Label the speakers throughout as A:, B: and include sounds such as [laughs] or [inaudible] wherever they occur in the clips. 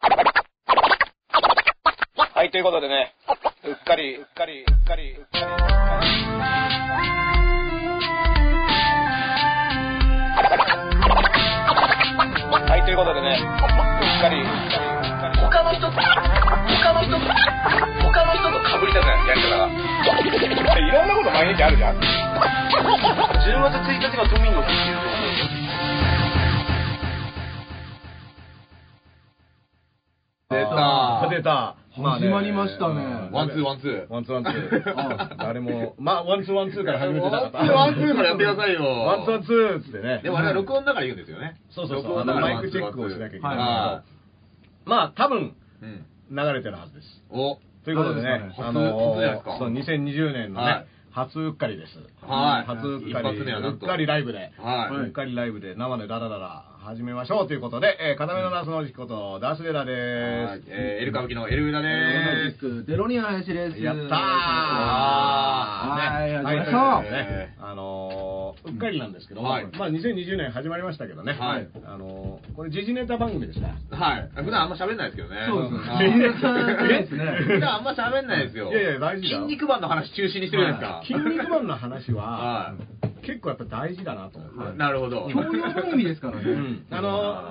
A: [laughs] はい、ということでね、うっかり、うっかり、うっかり、うっかり。うっかりはい、ということでね、うっかり、うっかり、うっか
B: 他の人と、他の人と、他の人と被りたくない、やり方が。
A: り。いろんなこと毎日あるじゃん。
B: 10月1日が都民の日っていう
C: 出た
D: 出た。
C: 始まりましたね
D: ワンツーワンツー。
C: ワンツーワンツー。誰も、まあ、ワンツーワンツーから始めてなかった。
D: ワンツーからやってくださいよ。
C: ワンツーワンツーっつってね。
D: でもあれは録音だから言うんですよね。
C: そうそうそう。
D: 録
C: あ
D: 音
C: の
D: だから
C: マイクチェックをしなきゃいけない。
D: は
C: まあ、多分、
D: い。うん。
C: 流れてるはずです。
D: お、
C: ということで
D: そうで
C: ね
D: す、かね
C: あの
D: 初初じゃないですか
C: ー、そう、2020年の
D: は
C: ね
D: い、
C: 初うっかりです。
D: はい
C: 初うっかり、
D: 一発目はな
C: うんっ
D: と
C: かりライブで。
D: は
C: うっかりライブで生でダラダラ始めましょうということで、えー、片目のダースのじこと、ダースレダ
D: はい
C: で。
D: えー、エル歌舞伎のエルウダで
E: 同
D: ー
E: じくデロニア林です。
C: す。やったー
E: はい、
C: ね
E: 始まりまし
C: は
E: ょ
C: いうということでねあのー、うっかりなんですけど、
D: うん
C: まあ
D: はい
C: 2020年始まりましたけどね、
D: はい
C: あのー、これ時事ネタ番組ですから。
D: す。はい。普段あんま喋んないですけどね。
E: そうですね
D: はい
E: 時事ネタないですね
D: 普段あんま喋んないですよ。
C: いやいや大事だよ
D: 筋肉マンの話中心にしてるじゃないです
C: 筋
D: か。
C: 肉マンの話は、
D: は
C: 結構やっぱ大事だなと思って。
D: い。なるほど。
E: 教養番組ですからね。
C: うんあの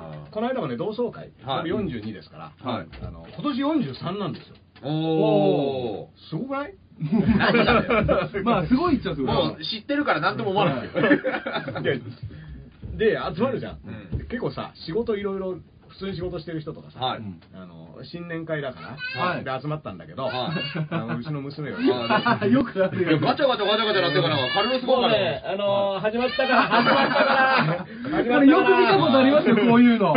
D: あー
C: この間もね同窓会、
D: はい
C: 僕42ですから、
D: はい
C: あの今年43なんですよ
D: おー。
C: すごく
D: [laughs]
C: ない
D: 何がだよ
E: [laughs] まあ、
C: [laughs]
E: すごいっちゃすごい。
D: もう知ってるから何とも思わないですよ。
C: いやで集まるじゃん、
D: うん
C: で結構さ仕事いろいろ普通に仕事してる人とかさ、
D: はい。
C: あの新年会だから、
D: はい
C: で集まったんだけど、
D: はい
C: [laughs] あのうちの娘が、
D: あー
E: よ [laughs] くあ
D: い
E: る
D: や
E: よ。
D: ガチャガチャガチャガチャなってから、カルロス・ゴーンから。
C: あの始まったから [laughs] 始まったから
E: これよく見たことありますよ、こ
C: [laughs]
E: ういうの。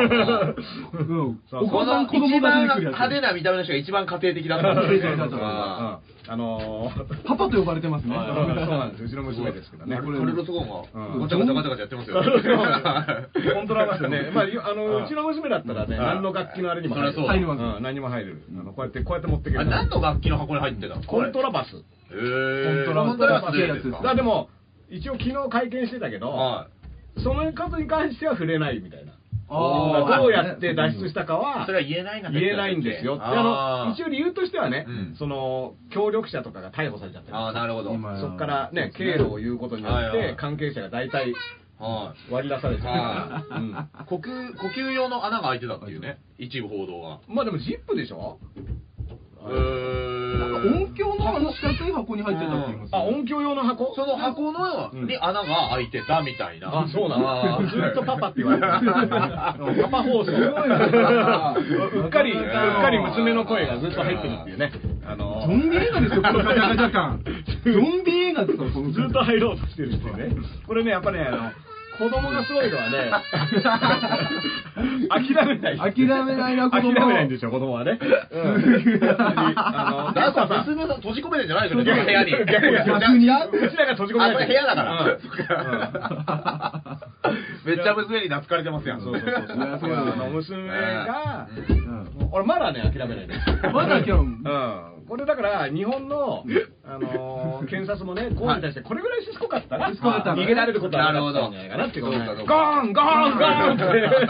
E: うん
C: そう
E: お子さん、子供
D: 一
E: が
D: 番
E: 出てくるやつ。
D: 派手な見た目の人が一番家庭的だったんですよ
E: そうそうそう
D: あ
C: うんあのー
E: パパと呼ばれてますね。
C: そうなんですうちの
D: ー
C: 娘ですけどね
D: カルロス・ゴー
C: うん
D: ンが、ガチャガチャガチャガチャやってますよね。
C: 本当なん
D: [laughs]
C: ですよね。まあ、あ
D: うん
C: の、うちの娘だったらね、
D: うん
C: 何の楽器のあれにも入る。
D: そりゃそう
E: だ
C: うん何にも入る。あの、こうやって、こうやって持ってけ
D: あれ
C: る。
D: 何の楽器の箱に入ってたの
C: コント
D: ラ。
C: ラバス。
D: えー、
E: コントラ
D: コントラバス出るんです
E: あ
C: だ
D: か
C: からでも、一応昨日会見してたけど、
D: は
C: そのことに関しては触れないみたいな。
D: あー
C: どうやって脱出したか
D: い。
C: は
D: そ、れは言えないな
C: 言えないんですよ。であの、一応理由としてはね
D: うん、
C: その、協力者とかが逮捕されちゃって
D: あーあー、なるほど。
E: 今
D: はい。
C: そこからね、経路を言うことによっ
D: はいは
C: て
D: い、
C: 関係者が大体割り出されちゃう。うん
D: 呼吸、呼吸用の穴が開いてたっていうね、一部報道が。
C: まあでも、ジップでしょ
D: えー
E: なんか音響のあの四角い箱に入ってたって言います
C: あ、
E: ね。
C: 音響用の箱
D: その箱のに穴が開いてたみたいな。
C: あ、そうなの。ずっとパパって言われてる。パパ放送。うっかり、うっかり娘の声がずっと入ってるっていうね。あの
E: ゾンビ映画ですよ、このガチャガチャ感。ゾンビ映画ですよ、この
C: ずっと入ろうとしてるっていうね。これね、やっぱね、あの、子供がすごいのは [laughs] ね、諦めない。
E: 諦めないな子供
C: 諦めないんですよ、子供はね。うんあの、
D: だ
C: やっ
D: か
C: ぱ
D: ら
C: さ、
D: 娘さん閉じ込めてんじゃないでしょ、部屋に。
C: 逆に、うちらが閉じ込めら
D: あ、こ
C: れて
D: れ部
C: る
D: 屋だから。
C: うんうん
D: めっちゃ娘に懐かれてますやん。
C: そうそうそうそう。だからあの娘が、
E: うん
C: 俺まだね、諦めないです。
E: [laughs] まだ今日、
C: うん。これだから、日本の、あのー
E: [laughs]
C: 検察もね、ゴーンに対して、これぐらいしつこかったら、
E: しつこかったらね
C: 逃げられることはなかったんじゃないかなってことね
D: なるほど
C: ゴーン、ゴーン、ゴーンって、ゴーン、ゴーン、ゴ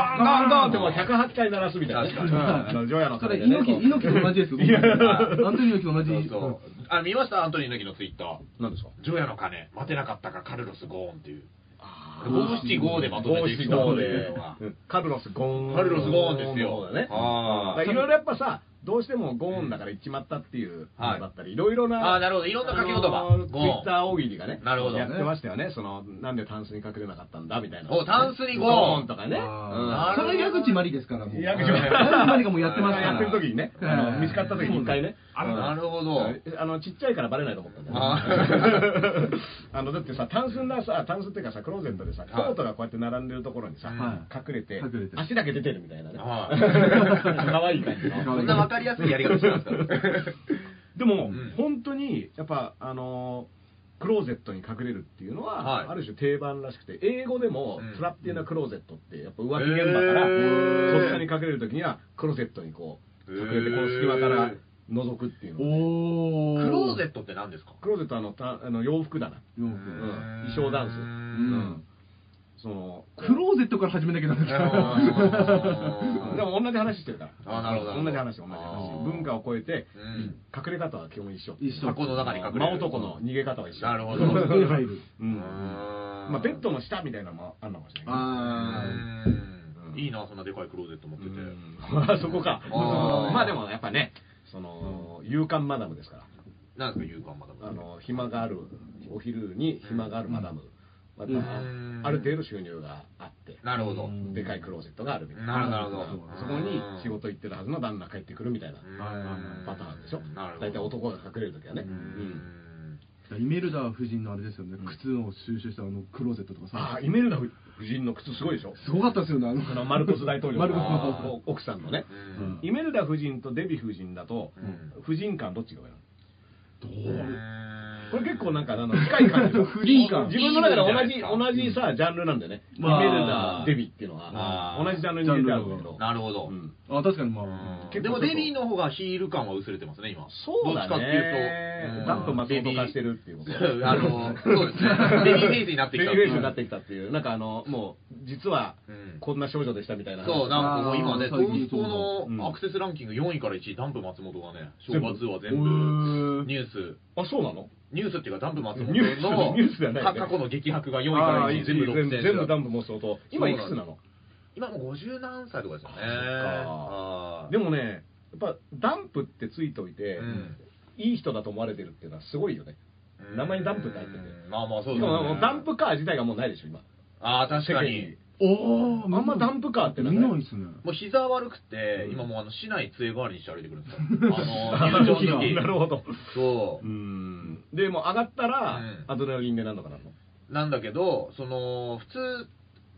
C: ーンってもう108回鳴らすみたいなね。
D: 確かに
C: うんあの、ジョヤの
E: そ
C: 鐘
E: れ
C: でね
E: 猪木、猪木と同じですよ。
C: いや
E: アントニオ猪木と同じ。
D: そうあ、見ましたアントニー猪木のツイッター。
C: 何ですか
D: ジョヤの鐘、待てなかったか、カルロス・ゴーンっていう。五七五でまとめていく
C: ゴーンで、カルロス・ゴーン。
D: カルロス・ゴーンですよ。
C: だね。だ
D: あ
C: からいろいろやっぱさ、どうしてもゴーンだから行っちまったっていう
D: は
C: の
D: い
C: だったり、いろいろな、
D: あーなるほどいろんな書き言葉
C: あのーツイ
D: ゴーン
C: ッター大喜利がね、
D: なるほど
C: やってましたよね、その、なんでタンスに隠れなかったんだみたいな。
D: おタンスにゴーン
C: ゴーンとかね。
D: あ
E: それ矢口まりですから、もう。
C: 矢口
E: まり。まりがもうやってますから。
C: やってる時にね、あの見つかった時に一回ね。
D: あ。なるほど。
C: あのちっちゃいからバレないと思ったんだよ
D: あ
C: ね [laughs] あのだってさタンスがさタンスっていうかさクローゼットでさコートがこうやって並んでるところにさ、
E: は
C: 隠れて
E: 隠れて
C: 足だけ出てるみたいなね [laughs] 可
D: は
C: 愛
D: い
C: い感じの
D: [laughs] そんなわかりやすいやり方し
C: [laughs]
D: てますから。
C: でも、
D: うん
C: 本当にやっぱあのークローゼットに隠れるっていうのは、
D: はい
C: ある種定番らしくて英語でも、
D: うん
C: プラッティナクローゼットってやっぱ浮気現場から
D: へー
C: とっさに隠れる時にはクローゼットにこう隠れて
D: へー
C: この隙間から覗くっていうの
E: お
D: ク
E: ー。
D: ローゼットって何ですか
C: クローゼットはあのたあの洋服だな、
E: 洋
C: う
E: 服
C: ん、衣装ダンス、うん
D: ん
C: その
E: クローゼットから始めなきゃダメだ
C: うんでも同じ話してるから
D: あなるほど
C: 同じ話同じ
D: あ
C: 話
D: ー
C: 文化を超えて
D: うん
C: 隠れ方は基本一緒
E: 一緒
D: 箱の中に隠れる
C: 真男の逃げ方は一緒
D: なるほど
E: そこに入る
C: うん
D: ま
C: まあベッドの下みたいなのもあんのかもしれない
E: あ
D: いいなそんなでかいクローゼット持ってて
C: うん [laughs] そこか
D: あ
C: [laughs]
D: ー
C: まあでもやっぱねその勇敢マダムですから
D: なんですか勇敢まだまだ
C: あの暇があるお昼に暇があるマダムはやっぱ
D: うん
C: ある程度収入があって
D: なるほど
C: でかいクローゼットがあるみたい
D: なる
C: な
D: ほどなるほど
C: そこに仕事行ってるはずの旦那帰ってくるみたいな
D: うん
C: パターンでしょ
D: なるほど
C: 大体男が隠れる時はね
D: う
C: うん
D: ん
E: あイメルダ夫人のあれですよね靴を収集したあのクローゼットとか
C: あ
E: さ
C: あイメルダ夫人の靴すごいでしょ
E: すごかったですよねあの
C: あのマルコス大統領
E: マルコス大統領
C: の奥さんのね
D: うん
C: イメルダ夫人とデヴィ夫人だと
D: うん
C: 夫人感どっちが上なの
D: うん
C: これ結構なんかあ
D: [laughs]
C: の近い感じ
E: 不倫感
C: 自分の中で同
D: いいんじ
C: じ
D: ゃな
C: 同
D: い
C: じさジャンルなんだよねイメ
E: まあ
C: ルダデビっていうのは
D: あ
C: 同
D: ー
C: じジャンルに入れてあるんだけど
D: なるほど
C: うん
E: あ確かにま
D: うん
E: あ
C: 結構
D: でもデビーの方がヒール感は薄れてますね今
C: そうだね
D: どっちかっていうと
C: ダンプ松
D: デ
C: 本
D: ビ
C: 化してるっていうこと
D: ーあのそうですねデビーフェイスになって
C: デ
D: き
C: ビ
D: た
C: フェイスになってきたっていうなんかあのもう実は
D: うん
C: こんな少女でしたみたいな話
D: そう、なんかもう今ね、
E: あー
D: ト
E: 最近
D: ースポ
C: うん
D: のアクセスランキング4位から1位、ダンプ松本がね、正
C: 全部
D: 月は全
E: う
D: 部
E: ー、
D: ニュース、
C: あそうなの
D: ニュースっていうか、ダンプ松本
C: ニュース
D: の
C: ニュースじゃないよ
D: か
C: ね
D: 過去の激白が4位から
C: あ
D: 1
C: ー
D: 位、全部
C: 全
D: 6
C: 部
D: 選
C: 全部ダンプ松本今いくつなの
D: 今もう50何歳とかですよね。
C: あ
D: あー
C: でもねやっぱダンプってついといて、
D: うん
C: いい人だと思われてるっていうのはすごいよね名前にダンプって入ってて
D: うんまあまあ、そう
C: で
D: です
C: も
D: ね。
C: ダンプカー自体がもうないでしょ今
D: ああ、確かに。
E: お
C: あんまダンプカーってなん
E: 見
C: か
E: ないですね
D: もう膝悪くて、
C: うん
D: 今もうあの市内杖代わりにして歩いてくるんですよ。あの、入
C: [laughs]
D: 場の時。
C: なるほど
D: そう
C: う。んでもう上がったら、
D: うん
C: アドレナリンでなんとかなるの
D: なんだけど、その普通、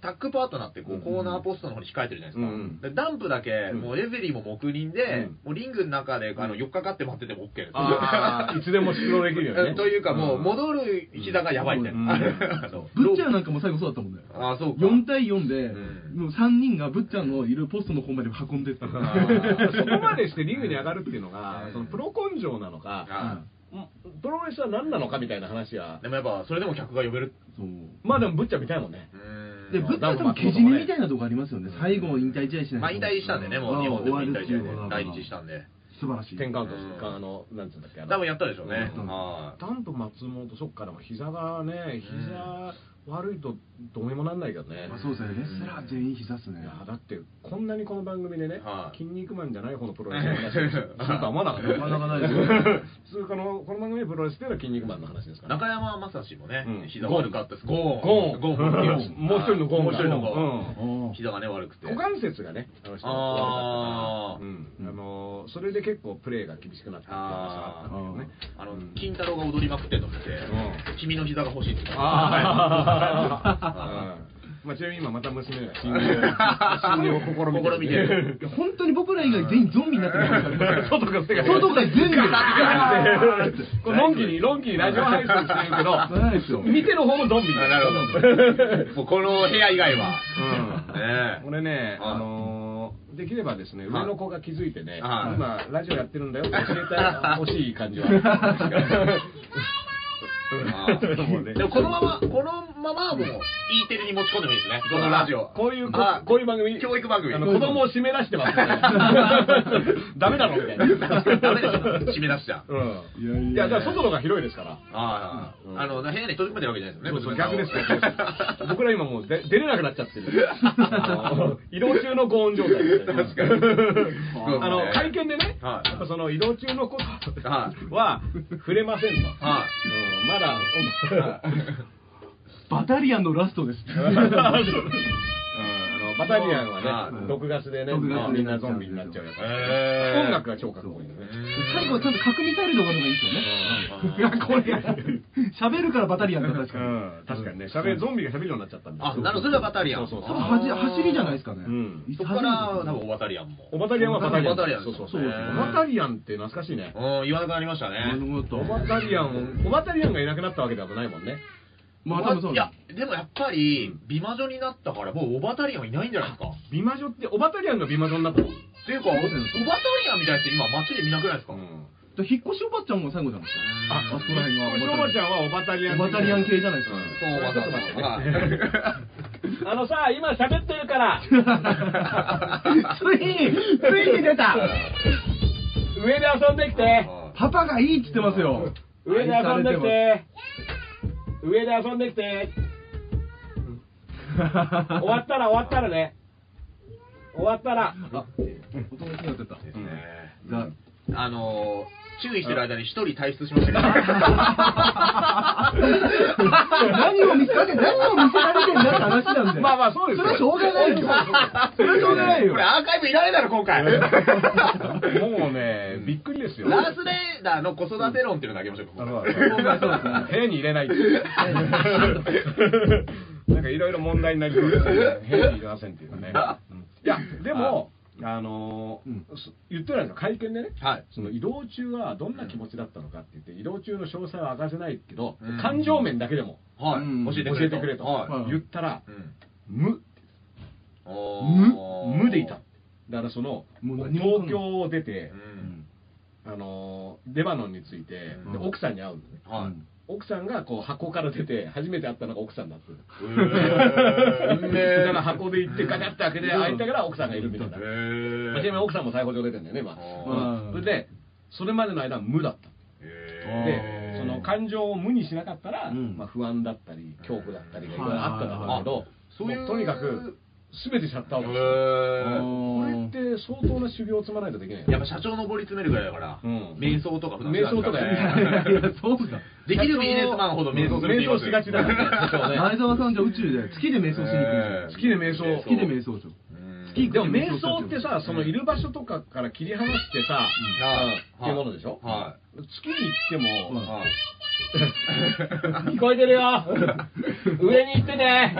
D: タッグパートナーってこ
C: うん
D: うコーナーポストの方に控えてるじゃないですか、
C: うんうん
D: でダンプだけ、
C: うん
D: もうレフェリーも黙認で、
C: うん
D: もうリングの中であの4日かって待ってても OK です。
C: あーいつでも出動できるよね
D: [laughs] というか、もう
C: うん
D: 戻る膝がやばいみたいな、
C: うん
D: あ [laughs] の
E: ブッチャーなんかも最後そうだったもんね
D: あーそうか
E: 4対4で、
D: うん
E: もう3人がブッチャーのいるポストの方まで運ん
D: [laughs]
E: でった
C: あーそこまでしてリングに上がるっていうのが、
D: うん
C: そのプロ根性なのか、
D: あ
C: プロレスは何なのかみたいな話は
D: ーでもやっぱ、それでも客が呼べる。
E: そう
C: まあでもぶっちゃ見たいもんね
D: うーん
E: でブッチャー多分けじめみたいなとこありますよね最後引退試合しないと
D: まあ、引退したんでね、もう日本でも引退試合で
E: ああ、
D: 来日したんで。
E: 素晴らしい
C: 10カウント
D: うん
C: あのなんつうんだっけあの
D: 多分やったでしょうね。
E: うん
D: は
C: ダンプ松本そっからも膝がね膝悪いとどうにもなんないけどね、
E: まあ、そうですねレスラー全員膝っすね
C: いやだってこんなにこの番組でね、
D: はい
C: 筋肉マンじゃない方のプロレスの話をするとは思わなかった
E: なかなかないですね
C: [laughs] 普通このこの番組でプロレスっていうのは筋肉マンの話ですから、
D: 中山雅史もね、
C: うん
D: 膝悪かったです。ゴーン。
C: ゴーン
D: ゴーンも強いし
C: もう一人のゴーン
D: もう一人のゴ
C: うん
D: ーン。
E: あ
D: 膝がね、悪くて。
C: 股関節がねあの人
D: あー
C: 悪かったからうんあのそれで結構プレーが厳しくなったっていう話があったんだけどね
D: あの
C: うん、
D: 金太郎が踊りまくってんの見て
C: う、
D: 君の膝が欲しいって言ってた
C: あ
D: [laughs]
C: [laughs] あ、まあ、ちなみに今また娘が侵入侵入を試みてる
D: 試みてる
E: いや本当に僕ら以外全員ゾンビになってるから
C: [laughs]
D: [laughs]
C: 外が手が
E: 外が全部
C: これロンキにロンキにラジオ配信してるけど
E: ないですよ
C: 見てる方もゾンビ
D: あなる
C: [laughs]
D: ほど。もうこの部屋以外は。ねえ
C: これね、
D: はい
C: あのーできればですね、
D: はい
C: 上の子が気づいてね、
D: はい
C: 今、ラジオやってるんだよって教えてほしい感じはあ
D: あ
C: る。もうね
D: ーでもこのまま、このままもう、E テレに持ち込んでもいいですね。このラジオ。
C: こういうこ
D: あ、
C: こういう番組、
D: 教育番組
C: あの子供を締め出してますね。
D: [laughs]
C: ダメだろみたいな。 [laughs]
D: ダメでしょ。締め出しちゃう。
C: うん。
E: いや
C: いや、
E: いや
C: だから外のが広いですから。
D: ああ、あの、部屋に閉じ込めてるわけじゃないですよね。
C: そうそう
D: 娘さん
C: 逆
D: を
C: ですから。 [laughs] 僕ら今もう出出れなくなっちゃってる。あの移動中のご音状態みたいな。
D: 確かに
C: あの、会見でね、
D: はい
C: やっぱその移動中のこと
D: は
C: は触れませんと。
D: は
C: うんまだ、
E: バタリアンのラス
D: [laughs]
E: トです
C: [laughs] うんあのバタリアンは
D: は
C: ね、
E: い
C: 毒ガスでね、
E: 毒ガスで
C: みんなゾンビになっちゃうやつ。
D: へー
C: 音楽が超かっこいいよね。
E: 最後はちゃんと核ミサイルとかの方がいいですよねいやこれ喋るからバタリアンだ確かに
C: うん確かにね、喋るゾンビが喋るようになっちゃったんだ
D: あ、なるほど、それはバタリアン。
C: そうそうそ
E: 多
C: う
E: 分はじ走りじゃないですかね
C: うん
D: そこから、多分、オバタリアンも。
C: オバタリアンはバタリアン。
D: オバタリアン
C: そうそう
D: そ
C: そうう。
D: ですね
C: オバタリアンって懐かしいね。
D: うん、言わなくなりましたね。
C: オバタリアンを、オバタリアンがいなくなったわけではないもんね。
E: まあ多分そう
D: いや、でもやっぱり、美魔女になったから、もうオバタリアンはいないんじゃないですか。っ
C: 美魔女って、オバタリアンが美魔女になったの。
D: ていうか、オバタリアンみたいな人、今、街で見なくないですか
C: うん
E: と引っ越しおばちゃんも最後じゃないですか。あ、あそこら辺が。
C: しょうばちゃんはオバタリアン
E: オバタリアン系じゃないですか。
B: そう、わかってま
C: [laughs] あのさ今喋ってるから
E: ついに、ついに出た
C: 上で遊んでき [laughs] て
E: パパがいいって言ってますよ。
C: 上で遊んできて上で遊んできて終わったら終わったらね終わった [laughs] ら
E: あ、音が気になってた。じゃあ
D: あのー注意してる間に一人退出しましたけど
E: 何を見せられ、何を見せられてんだって話なんだよ。
C: まあまあそうです
E: そ
C: よ
E: れはしょうがないよ。それはしょうがないよ
D: これ。アーカイブいられないだろ今回
C: もうねびっくりですよ
D: ラースレーダーの子育て論っていうのだけましょうか
C: 部屋に入れないっていうなんかいろいろ問題になりそうですね部屋に入れませんっていうねいやでもあのーす言ってないですよ会見でね
D: はい
C: その移動中はどんな気持ちだったのかって言って移動中の詳細は明かせないけど
D: うん
C: 感情面だけでも
D: はい、
E: うん
D: 教えて
C: 教
D: く
C: え
D: れ
C: てくれと
D: はい
E: い
C: 言ったら
D: うん
C: 無
D: おー
C: 無無でいただからその
E: もう何も
C: 東京を出て
D: うん
C: あのーレバノンについて
D: うん
C: で奥さんに会うんだね
D: はい、
C: 奥さんがこう箱から出て初めて会ったのが奥さんだった
D: うー
C: [laughs]
D: ん
C: だから箱で行ってガチャって開けて開いたから奥さんがいるみたいな、
D: へ
C: ま
D: ー
C: あちなみに奥さんも逮捕状出てんだよね今、
D: あ
C: うんそれでそれまでの間は無だった
D: へ
C: で
D: ー
C: その感情を無にしなかったら、
E: うん
C: まあ、不安だったり恐怖だったりがいろいろあったんだろうけど
D: そういう
C: もとにかく全てシャッターオフ
D: へー
C: これって相当な修行を積まないとできないよ
D: やっぱ社長登り詰めるぐらいだから、
C: うん
D: 瞑想とか普段
C: 瞑想とかやら
D: しな
C: ないい
D: か
C: からら
D: ね
E: そうですか。
D: [laughs] できるビジネスマンほど瞑想するって言い
C: 瞑想
D: ます
C: し
D: よ
C: がちだから社長
D: [laughs]
C: ね
E: 前澤さんじゃ宇宙で月で瞑想しに行くんですよ。
C: 月で瞑想
E: 月で瞑想しよう
D: うん
E: 月行く
C: でも瞑想ってさ、そのいる場所とかから切り離してさ、うんっていうものでしょ、
D: は
C: 月に行って
D: い
C: も、
D: はい
C: 聞こえてる [laughs] よ上に行ってね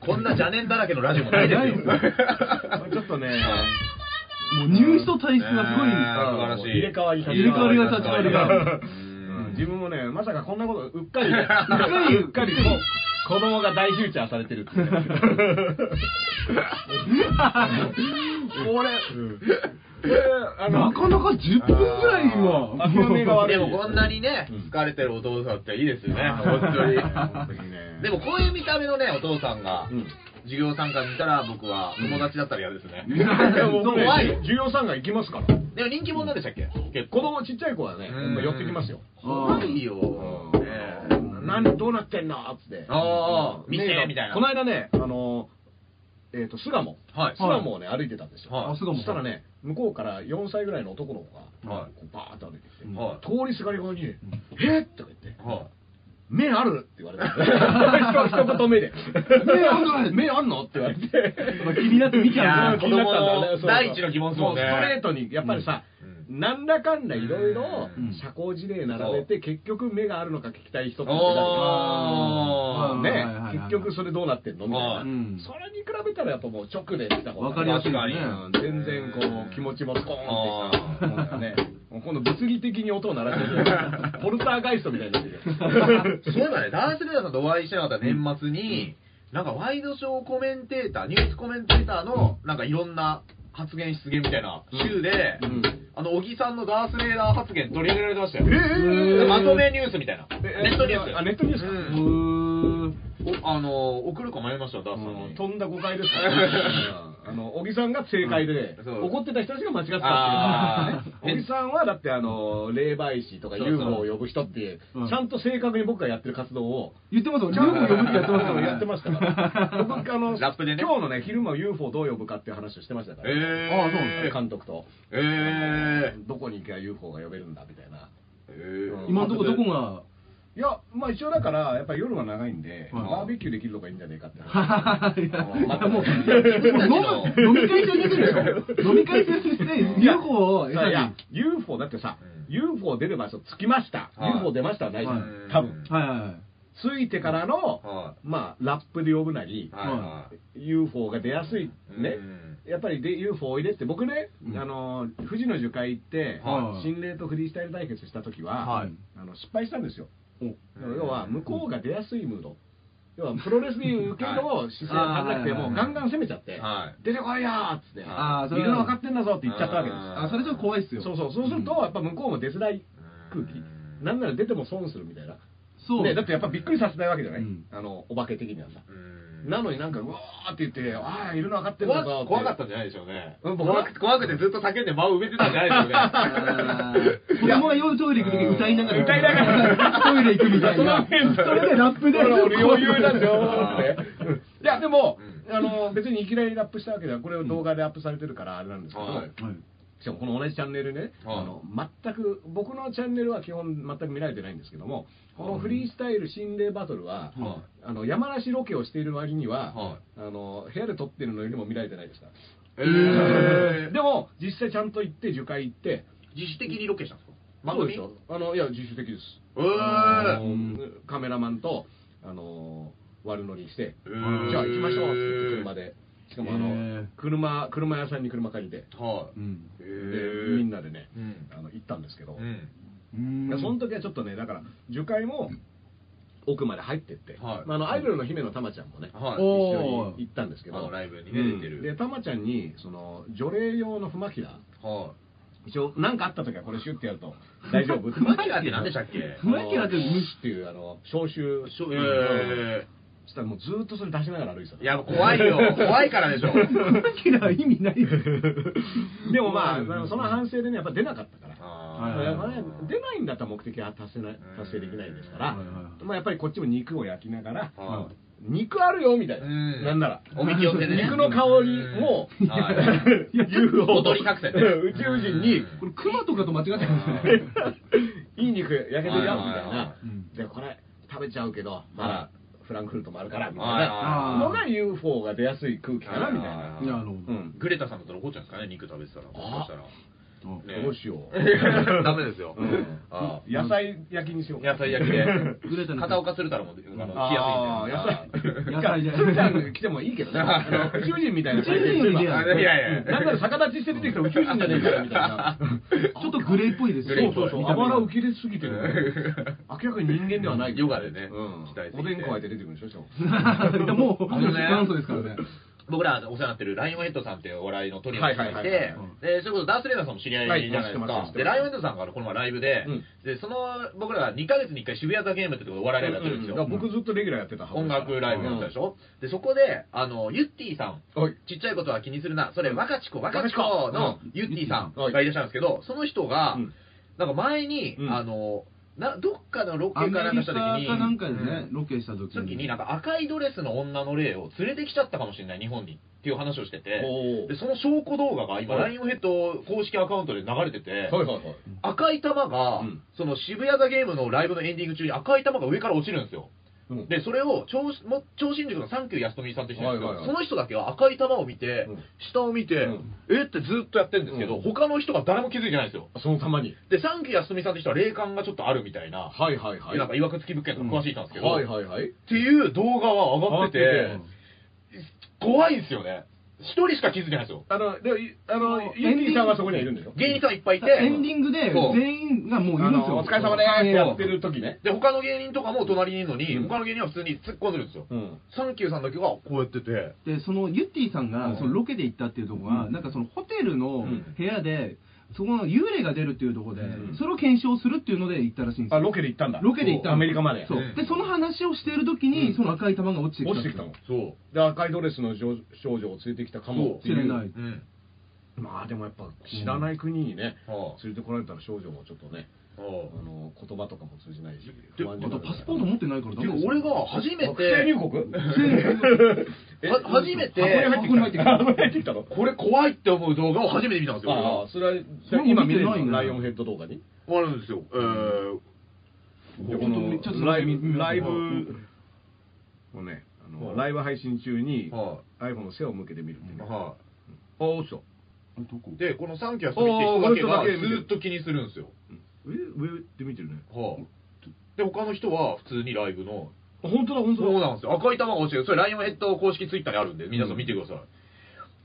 D: こんな邪念だらけのラジオ
C: [laughs]
D: もないですよ。 [laughs]
C: ちょっとね、
E: もう入試と体質がすごいんです
D: 素
E: よ。
D: 晴らしい。
C: 入れ替わり立ち
E: 替わりが立ち替わりが
D: うん
C: 自分もね、まさかこんなこと、うっかり、うっかり、うっかり、こう子供が大フューチャーされてるっていうねこ
D: これ、
C: れあの
E: なかなか10分ぐらいは。
C: あ諦めが悪い
D: でもこんなにね、疲れてるお父さんっていいですよね、本
C: 本
D: 当
C: 当に
D: に。
C: ね [laughs]
D: でもこういう見た目のね、お父さんが
C: うん、
D: [laughs] 授業参加にいたら僕は友達だったら嫌 [laughs] ですね。
C: いやもう
D: 怖いよ
C: 授業参加行きますから。
D: でも人気者でしたっけ結
C: 子
D: 構。
C: 供ちっちゃい子はね、やっぱ寄ってきますよ。
D: 怖いよ。ね
C: 何どうなってんのっつって。
D: ああ、見
C: ね
D: て、みたいな。
C: この間ね、あの、えっ、と、巣鴨。
D: はい
C: 巣鴨をね、歩いてたんですよ。
D: はいあ
E: 巣鴨
C: そしたらね、向こうから4歳ぐらいの男の子が、
D: はい
C: こうバーッと歩いてきて、
D: は
C: 通りすがり側に、えっとか言って、
D: は
C: [laughs] 目あるって言われて、一言目で、目ある目あんのって言われて、
E: まあ気になって見
D: い
E: ちゃう
D: やー
E: ん
D: 子
E: で
D: 供
E: すよ。
D: の第一の疑問ですもんね
C: うストレートに、やっぱりさ、
D: う
C: なんだかんだいろいろ
D: うん
C: 社交辞令並べて、結局目があるのか聞きたい人って出たり
D: おー
E: はいはいはいはい
C: ね、結局それどうなってんのみたいな、
D: はい
E: うん
C: それに比べたらやっぱもう直で来た方が
E: わかりやすいよね
C: うん全然こう気持ちもスコーンってさ
D: あー
C: もうなんかねもう今度物理的に音を鳴らしてるポルターガイストみたいになってる
D: い。そういえばね、ダンスレーダーさんとお会いしてなかった年末に、なんかワイドショーコメンテーター、ニュースコメンテーターの、なんかいろんな発言、失言みたいな週で、
C: うん
D: あの、小木さんのダースレーダー発言取り上げられてましたよ。
C: えー
D: まとめニュースみたいな。
C: え
D: ネットニュース。
C: あネットニュースか
D: うんおあの、送るか迷いましたよ、ダースさん
C: もう
D: に。
C: 飛んだ誤解ですから、あの小木さんが正解で、
D: うんそう
C: 怒ってた人たちが間違ってた
D: あ
C: って
D: ー
C: いう、ね、小木さんはだってあの霊媒師とか
D: そう
C: UFO を呼ぶ人っていう
E: うん
C: ちゃんと正確に僕がやってる活動を
E: 言ってますよ。
C: ち
E: ル
C: ゃ
E: ー
C: ん
E: ム
C: と
E: 呼ぶってやってますからね
C: やってます [laughs] から僕あの
D: ラップでね
C: 今日のね昼間 UFO どう呼ぶかっていう話をしてましたから、
D: えー。
E: あそうなん
C: 監督と
D: え
C: どこに行けば UFO が呼べるんだみたいな
D: ー。えー。
E: 今のとこどこが。
C: いやまあ一応だからやっぱり夜が長いんで、
E: はい
C: バーベキューできるのがいいんじゃないかって話
E: いや
D: またも
E: もう、
D: う
E: 飲む飲み会中にす
C: [laughs]
E: るでしょ飲み会中にして、UFO を
C: い
E: 餌に。
C: や、UFO だってさ、
D: うん
C: UFO 出る場所着きました、
D: はい
C: UFO 出ましたはないじゃん、
D: はい
C: 多分
E: はいはいはい。
C: 着いてからの、
D: は
C: まあ、ラップで呼ぶなり
D: い。、は
C: UFO が出やすい
D: うん
C: ね、やっぱりで UFO おいでって、僕ね、
E: うん
C: あの富士の樹海行って、
E: はい
C: 心霊とフリースタイル対決した時は、
E: はい
C: あの失敗したんですよ、だから要は向こうが出やすいムード、要はプロレスでいう受けの姿勢が足んなくて、
E: はい
C: もうガンガン攻めちゃって、
D: は
C: 出てこいやーっつって、
E: あーそ
C: い
E: れは
C: るの分かってんだぞって言っちゃったわけです
D: あ
E: あそれちょっと怖いっすよ
C: そうそうそうするとやっぱ向こうも出づらい空気
D: うん
C: なんなら出ても損するみたいな
E: そう
C: ねだってやっぱびっくりさせないわけじゃない、
E: うん
C: あのお化け的にはさ
D: うん
C: なのになんかうわーって言ってああいるの分かってんだぞ
D: 怖
C: て
D: 怖かったんじゃないでしょうね。
C: うん僕
D: 怖く怖くてずっと叫んで間を埋めてたんじゃないでしょうね。
E: あー [laughs] 子供が夜トイレ行く時歌いながら
C: 歌いながら
E: トイレ行くみたいな
C: その
E: それでラップで
C: ほら俺余裕なんだ
D: あ
C: よ
D: ー
C: っていやでも
D: う
C: あの別にいきなりラップしたわけではこれを動画でアップされてるからあれなんですけど、
D: はい
C: しかもこの同じチャンネルね、
D: はい
C: あの全く僕のチャンネルは基本全く見られてないんですけどもこのフリースタイル心霊バトルは、
D: は
C: あの山梨ロケをしている割には、
D: は
C: あの部屋で撮ってるのよりも見られてないですから、
D: えー、
C: でも実際ちゃんと行って樹海行って
D: 自主的にロケしたんですか
C: そうでしょあのいや自主的です、
D: えー
C: あのカメラマンとあの悪乗りして、
D: えー
C: じゃあ行きましょうって言って車でしかもあの、
E: えー
C: 車車屋さんに車借りて、
D: はい、
E: うん
D: え
C: で
D: ー、
C: みんなでね、
D: うん
C: あの行ったんですけど、
D: うん
E: うん
C: いやその時はちょっとねだから樹海も奥まで入ってって、
D: はい
C: まあ、あのアイドルの姫のたまちゃんもね、
D: はい
C: 一
E: お
C: 緒に行ったんですけ
D: あ
C: ど
D: のライブにね
C: うん
D: 出てる
C: でたまちゃんにその除霊用の不巻きだ
D: は
C: 一応何かあった時はこれシュッてやると大
D: [laughs]
C: 丈夫
D: い。熊木って何でしたっけ
C: 不巻きだって無視っていうあの消臭
D: しょえ
C: そしたらもうずーっとそれ出しながら歩いてた
D: ー、いや怖いよ怖いからでしょ
E: [laughs] キラ意味ないよ
C: でもまあその反省でねやっぱ出なかったから
D: あ
E: ー
C: やっぱね出ないんだったら目的は達せない達成できないんですから、
E: はいはい
C: まあ、やっぱりこっちも肉を焼きながら、
D: は
C: 肉あるよみたいな、
D: うん
C: なんなら
D: お見き寄せでね
C: [laughs] 肉の香りも
D: うん
C: [laughs]
D: はい
C: いや UFO
D: おとり作戦ね
C: うん宇宙人に
E: これクマとかと間違ってま
C: [laughs]
E: すね
C: いい肉焼けてるよみたい
D: はいはいは
C: なでこれ食べちゃうけどま
D: は
C: だフランクフルトもあるからみたい
D: はい
C: なの
E: はいは
C: が UFO が出やすい空気かなみたい
D: はいはい
C: な
D: はい
E: なるほ
C: う
E: ど
C: ん
D: グレタさんだったら怒っちゃうんですかね肉食べてたらもしかしたら
E: うん
D: ね
C: どうしよう
D: [laughs] ダメですよ、
C: うん
D: あー
C: 野菜焼きにしよう
D: 野菜焼きで
E: グレタの
D: 片岡するたらもうあの来
C: あ
D: やすいんで
C: ー野
E: 野
C: 菜
E: 菜
C: じ
E: じ
C: ゃ
E: ゃ
C: あ
E: な
C: 鶴
E: い
C: ちゃん来てもいいけどね、あの宇宙人みたいな感じで
E: 宇宙人よりね
C: まあ
D: あいやいやいや
C: なんなら逆立ちして出てきたら宇宙人じゃねえからみたいな、
E: ちょっとグレーっぽいです
D: グレーっぽい
E: そ
C: そうう
E: そ
C: [laughs]
E: う
C: あ
E: そう
C: ばら浮き出すぎてる、 [laughs] 明らかに人間ではない
D: ヨガでね
C: うん
D: 鍛えていて
C: おでん加えて出てくるでしょ、しかも
E: いやもう
D: あのね
E: 元祖ですからね
D: 僕らお世話になってるライオンヘッドさんっていうお笑いのトリオの人がい
C: はい
D: て
C: はいはいはい
D: でそれこそダース・レーダーさんも知り合いじゃないですか、
C: はい知ってます知ってます
D: でライオンヘッドさんがこの前ライブで,、
C: うん
D: でその僕らが2ヶ月に1回渋谷ザ・ゲームってところでお笑いライブやってるんですよ、
C: うん僕ずっとレギュラーやってた
D: 音楽ライブやったでしょ、でそこであのユッティさん
C: ょ、はい
D: ちっちゃいことは気にするな、それ、
C: うん
D: 若智子、
C: 若
D: 若
C: 智
D: 智
C: 子
D: 子のユッティさんがいらっしゃるんですけど、その人が、
C: うん
D: なんか前に、
C: うん
D: あのなどっかのロケ
E: ア
D: か
E: メ
D: なんか
E: リ
D: し
E: カ
D: た
E: か
D: 時に、
E: なんかでね
D: うん
E: ロケした時
D: 時に
E: に
D: なんか赤いドレスの女の霊を連れてきちゃったかもしれない、日本にっていう話をしてて、
C: おー
D: でその証拠動画が今、
C: はい
D: ライオンヘッド公式アカウントで流れてて、
C: はいはいはい、
D: 赤い玉が、
C: うん
D: その渋谷ザゲームのライブのエンディング中に赤い玉が上から落ちるんですよ。
C: うん
D: で、それを超も超新塾のサンキュー安富さんと一緒なんですけど、
C: はいはいはい
D: その人だけは赤い玉を見て、
C: うん
D: 下を見て、
C: うん
D: えってずっとやってるんですけど、
C: うん
D: 他の人が誰も気づいてないんですよ。
C: そのたまに、
D: で、サンキュー安富さんとしては霊感がちょっとあるみたいな、
C: はいはいはい、
D: なんかいわくつき物件とか詳しい人なんですけど、
C: はいはいはい、
D: っていう動画は上がってて、
C: 上がって
D: 怖いんですよね。一人しか気づいてないんですよ。
C: あの、でもいあの
E: そう
C: ユーティーさんはそこにはいるんでしょ、
D: 芸人さんいっぱいいて、
E: エンディングで
D: そう
E: 全員がもういる
C: あ
E: んですよ
C: のお疲れ様でーすってやってる時ね、
D: で、他の芸人とかも隣にいるのに、
C: うん
D: 他の芸人は普通に突っ込んでるんですよ。
C: うん、
D: サンキューさんだけがこうやってて、
E: でそのゆってぃさん
D: うん
E: がそのロケで行ったっていうところが、なんかそのホテルの
C: ん
E: 部屋で、そこの幽霊が出るっていうところで、
C: うん
E: それを検証するっていうので行ったらしいんです
C: あ
E: よ
C: ロケで行ったんだ、
E: ロケで行ったの
C: アメリカまで、
E: そう
D: うん
E: でその話をしている時に、
C: うん
E: その赤い玉が落ちてきた
C: 落ちてきたの。
D: そう。
C: で赤いドレスの少女を連れてきたかもってい
E: 知ら
C: う
E: ない
D: うん。
C: まあでもやっぱ知らない国にね、
D: は
C: 連れてこられたら少女もちょっとね
D: あ。
C: あの言葉とかも通じないし
D: で
E: あとパスポート持ってないから
D: でも俺が初め
C: 不正
D: て、
C: 入国 [laughs] え
D: は初めて、
C: 箱に入ってきた箱に入ってきたの
D: これ怖いって思う動画を初めて見たんですよ。俺
C: あ
D: は
C: あそれは
E: それも
C: 今見てる
E: 見てない
C: の
E: ね
C: ライオンヘッド動画に
D: あるんですよ。えー
C: でこ
E: ちょ
C: の
E: っとちょっと
C: ライ
E: 見
C: ブ
E: て
C: ライブをねあ
D: は
C: の
D: い
C: ライブ配信中に
D: は
C: iPhone の背を向けて見るっていうねあ
D: は
C: 落ちた
E: どこ
D: い。で、このサンキューはそうって人だけ
C: あー
D: がずーっと気にするんですよ。
C: 上上って見てるね
D: はい。で、他の人は普通にライブの、
C: あ本当だ本当だ
D: そうなんですよ。赤い玉が落ちてる。それ、ライオンヘッド公式ツイッターにあるんで、皆さん見てください。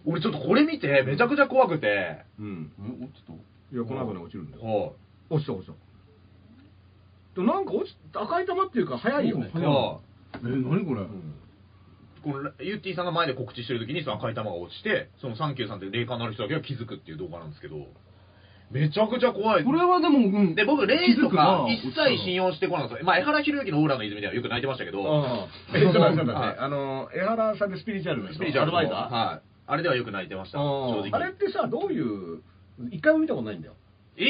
D: 俺、ちょっとこれ見て、めちゃくちゃ怖くて、
C: うん
E: え落ちた
C: いやこの後に落ちるんだよ
D: は
C: 落ちた落ちたでもなんか落ちた赤い玉っていうか早いよね
D: い。は
E: え、何これ。
D: このユッティさんが前で告知してる時にその赤い玉が落ちて、そのサンキューさんって霊感のある人だけが気づくっていう動画なんですけど、めちゃくちゃ怖い。
E: これはでも、うん。
D: で、僕、霊
E: 気づ
D: と
E: く
D: か
E: な
D: 一切信用してこなかったんですよ。まあ、江原博之のオーラの泉ではよく泣いてましたけど、
C: えそうだそうだねあの江原さんでスピリチュアルの人
D: スピリチュアルの
C: アドバイザー
D: はい。あれではよく泣いてました、正直。
C: あれってさどういう一回も見たことないんだよ
D: え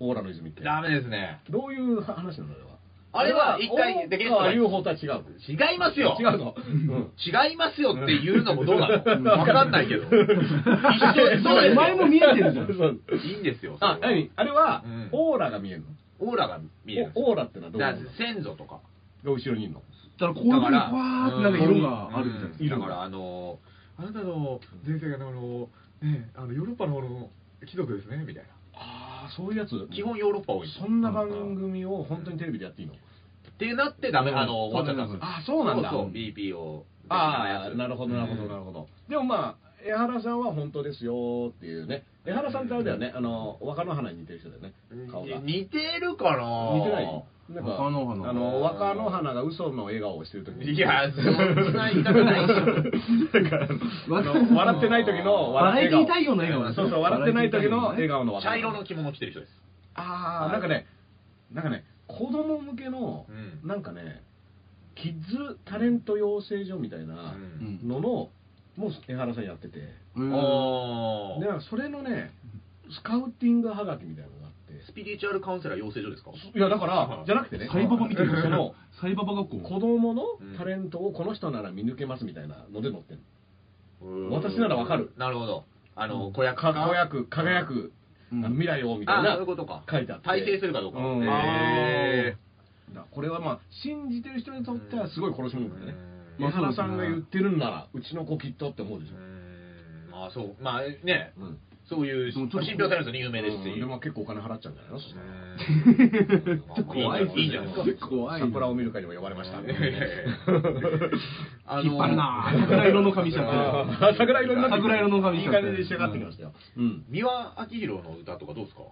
C: オーラの泉って
D: ー、ダメですね。
C: どういう話なのあれは
D: あれは一回でゲスト
C: あ
D: が
C: UFO とは違う
D: 違いますよ
C: 違うのうん
D: 違いますよって言うのもどうなのわかんないけど。一緒ですそうです
E: お前も見えてるじ
D: [laughs]
E: ゃん。
C: そう
D: いいんですよ。
C: あ
D: それは
C: 何あれは
D: うん
C: オーラが見えるの
D: オーラが見えるんですよ
C: おオーラってのはどうい
D: だ
C: う
D: か
C: もの
D: ら先祖とか。
C: が後ろにいるの
E: だから、こういうふ
D: だ
E: う
D: か
E: に、
D: ら、
E: わーってなんか色があるみたいな。
D: うんだから、あの、あなたの前世があの、ね、あのヨーロッパの方の貴族ですね、みたいな。
C: ああそういうやつ
D: 基本ヨーロッパ多いんですよ
C: そんな番組を本当にテレビでやっていいの
D: ってなってダメ、あの、終わっちゃったんですよ。
C: あそうなんだ
D: そうそう、BPO。
C: ああなるほどなるほ
D: う
C: ど
D: ん
C: なるほどでもまあ江原さんは本当ですよっていうね江原さんってあれだよねあの若の花に似てる人だよね顔が似
D: 似てるかな
C: てないなんか
E: 若野花
C: あの若の花が嘘の笑顔をしてる時 [laughs]
D: いや、そんな言い方ないでしょ。
C: だからあの笑ってない時の
E: バラ
C: 笑
E: エ
C: っ
E: テ
C: て笑
E: ィー太陽の笑顔
C: 顔そうそう笑ってない時の笑顔の若
D: 茶
C: 菜
D: 色の着物着てる人です。
C: ああなんかねなんかね子供向けの
D: うん
C: なんかねキッズタレント養成所みたいな
E: うん
C: ののもう江原さんやってて
E: うん
D: あ
C: でなんかそれのねスカウティングはがきみたいなのがあって
D: スピリチュアルカウンセラー養成所ですか
C: いやだからじゃなくてね
E: サイババ見てる
C: その
E: サイババ学校。
C: 子供のタレントをこの人なら見抜けますみたいなので載ってる私ならわかる
D: なるほど。あの、子役
C: か輝く輝くあ
E: うん
C: の未来をみた
D: あ
C: い
D: あ、
C: な
D: そういうことか。
C: 書いてあって
D: 体制するかどうか。
C: うん
D: へ
C: だからこれはまあ信じてる人にとってはすごい殺し物だよね
D: うん
C: マサラさんが言ってるんならうちの子きっとって思うでし
D: ーう
C: ょ
D: んまあそう、まあね、
C: うん
D: そういう、
E: でもちょっと
D: 信憑されるんですよね、有名ですし。
C: うんでも結構お金払っちゃうんじゃないのそしたら
D: [laughs] うん
E: 怖いっすね
D: いいんじゃないですか。
E: 怖い
C: サンプラを見る会にも呼ばれました
D: いやい [laughs] やいやあの
E: 引っ張るなぁ桜色の髪しちゃって
C: あー [laughs] 桜色になってきた
E: 桜色の髪
C: いい感じで仕上がってきましたようん
D: 三輪明宏の歌とかどうですか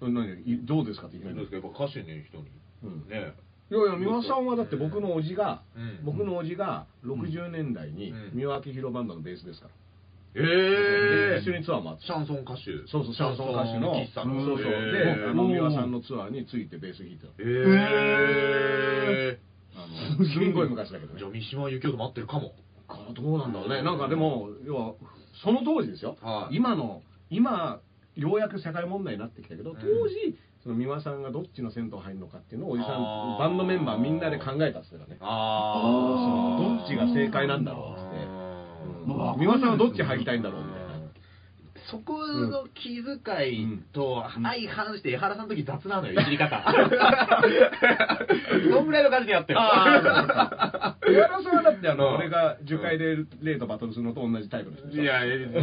C: うん何どうですかって
D: ど
C: 言
D: う
C: っ
D: です
C: て
D: かやっぱ歌手の人に。
C: うん
D: ね。
C: いやいや、三輪さんはだって僕のおじが、
D: うん
C: 僕のおじが60年代に
D: うん
C: 三輪明宏バンドのベースですから、
D: ええ
C: 一緒にツアーもあって
D: シャンソン歌手。
C: そうそうシャンソン歌手の
D: シャンソン喫茶の
C: そうそう
D: へ
C: で
D: ー
C: あの三輪さんのツアーについてベース弾いてたの
D: え
C: あのすんごい昔だけど
D: え
C: ね
D: じゃあ三島由紀夫と待ってるかも。
C: あどうなんだろうねなんかでも要はその当時ですよ、
D: はい
C: 今の今ようやく社会問題になってきたけど
D: ん
C: 当時その三輪さんがどっちの銭湯入るのかっていうのをおじさん
D: あー
C: バンドメンバーみんなで考えたっつってたね
D: あ
C: どっちが正解なんだろうっつって
D: う
E: まあ
C: うん三輪さんはどっち入りたいんだろうみたいな
D: そこの気遣いと相反して江原さんの時雑 [laughs] なのよ、いじり方。そんぐらいの感じでやってる。
C: 上原さんはだってあ
D: うん
C: の俺が樹海でレイとバトルするのと同じタイプの人でしょ
D: [laughs] いや、えどう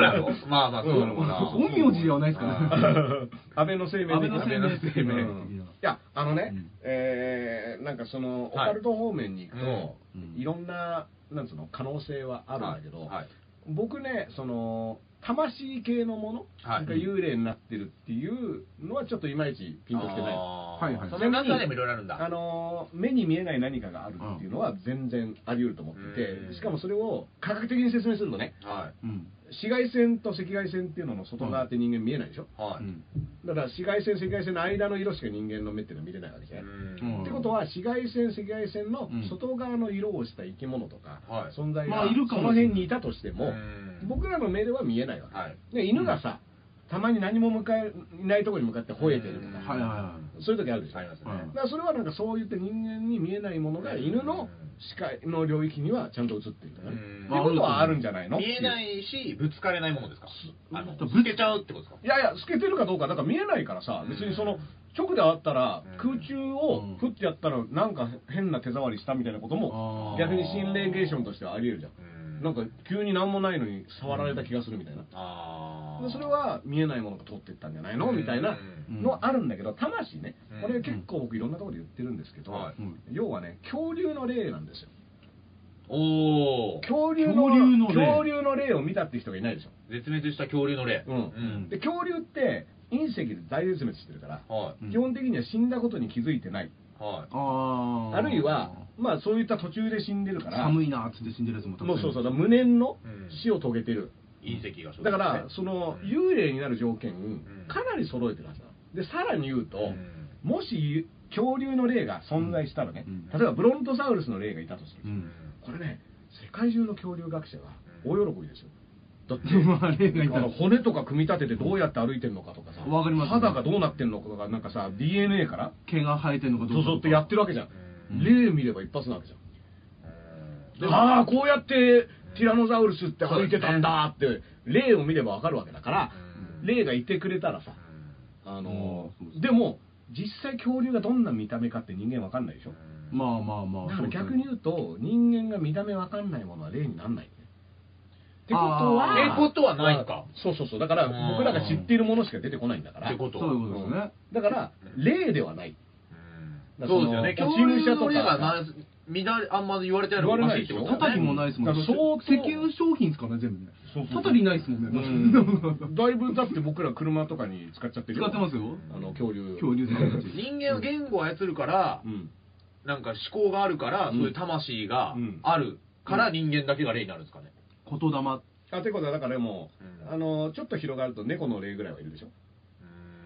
D: なのまあまあ、そうなのかな。
E: 陰陽師ではないですからね
C: [laughs] [laughs] 安倍の生命
E: 安倍の生命
C: 的な
E: うん
C: いやあのね、
E: うん
C: えーなんかそのオ
D: はい
C: カルト方面に行くと、
E: うん
C: いろんななんつうの可能性はあるんだけど、
D: はいはい
C: 僕ねその魂系のもの
D: はい
C: が幽霊になってるっていうのはちょっといまいちピンときてない
D: あー
E: はいはい
D: その中でもいろいろあるんだ。
C: あの目に見えない何かがあるっていうのは全然あり得ると思って
D: うん
C: てしかもそれを科学的に説明するのね
D: は
E: うん
C: 紫外線と赤外線っていうのの外側って人間見えないでしょ、
D: い。は
E: う
D: い。
E: ん
C: だから紫外線赤外線の間の色しか人間の目っていうのは見れないわけじゃない、
D: うん
C: ってことは紫外線赤外線の
E: うん
C: 外側の色をした生き物とか、
D: はい
C: 存在
E: まあ
C: が
E: いるか
C: そ
E: も
C: の辺にいたとしても、
D: うん
C: 僕らの目では見えないわけ、
D: はい
C: で犬がさ、たまに何も向かえいないところに向かって吠えてると
D: うん
C: か、
E: はいはいは
C: そういう時あるでしょ、
D: ありますね。
E: うん
C: だからそれはなんかそういった人間に見えないものが犬の視界の領域にはちゃんと映ってるとかね、
D: うん
C: ってことはあるんじゃないの
D: 見えないいし、ぶつかれないものですかあの、
E: ぶつ
D: ぶつけちゃうってことですか
C: いやいや透けてるかどうかだから見えないからさ別にその直であったら
D: う
C: 空
D: ん
C: 中をふってやったらなんか変な手触りしたみたいなことも
E: あー
C: 逆に心霊現象としてはありえるじゃん
D: うん
C: なんか急に何もないのに触られた気がするみたいな、
D: あー
C: でそれ、は見えないものが通ってったんじゃないのみたいな
E: うん
C: のあるんだけど魂ね
D: うん
C: これ結構僕いろんなところで言ってるんですけど、
D: はい
E: うん
C: 要はね恐竜の霊なんですよ
D: おー、
C: 恐竜の
E: 恐竜の霊
C: 恐竜の霊を見たって人がいないでしょ
D: 絶滅した恐竜の例。
C: うん
D: うん。
C: で恐竜って隕石で大絶滅してるから、
D: は
E: うん
C: 基本的には死んだことに気づいてない、
D: い。は
E: あー
C: あるいはまあそういった途中で死んでるから
E: 寒いなっつって死んでるやつもたく
C: も
E: さん
C: う
E: い
C: そうそ
E: る
C: うだから無念の
D: うん
C: 死を遂げてる、
D: 隕石がそう
C: だ
D: ですね
C: からその幽霊になる条件、かなり揃えてるはずなのでさらに言うと、
D: うん
C: もし恐竜の霊が存在したらね、
E: うん
C: 例えばブロントサウルスの霊がいたとする、
E: うん
C: これね世界中の恐竜学者が大喜びですよだって
E: [laughs] まあ霊がい
C: あ
E: たら
C: の骨とか組み立ててどうやって歩いてるのかとかさ
E: わかります
C: 肌がどうなってるのかがなんかさ DNA から
E: 毛が生えてるのかど
C: そうう
E: か
C: そうってやってるわけじゃん、
E: うん
C: 霊見れば一発なわけじゃん
D: うん
C: ああこうやってティラノザウルスって歩いてたんだって霊を見ればわかるわけだから
D: うん
C: 霊がいてくれたらさあのーでも実際恐竜がどんな見た目かって人間わかんないでしょ
E: まあまあまあ
C: だから逆に言うと人間が見た目わかんないものは霊になんないってこと
E: あ
C: は
E: ー
D: ってことはないのか
C: そうそうそうだから
D: うん
C: 僕らが知っているものしか出てこないんだから
D: ってこと
E: そういうことですね、
C: だから霊ではない
D: うんそうですよ
C: だ
D: ね
C: から
D: 恐
C: その
D: 竜の
C: 落ち武
D: 霊
C: 者
D: が
C: とか
D: なみんなあんま言われてないのがおかしいってことだよね
E: たたきもないですもんね。
C: だから相当
E: 石油商品ですからね、全部ね
C: そうそう。そう
E: たたりないですもんね。 [laughs]
C: だいぶだって僕ら車とかに使っちゃってる
E: 使ってますよ。
C: あの恐竜
E: 恐竜さんたち。
D: 人間は言語を操るから
C: うん
D: なんか思考があるから
C: う
D: そ
C: ん
D: ういう魂が
C: うん
D: あるから人間だけが霊になるんですかね
E: 言霊。
C: あてことはだからもう、
D: うん
C: あのちょっと広がると猫の霊ぐらいはいるでしょ、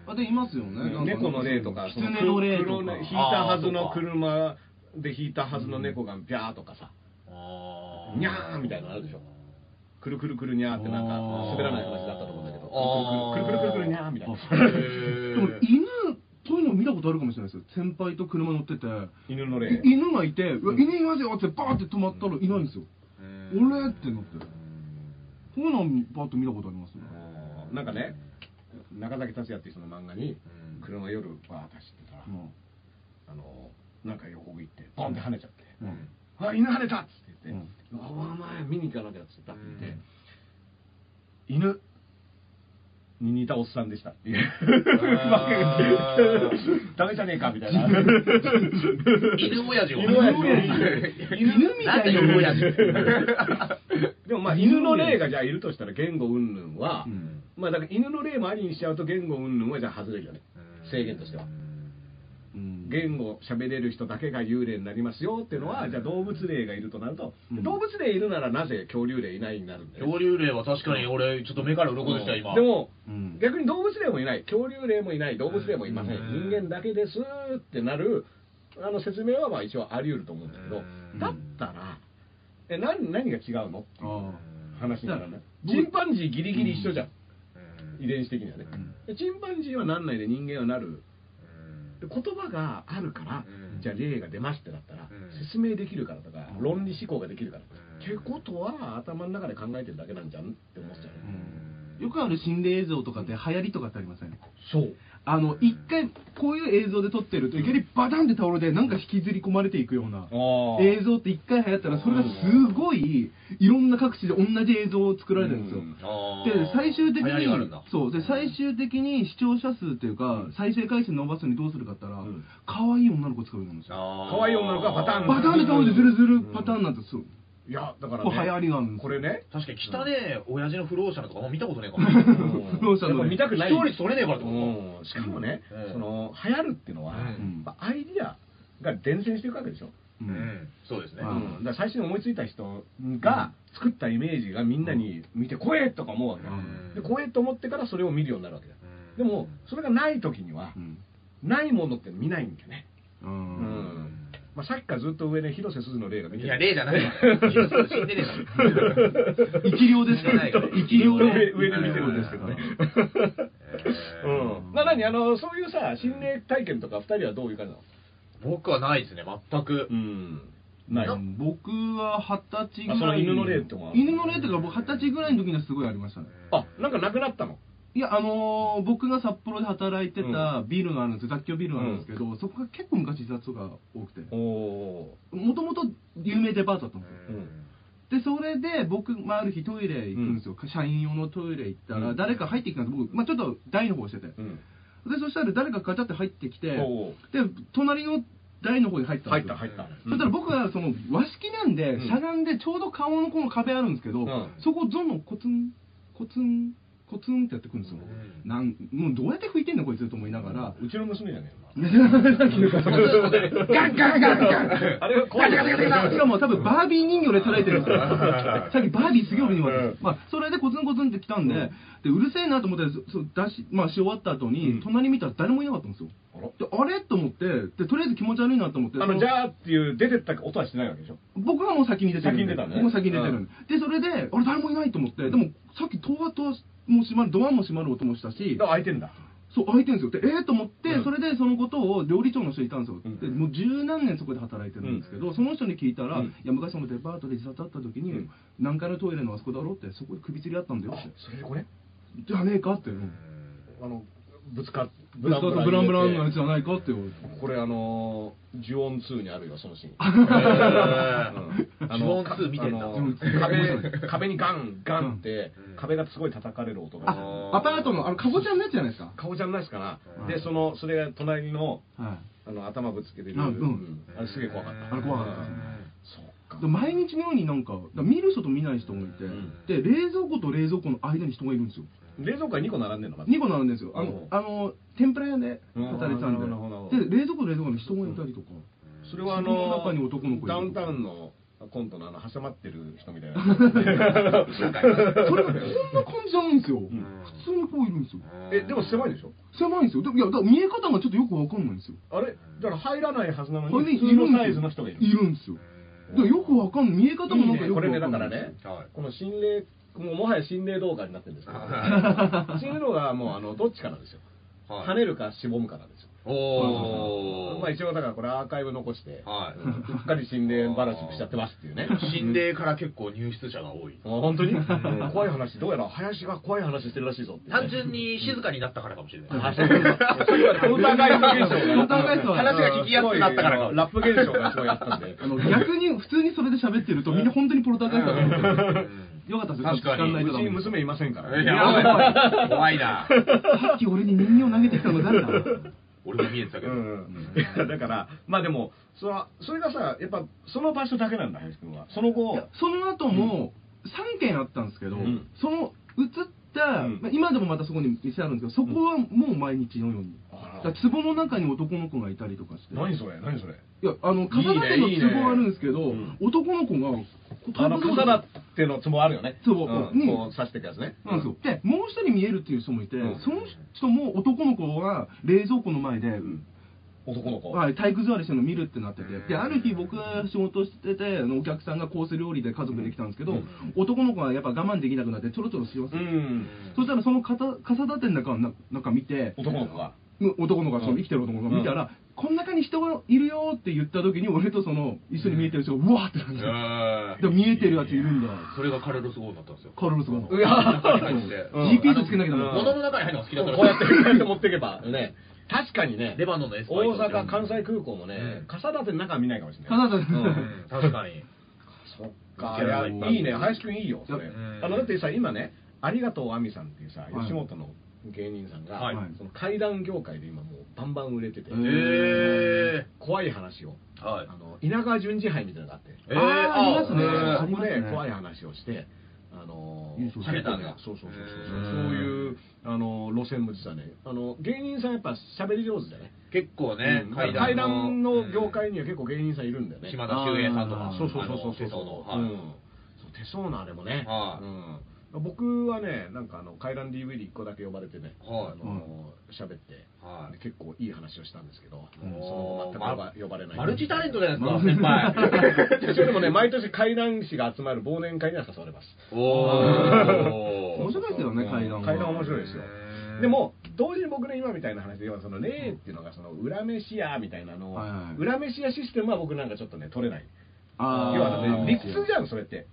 E: あ、で、いますよね。なんか
C: 猫の霊とか
E: 狐の霊
C: そ
E: と
C: の
E: か
C: 黒。引いたはず
D: あ
C: の
D: ーそうか
C: 車で引いたはずの猫がビャーとかさ
D: あ
C: にゃーみたいなのあるでしょくるくるくるにゃーってなんか
E: あー
C: 滑らない話だったと思うんだけど
D: あ
C: く
D: ー
C: るくるくるくるくるくるにゃーみたいな
E: あでも
D: へー
E: 犬、そういうの見たことあるかもしれないですよ。先輩と車乗ってて、
C: 犬の霊
E: い犬がいて、うわ犬いますよってバーって止まったらいないんですよ。
D: うん
E: 俺ってなって。そういうのバーって見たことありますね。
C: あーなんかね中崎達也っていう人の漫画に
D: うん
C: 車夜バーッて走ってたら、
E: うん
C: あのなんか横切ってボンって跳ねちゃって、
E: うん
C: あ犬跳ねたっつって言
E: う
C: っ
E: ん
C: て、うわお前見に行かなきゃっつってバッて見て、
D: うん
C: 犬に似たおっさんでしたっていう [laughs]
D: あー
C: ダメじゃねえかみたいな
D: 犬親父を
C: 犬親父
E: 犬み
D: なん
E: たいな
D: だよ
E: 犬
D: 親父
C: でもまあ犬の霊がじゃあいるとしたら言語云々は、
E: うん
C: まあだから犬の霊もありにしちゃうと言語云々はじゃあ外れるよね制限としては
E: うん
C: 言語喋れる人だけが幽霊になりますよっていうのはじゃあ動物霊がいるとなると、
E: うん
C: 動物霊いるならなぜ恐竜霊いないになるんだよね
D: 恐竜霊は確かに俺ちょっと目から鱗でした今
C: でも、
E: うん
C: 逆に動物霊もいない恐竜霊もいない動物霊もいません、
D: うん
C: 人間だけですってなるあの説明はまあ一応あり得ると思うんだけど、
D: うん
C: だったらえ何何が違うのっていう
E: あ
C: 話にならない
E: うん
C: チンパンジーギリギリ一緒じゃん、遺伝子的にはね
E: ん、
C: でチンパンジーはなんないで人間はなるで言葉があるから、
D: うん
C: じゃあ霊が出ますってなったら、
D: うん
C: 説明できるからとか、
E: うん
C: 論理思考ができるから、
D: うん
C: ってことは頭の中で考えてるだけなんじゃんって思っちゃう、
E: うんよくある心霊映像とかって流行りとかってありません
C: そう
E: あの一回こういう映像で撮ってるといきなりバタンって倒れてなんか引きずり込まれていくような
C: あー
E: 映像って一回流行ったらそれがすごいいろんな各地で同じ映像を作られてるんですよ、
C: うん
D: あー
E: で最終的
D: 流行りがあるん
E: に
D: だ
E: そうで最終的に視聴者数っていうか再生回数伸ばすのにどうするかって言ったら
C: うん
E: 可愛い女の子使うようになるんですよ
C: 可愛い女の子がパターン
E: バタンで倒れてズルズルパターンなんてそう
C: いやだから、
E: これ流行りがあるんですよ
C: これね
D: 確かに汚ねえ親父の不老者のとかも見たことねえか [laughs]
E: 不老者
C: [laughs] やっぱ
E: のね
C: 見たくない
D: 視聴率取れねえからってこと
C: うんしかもね、
D: うん
C: その流行るっていうのは、
D: うん
C: まあアイディアが伝染していくわけでしょ、
D: う
E: う
D: んんそうですね
E: う
C: うんんだから最初に思いついた人が作ったイメージがみんなに見て怖えとか思うわけだ、
D: うん
C: で怖えと思ってからそれを見るようになるわけだでもそれがない時には
E: うん
C: ないものって見ないんだよね、
E: う
C: うんんまあ、さっきからずっと上で広瀬すずの例が見て
D: い
C: る
D: や例じゃないわ今すぐ死んでねえだろ
E: 一両ですから
D: 見れないからね
E: 一両
C: 上
E: で
C: 上で見てるんですけどね、うん、まあ何あのそういうさ心霊体験とか2人はどういう感じなの
D: 僕はないですね全く
C: んない
E: な僕は二十歳ぐらい
C: あそれ犬の霊ってもある
E: 犬の霊とか僕二十歳ぐらいの時にはすごいありましたね
C: あなんかなくなったの
E: いやあのー僕が札幌で働いて
C: う
E: たビルがあるんですよ雑居ビルがあるんですけど、そこが結構昔自殺とか多くて
C: おお
E: もともと有名デパートだったんですよ
C: うん
E: でそれで僕、まあ、ある日トイレ行くんですよ、社員用のトイレ行ったら、
C: うん
E: 誰か入ってきたんです僕、まあ、ちょっと台の方してて、で
C: うん
E: そしたら誰かガチャって入ってきてで
C: おう
E: 隣の台の方に入ったん
C: 入っ
E: ですよ
C: た入った
E: そしたら僕はその和式なんで、
C: うん
E: しゃがんでちょうど顔のこの壁あるんですけど、
C: うん
E: そこをどんどんコツンコツンココツンってやってくるんですよ。なんもうどうやって拭いてんのこいつと思いながら。
C: うちの娘じゃねえ
E: ガ [laughs] ンガンガンガン
C: あれは怖い
E: ガチャガチャガチャガチャしかも多分バービー人形で叩いてるんですよ。さっきバービーすげえ俺に言われ
C: うん
E: て。まあ、それでコツンコツンって来たんで、で、うるせえなと思って、そそう出し、まあ、し終わった後に、隣見たら誰もいなかったんですよ。で、あれと思って、で、とりあえず気持ち悪いなと思って。
C: あ
E: そ
C: の、
E: の
C: じゃーっていう出てった音はしてないわけでしょ。
E: 僕はもう先に出てるん
C: 先に出
E: で。
C: たんだね
E: 僕も先に出てるんで。で、それで、あれ誰もいないと思って、でも、さっきドアと、も閉まる、ドアも閉まる音もしたし、
C: だから開いてんだ。
E: そう、開いてるんですよ。で、えー、と思って、
C: うん
E: それでそのことを料理長の人いたんですよ。
C: うん
E: でもう十何年そこで働いてるんですけど、その人に聞いたら、
C: うん
E: いや、昔そのデパートで自殺あった時に、
C: うん
E: 何階のトイレのあそこだろって、そこで首吊りあったんだよって。
C: それでこれ
E: じゃねえかって。
C: あの、ぶつかっ
E: ブランブランブランのやつじゃないかって言われて。
C: これあのー、ジュオン2にあるよ、そのシーン。
D: ジュオン2見てんだ
C: あの壁壁にガン、ガンって、壁がすごい叩かれる音が。
E: あ、アパートの、あの、かぼちゃのやつじゃないですか。
C: 顔じゃないですか
E: う
C: ら。
E: ん
C: で、その、それが隣の、
E: は
C: あの、頭ぶつけてる。
E: うんうん
C: うん [laughs] あれすげえ怖かっ
E: あ
C: た。
E: れ怖かった
C: そっ
E: い
C: か。。
E: で毎日のようになんか、だから見る人と見ない人もいて、
C: ん
E: で、冷蔵庫と冷蔵庫の間に人がいるんですよ。
C: 冷蔵庫に2個並んでんのまず
E: 2個並んでるんですよ。あ
C: うん
E: の、あの天ぷら屋で働いてたん
C: うんなるほどなるほ
E: で。
C: ど
E: で、冷蔵庫と冷蔵庫に人がいたりとか。
C: それはあ
E: 自分
C: の
E: の中に男の子いる
C: ダウンタウンのコントのあの挟まってる人みたいな
E: [laughs] それがこんな感じじゃないんですよ。普通にこういるんですよ。
C: えでも狭いでしょ
E: 狭いんですよ。でいや、だから見え方がちょっとよくわかんないんですよ。
C: あれだから入らないはずなの
E: これで
C: に
E: い
C: 普
E: る
C: 通の
E: んですよ
C: サイズの人がいる
E: いるんですよ。だからよくわかんない。見え方もなんか
C: いいね
E: よく
C: こ
E: わか
C: れね
E: んない。
C: だからね
D: はい
C: この心霊もうもはや心霊動画になってるんですけ
E: [laughs]
C: ど心霊動画はもうあのどっちからですよ
D: はい
C: 跳ねるかしぼむかなんですよ
D: おー
C: まあ一応だからこれアーカイブ残して
D: はいう
C: [laughs] っかり心霊話しちゃってますっていうね
D: [laughs] 心霊から結構入室者が多い
C: あ本当に怖い話どうやら林が怖い話してるらしいぞって
D: [laughs] 単純に静かになったからかもしれな
C: あ
D: い
C: そうなんだそれはコンターガイスト現象
E: コンターガイストは
D: 話が聞きやすくなったからか
C: ラップ現象がすごいあったんで
E: あの逆に普通にそれで喋ってるとみんな本当にプロタガイストだと思って
D: うん
E: よかったですよ。
D: 確かに
E: 時間ないうと
C: ち
E: ダ
C: に
E: メ
C: 娘いませんから
D: いやおい怖いな
E: さっき俺に人形投げてきたの誰だ
D: 俺も見えてたけ
C: う
D: ど
C: んだからまあでもそれはそれがさやっぱその場所だけなんだ林くんはその後
E: その後も3件あったんですけど、
C: うん
E: その映った、
C: うん
E: まあ今でもまたそこに店あるんですけど、そこはもう毎日のように。
C: あ
E: だ
C: ら
E: から壺の中に男の子がいたりとかして。
C: 何それ何それ
E: いや、あの、笠立ての
C: いいねいいね
E: 壺あるんですけど、
C: うん
E: 男の子が、
C: あの傘だってのつもあるよね
E: そう
C: うん
E: うん
C: こう刺してくやつね
E: なんですよ。で、もう一人見えるっていう人もいて、
C: うん
E: その人も男の子は冷蔵庫の前で、
C: 男の子
E: はい、体育座りしてるの見るってなってて、で、ある日僕が仕事してて、あのお客さんがコース料理で家族で来たんですけど、男の子がやっぱ我慢できなくなってちょろちょろします。
C: うん
E: そしたらその傘傘立ての中の中見て、
C: 男の子が
E: 男の子が、その生きてる男の子が見たら、この中に人がいるよって言った時に、俺とその、一緒に見えてる人が、うわーってなって、
D: うん
E: でも見えてるやついるんだ。
D: それがカルロス号になったんですよ
E: カルロスが。
C: いや
D: 中に入って
E: GPS つけなきゃダメ
C: うん
D: 物の中に入るのが好きだから
C: こうやってこうやって持っていけばね確かにね
D: レバノンのエスパ
C: 大
D: イと
C: 阪関西空港もね
D: うん
C: 傘立ての中は見ないかもしれない
E: 傘立て
C: うん
D: うん確かに
C: そっかいやいいね林くんいいよそれ
D: うん
C: あのだってさ今ねありがとう亜美さんっていうさ
E: はい
C: 吉本の芸人さんが
D: はい
C: その怪談業界で今もうバンバン売れてて
E: へ
D: え
C: 怖い話を
D: ーはい
C: あの稲川淳二杯みたいなのがあって
D: えー
E: あーありますね
D: あ
E: あ
C: そ
E: り
C: こ
E: ます
C: で
E: ね
C: 怖い話をして、あの
E: 優勝
D: されたんだ
C: そうそうそうそう
D: う
C: そ
D: ん
C: ういうあの路線も実はねあの芸人さんやっぱ喋り上手だね
D: 結構ね
C: うん
D: 階
C: 階
D: 段
C: 段
D: の
C: の業界には結構芸人さんいるんだよね
D: 島田秀平さんと
E: あ
D: か
E: ー
C: そうそうそうそ
D: あの
C: うそう
D: 手相のはい
C: うんそう手相のあれもね、
D: はい
C: うん、僕はねなんかあの回覧 DVD1 個だけ呼ばれてね、
D: はい
C: あの喋って、
D: はい
C: で結構いい話をしたんですけど、
D: うん
C: その後全く呼ば呼ばれない
D: マルチタレントじゃないですか先輩
C: それでもね、毎年怪談師が集まる忘年会には誘われます。
D: お
E: 面白いですよね、階段は。
C: 怪談面白いですよ
D: う。ん
C: でも、同時に僕の今みたいな話で、要はその霊っていうのが、その裏飯屋みたいなのを
E: はいはい、
C: 裏飯屋システムは僕なんかちょっとね、取れない。
E: あー
C: 要はだって理屈じゃん、それって。
E: はい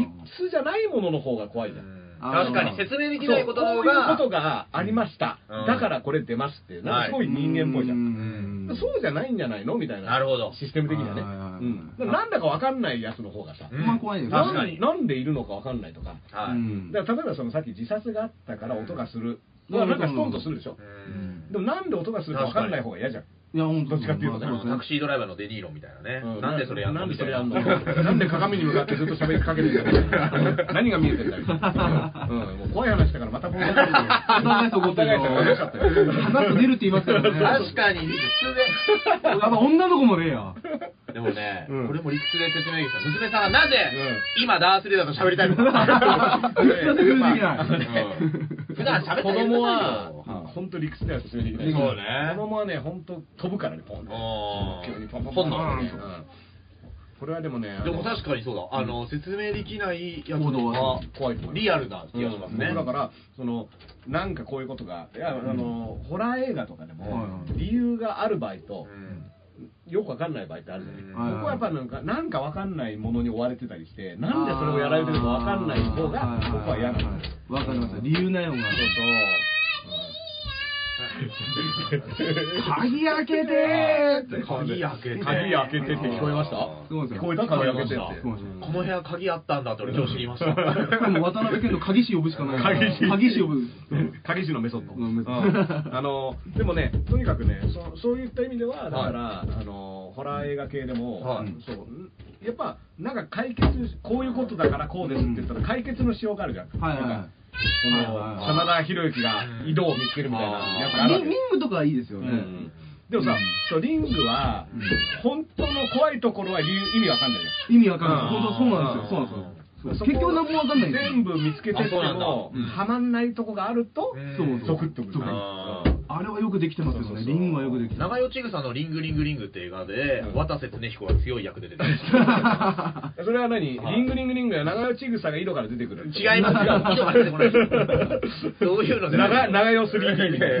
C: 理屈じゃないものの方が怖いじゃん。
D: 確かに説明でき
C: そう
D: ないことの方
C: こういう
D: が
C: ことがありました。
D: うん
C: だからこれ出ますって、なんかすごい人間っぽいじゃ。
E: うんん
C: そうじゃないんじゃないのみたいな。
D: なるほど
C: システム的にはね。
E: はいはいはい
C: うんだからなんだかわかんないやつの方がさ
D: う、
E: まあ怖いです
C: な
D: 確
C: ん
D: かに
C: なんでいるのかわかんないとか。
E: う
D: はい
E: ん
C: だから例えばそのさっき自殺があったから音がする、
E: うん
C: まあなんかストンとするでしょ、
D: うん
C: でもなんで音がするか分かんない方が嫌じゃん、
E: いや、本当
F: どっちかっていうとね
E: まあそうです
D: タクシードライバーのデニーロみたいなね、
C: うん
D: なんでそれやん
C: な
D: の
C: んで
D: み
C: そ
D: たい
C: れ
D: な
C: やんの [laughs] なんで鏡に向かってずっと喋りかけてるんだよ [laughs] 何が見えてんだよ、うん、もう怖い話だからまたこの
D: [laughs]
E: お互いそこっ
C: [laughs]
E: てよ。
C: 嬉しかったよ
E: 話す出るって言いますからね。
D: 確かに理屈
E: やっぱ女の子もね
C: [laughs]
E: えや。
D: ででもね、
C: うん
D: これも理屈で説明できた娘さんがなぜ、今ダースレーダーと喋りたいのか
E: それできない。
D: [laughs] 普段喋って
C: 子供は
E: うん
C: 本当理屈では説明できない
D: そうね
C: 子供はね本当飛ぶからねポンって
D: あー
C: 急にポンポンポ
D: 本
C: ン
D: 能だね
C: うんこれはでもねあの
D: でも確かにそうだ、あの説明できないやつ
E: 行動
D: が
E: は
C: 怖いと思う
D: リアルな気がしますね、
C: 僕だからそのなんかこういうことがいやあの、ホラー映画とかで
E: はい
C: も
E: はい
C: 理由がある場合と
D: う、ん
C: よくわかんない場合ってあるじゃ
D: うん
C: ない、僕はやっぱなんかなんかわかんないものに追われてたりしてなんでそれをやられてるかわかんない方が僕は嫌なのそう
E: わかりました。理由ないよが。鍵開けてー
D: 鍵開けて
C: 鍵開けてって聞こえました
D: あー
E: そうです
C: 聞
E: よ
C: こえた
D: 聞こ
C: 鍵
D: え
C: 開
D: ま
C: け
D: して
C: ったて
E: 聞こえました
D: この部屋鍵あったんだと俺今日知りました
C: [laughs]
E: もう渡辺謙の鍵師呼ぶしかないから。
C: 鍵師
E: 鍵師呼ぶ。
C: 鍵師のメソッド、
E: うんメソッド
C: あのでもねとにかくねそそういった意味ではだから、あのホラー映画系でも、
D: はい
C: そううんやっぱなんか解決こういうことだからこうですって言ったら解決のしようがあるじゃん、
E: はいはい
C: な
E: は
C: ん
E: い
C: かその、
E: はいはい
C: 真田広之が井戸を見つけるみたいなやつあるわ
E: ミ
C: け
E: ミングとかはいいですよね。
C: でもさ、
E: うん
C: そうリングは、本当の怖いところは理由意味わかんないじゃん
E: 意味わかんない。本当そうなんですよ。
D: うん
E: そうなんですよ。結局何もわかんないんですよ
C: 全部見つけてって
D: あそうなんだ
C: も、
D: うん
C: はまんないとこがあると、
E: そうそう
C: ゾクッとくる
E: ゾクッ
D: あ
E: あれはよくできてますよ
C: そうそう
E: ね。
C: そう
E: リングはよくでき
D: ー
E: てま
D: 長与千草の「リングリングリング」って映画で、
C: うん
D: 渡瀬恒彦が強い役で出て
C: [laughs]
D: る
C: それは何、
D: はい
C: リングリングリングや長与千草が井戸から出てくる
D: 違いま
C: [laughs]
D: す違う井戸が出てこないそういうのじゃな
C: 長
D: い
C: 長与
D: い
C: 3D
D: やい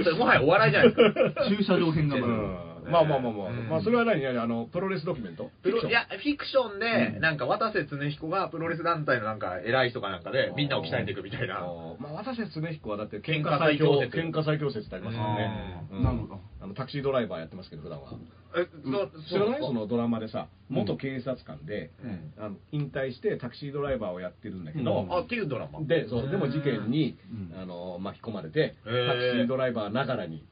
D: やそれもはやお笑いじゃないですか
E: す。駐車場編がまだ。
C: うんまあまあまあまあ、
D: うん
C: まあそれは何あのプロレスドキュメント
D: プロいやフィクションで、なんか渡瀬恒彦がプロレス団体のなんか偉い人かなんかでみんなを鍛えていくみたいな
C: あーまあ渡瀬恒彦はだって喧
D: 喧嘩
C: 嘩
D: 最
C: 最
D: 強
C: 強
D: 説
C: 喧嘩最強説ってありますよね、
E: う
C: うんん
E: なるほど
C: あのタクシードライバーやってますけど普段は
D: え
C: 知らないそのドラマでさ元警察官で、あの引退してタクシードライバーをやってるんだけど、
D: あっていうドラマ
C: でそうでも事件に、
E: うん
C: あの巻き込まれて、
D: へー
C: タクシードライバーながらに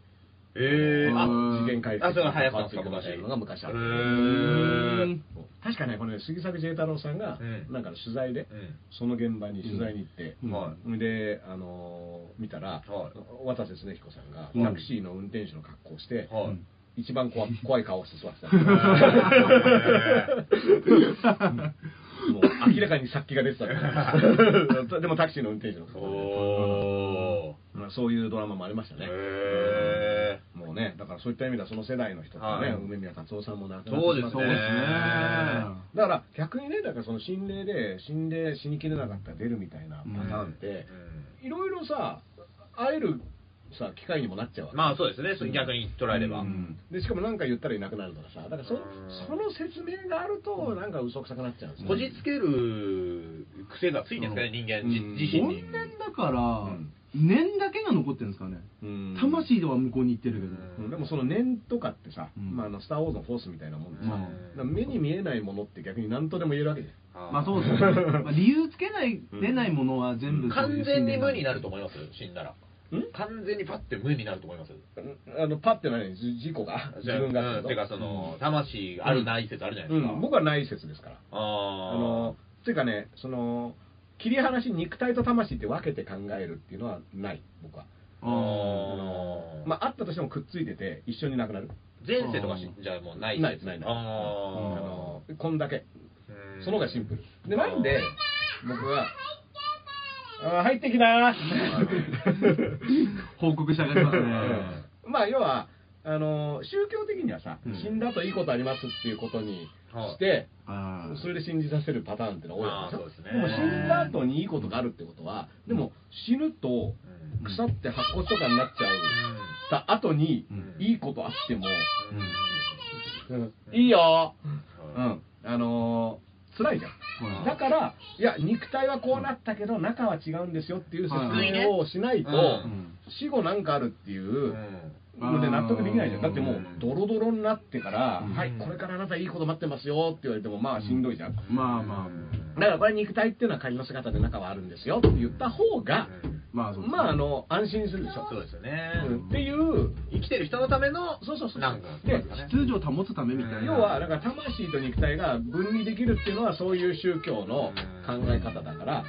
D: ええ
C: あ
D: あ
C: の事件解決
D: あそれが早かった
C: 変わっていくみたいなのが昔あった
D: へー
C: 確かねこれね杉作 J 太郎さんが、
D: うん
C: なんかの取材で、
D: うん
C: その現場に取材に行って、
E: うん
D: は
C: であのー見たら、
D: は
C: 渡瀬恒彦さんが
E: うん
C: タクシーの運転手の格好をして、
D: はい
C: 一番怖怖い顔をして座ってた
D: [laughs]
C: もう明らかに殺気が出てたんだ
D: [laughs]
C: けどでもタクシーの運転手の格好で
D: おー
C: まあ、そういうドラマもありましたね、
D: へ
C: もうねだからそういった意味ではその世代の人とかね、
D: はい
C: 梅宮達夫さんも亡くな
D: そう
C: って
D: で
C: しますった
E: そうですね
D: ね
C: だから逆にねだからその心霊で心霊死にきれなかったら出るみたいなパターンって、いろいろさ会えるさ機会にもなっちゃうわけ、
D: まあそうですねそう逆に捉えれば
E: うん
C: でしかも何か言ったらいなくなるとかさだからそその説明があるとなんか嘘くさくなっちゃうんですよ
D: こじつける癖がついてるんですかね人間
C: うん
D: じ自身
E: 怨
D: に
E: 念だから
C: ん、
E: 念だけが残ってるんですかね。
C: うん
E: 魂では向こうに行ってるけど。
C: うんでもその念とかってさ、
E: うん
C: まあ、あのスター・ウォーズのフォースみたいなもんでさ、
E: まあ
C: だから目に見えないものって逆に何とでも言えるわけじゃん
E: まあそうですね。まあ理由つ
C: [laughs]
E: けない、出ないものは全部そうい
D: 完全
E: う信
D: に
E: 念
D: 無になると思います死んだら
C: ん [laughs]
D: 完全にパッて無になると思います
C: あのパッてない事故が [laughs] 自分が
D: うんてかその魂あるない説あるじゃな
C: う
D: いですか、
C: ん、僕はない説ですからあ
D: あ
C: のっていうかねその切り離し肉体と魂って分けて考えるっていうのはない僕は
D: ーあの
C: まああったとしてもくっついてて一緒になくなる
D: 前世とかしじゃもうない説
C: ないないない
D: あ
C: あ
D: ー
C: のこんだけ
D: うん
C: その方がシンプルでなんで僕はあー入ってきなー
E: 報告者がいますね。
C: まあ要はあの宗教的にはさ、
D: うん
C: 死んだといいことありますっていうことにして、
E: あー
C: それで信じさせるパターンってのが多いわけ
D: あーそうですね
C: でも死んだ後にいいことがあるってことは、でも死ぬと
D: うん
C: 腐って白骨とかになっちゃうた後に
D: ん
C: いいことあっても、
D: うんうん
C: いいよ、う
D: うん
C: ん、あのー辛いじゃん。
E: はい
C: だから、いや、肉体はこうなったけど、中は違うんですよっていう説明をしないと、
D: はい
E: うん
C: 死後なんかあるっていううんので納得できないじゃん。
E: あー
C: だってもう、ドロドロになってから、
E: うん
C: はい、これからあなたいいこと待ってますよって言われても、まあしんどいじゃん。
E: まあまあ。
C: だからこれ肉体っていうのは仮の姿で中はあるんですよって言った方が
D: うん
E: まあそうですね
C: まああの安心するでしょ
D: そうですよね。
C: うんっていう
D: 生きてる人のための、
C: そうそうそう
D: なんか、
C: で
E: 秩序を保つためみたいな
C: 要はだから魂と肉体が分離できるっていうのはそういう宗教の考え方だからだか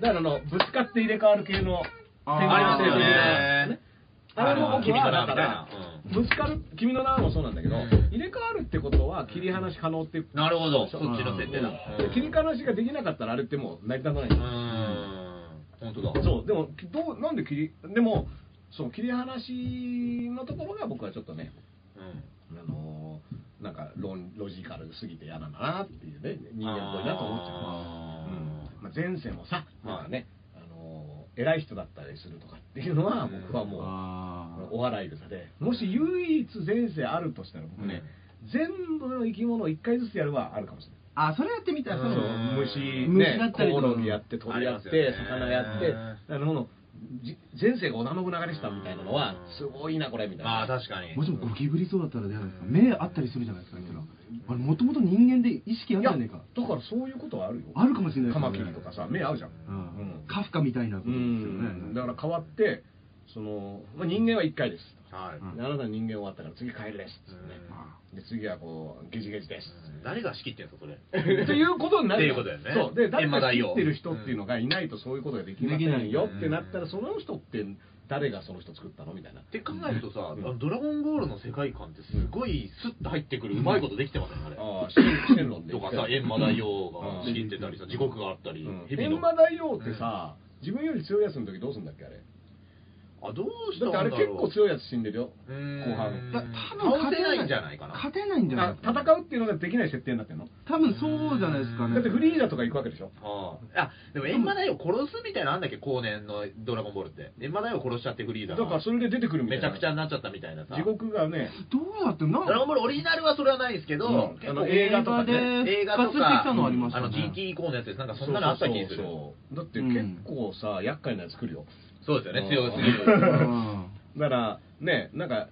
C: らあのぶつかって入れ替わる系の
E: あー
C: 天
E: ありますよ
D: ね
C: あれも僕は
D: あ
C: だ
D: の君の名は
C: から
D: み
C: ぶつかる君の名もそうなんだけど
D: うん
C: 入れ替わるってことは切り離し可能っていう
D: なるほど、そ
C: そ
D: っ
C: う
D: ちの設定だ。
C: で切り離しができなかったらあれってもう成り立たないん
D: う
C: だよ
D: ん。本当だ。
C: そうでもどうなんで切りでもその切り離しのところが僕はちょっとね
D: うん。
C: あのーなんかロンロジカルすぎて嫌だなっていうね人間っぽいなと思っちゃう、うんまあ、前世もさなんかね、あのー偉い人だったりするとかっていうのは僕はもう、
E: あー
C: お笑い草でもし唯一前世あるとしたら僕ね、全部の生き物を1回ずつやるはあるかもしれない
E: あそれやってみたいそ
D: うん
E: の
C: 虫、
E: 虫
C: ね
E: だ、ったり
C: コ
E: と
C: オ
E: か
C: ロギやって、鳥やっ
D: あ
C: て、
D: りますよね
C: 魚やって、なるほど、じ前世が織田信長でしたみたいなのは
D: うん、
C: すごいな、これみたい
D: まあ、
C: な。
D: 確かに。
E: もしもゴキブリそうだったら嫌じゃないですか目あったりするじゃないですかあいつらあれもともと人間で意識あるんじゃねえか
C: だからそういうことはあるよ。
E: あるかもしれないです
C: カ
E: よ
C: マ
E: ね
C: キリとかさ、目合うじゃん。
E: うん
C: うん
E: カフカみたいなこと
C: う
E: ですよ
C: ん、
E: ね
C: だから変わって、その、まあ、人間は1回です。
D: はい。
E: うん
C: あなたの人間終わったから次帰るですっつってね
D: うん
E: あ
C: で次はこうゲジゲジです
D: 誰が仕切ってんすか、それ。
C: [laughs] ということになる
D: っていうことだよね
C: そうで誰
D: 閻魔
C: か
D: 大
C: 知
D: 王
C: ってる人っていうのがいないとそういうことができませんよってなった
D: う
C: ら
D: ん
C: その人って誰がその人作ったのみたいな
D: って考えるとさ、
C: うん
D: あのドラゴンボールの世界観ってすごいスッと入ってくる、うまいことできてますね、あれ。
C: ああ、シェンシェンロンで
D: と
C: 言っ
D: か
C: て。
D: さ、閻魔大王
C: う
D: が
C: ん
D: 仕切ってたりさ、地獄があった
C: う
D: り
C: ん、
D: 蛇
C: 閻
D: の。
C: 魔大王ってさ、自分より強いやつの時どうすんだっけあれ。
D: あ、どうした
C: だ
D: ん
C: って
D: だ
C: あ
D: ろ
C: れ
D: う
C: 結構強いやつ死んでるよ。
D: うーん
C: 後半
E: いや
D: だ
E: 多分
D: 倒
E: 勝
D: せ
E: て
D: ないんじゃないかな。
E: 勝てないんじゃない
C: あ
E: ですか
C: 戦うっていうのができない設定になってんの
E: 多分そうじゃないですかね
C: だってフリーザとか行くわけでしょ。
D: あああでも閻魔大王殺すみたいなのあんだっけ後年の「ドラゴンボール」って閻魔大王殺しちゃってフリーザ
C: だ
D: が
C: からそれで出てくるみた
D: め
C: い
D: ち
C: な。
D: ゃくちゃになっちゃったみたいなさ
C: 地獄がね、
E: どうやってな
D: ドラゴンボールオリジナルはそれはないですけど、
C: うん
D: 結
C: あ
D: 構
C: の映画とかね
D: 映
E: 映
D: 画
E: 画
D: と
E: で復活してき
D: か
E: たのありましたね
D: あの GT 以降のやつですなんかそんなのあった気がす
C: そ
D: る
C: うそうそうだって結構さ、厄介なやつ来るよ。
D: そうですよね強すぎ
E: う
D: る
E: ん
C: だからねなんか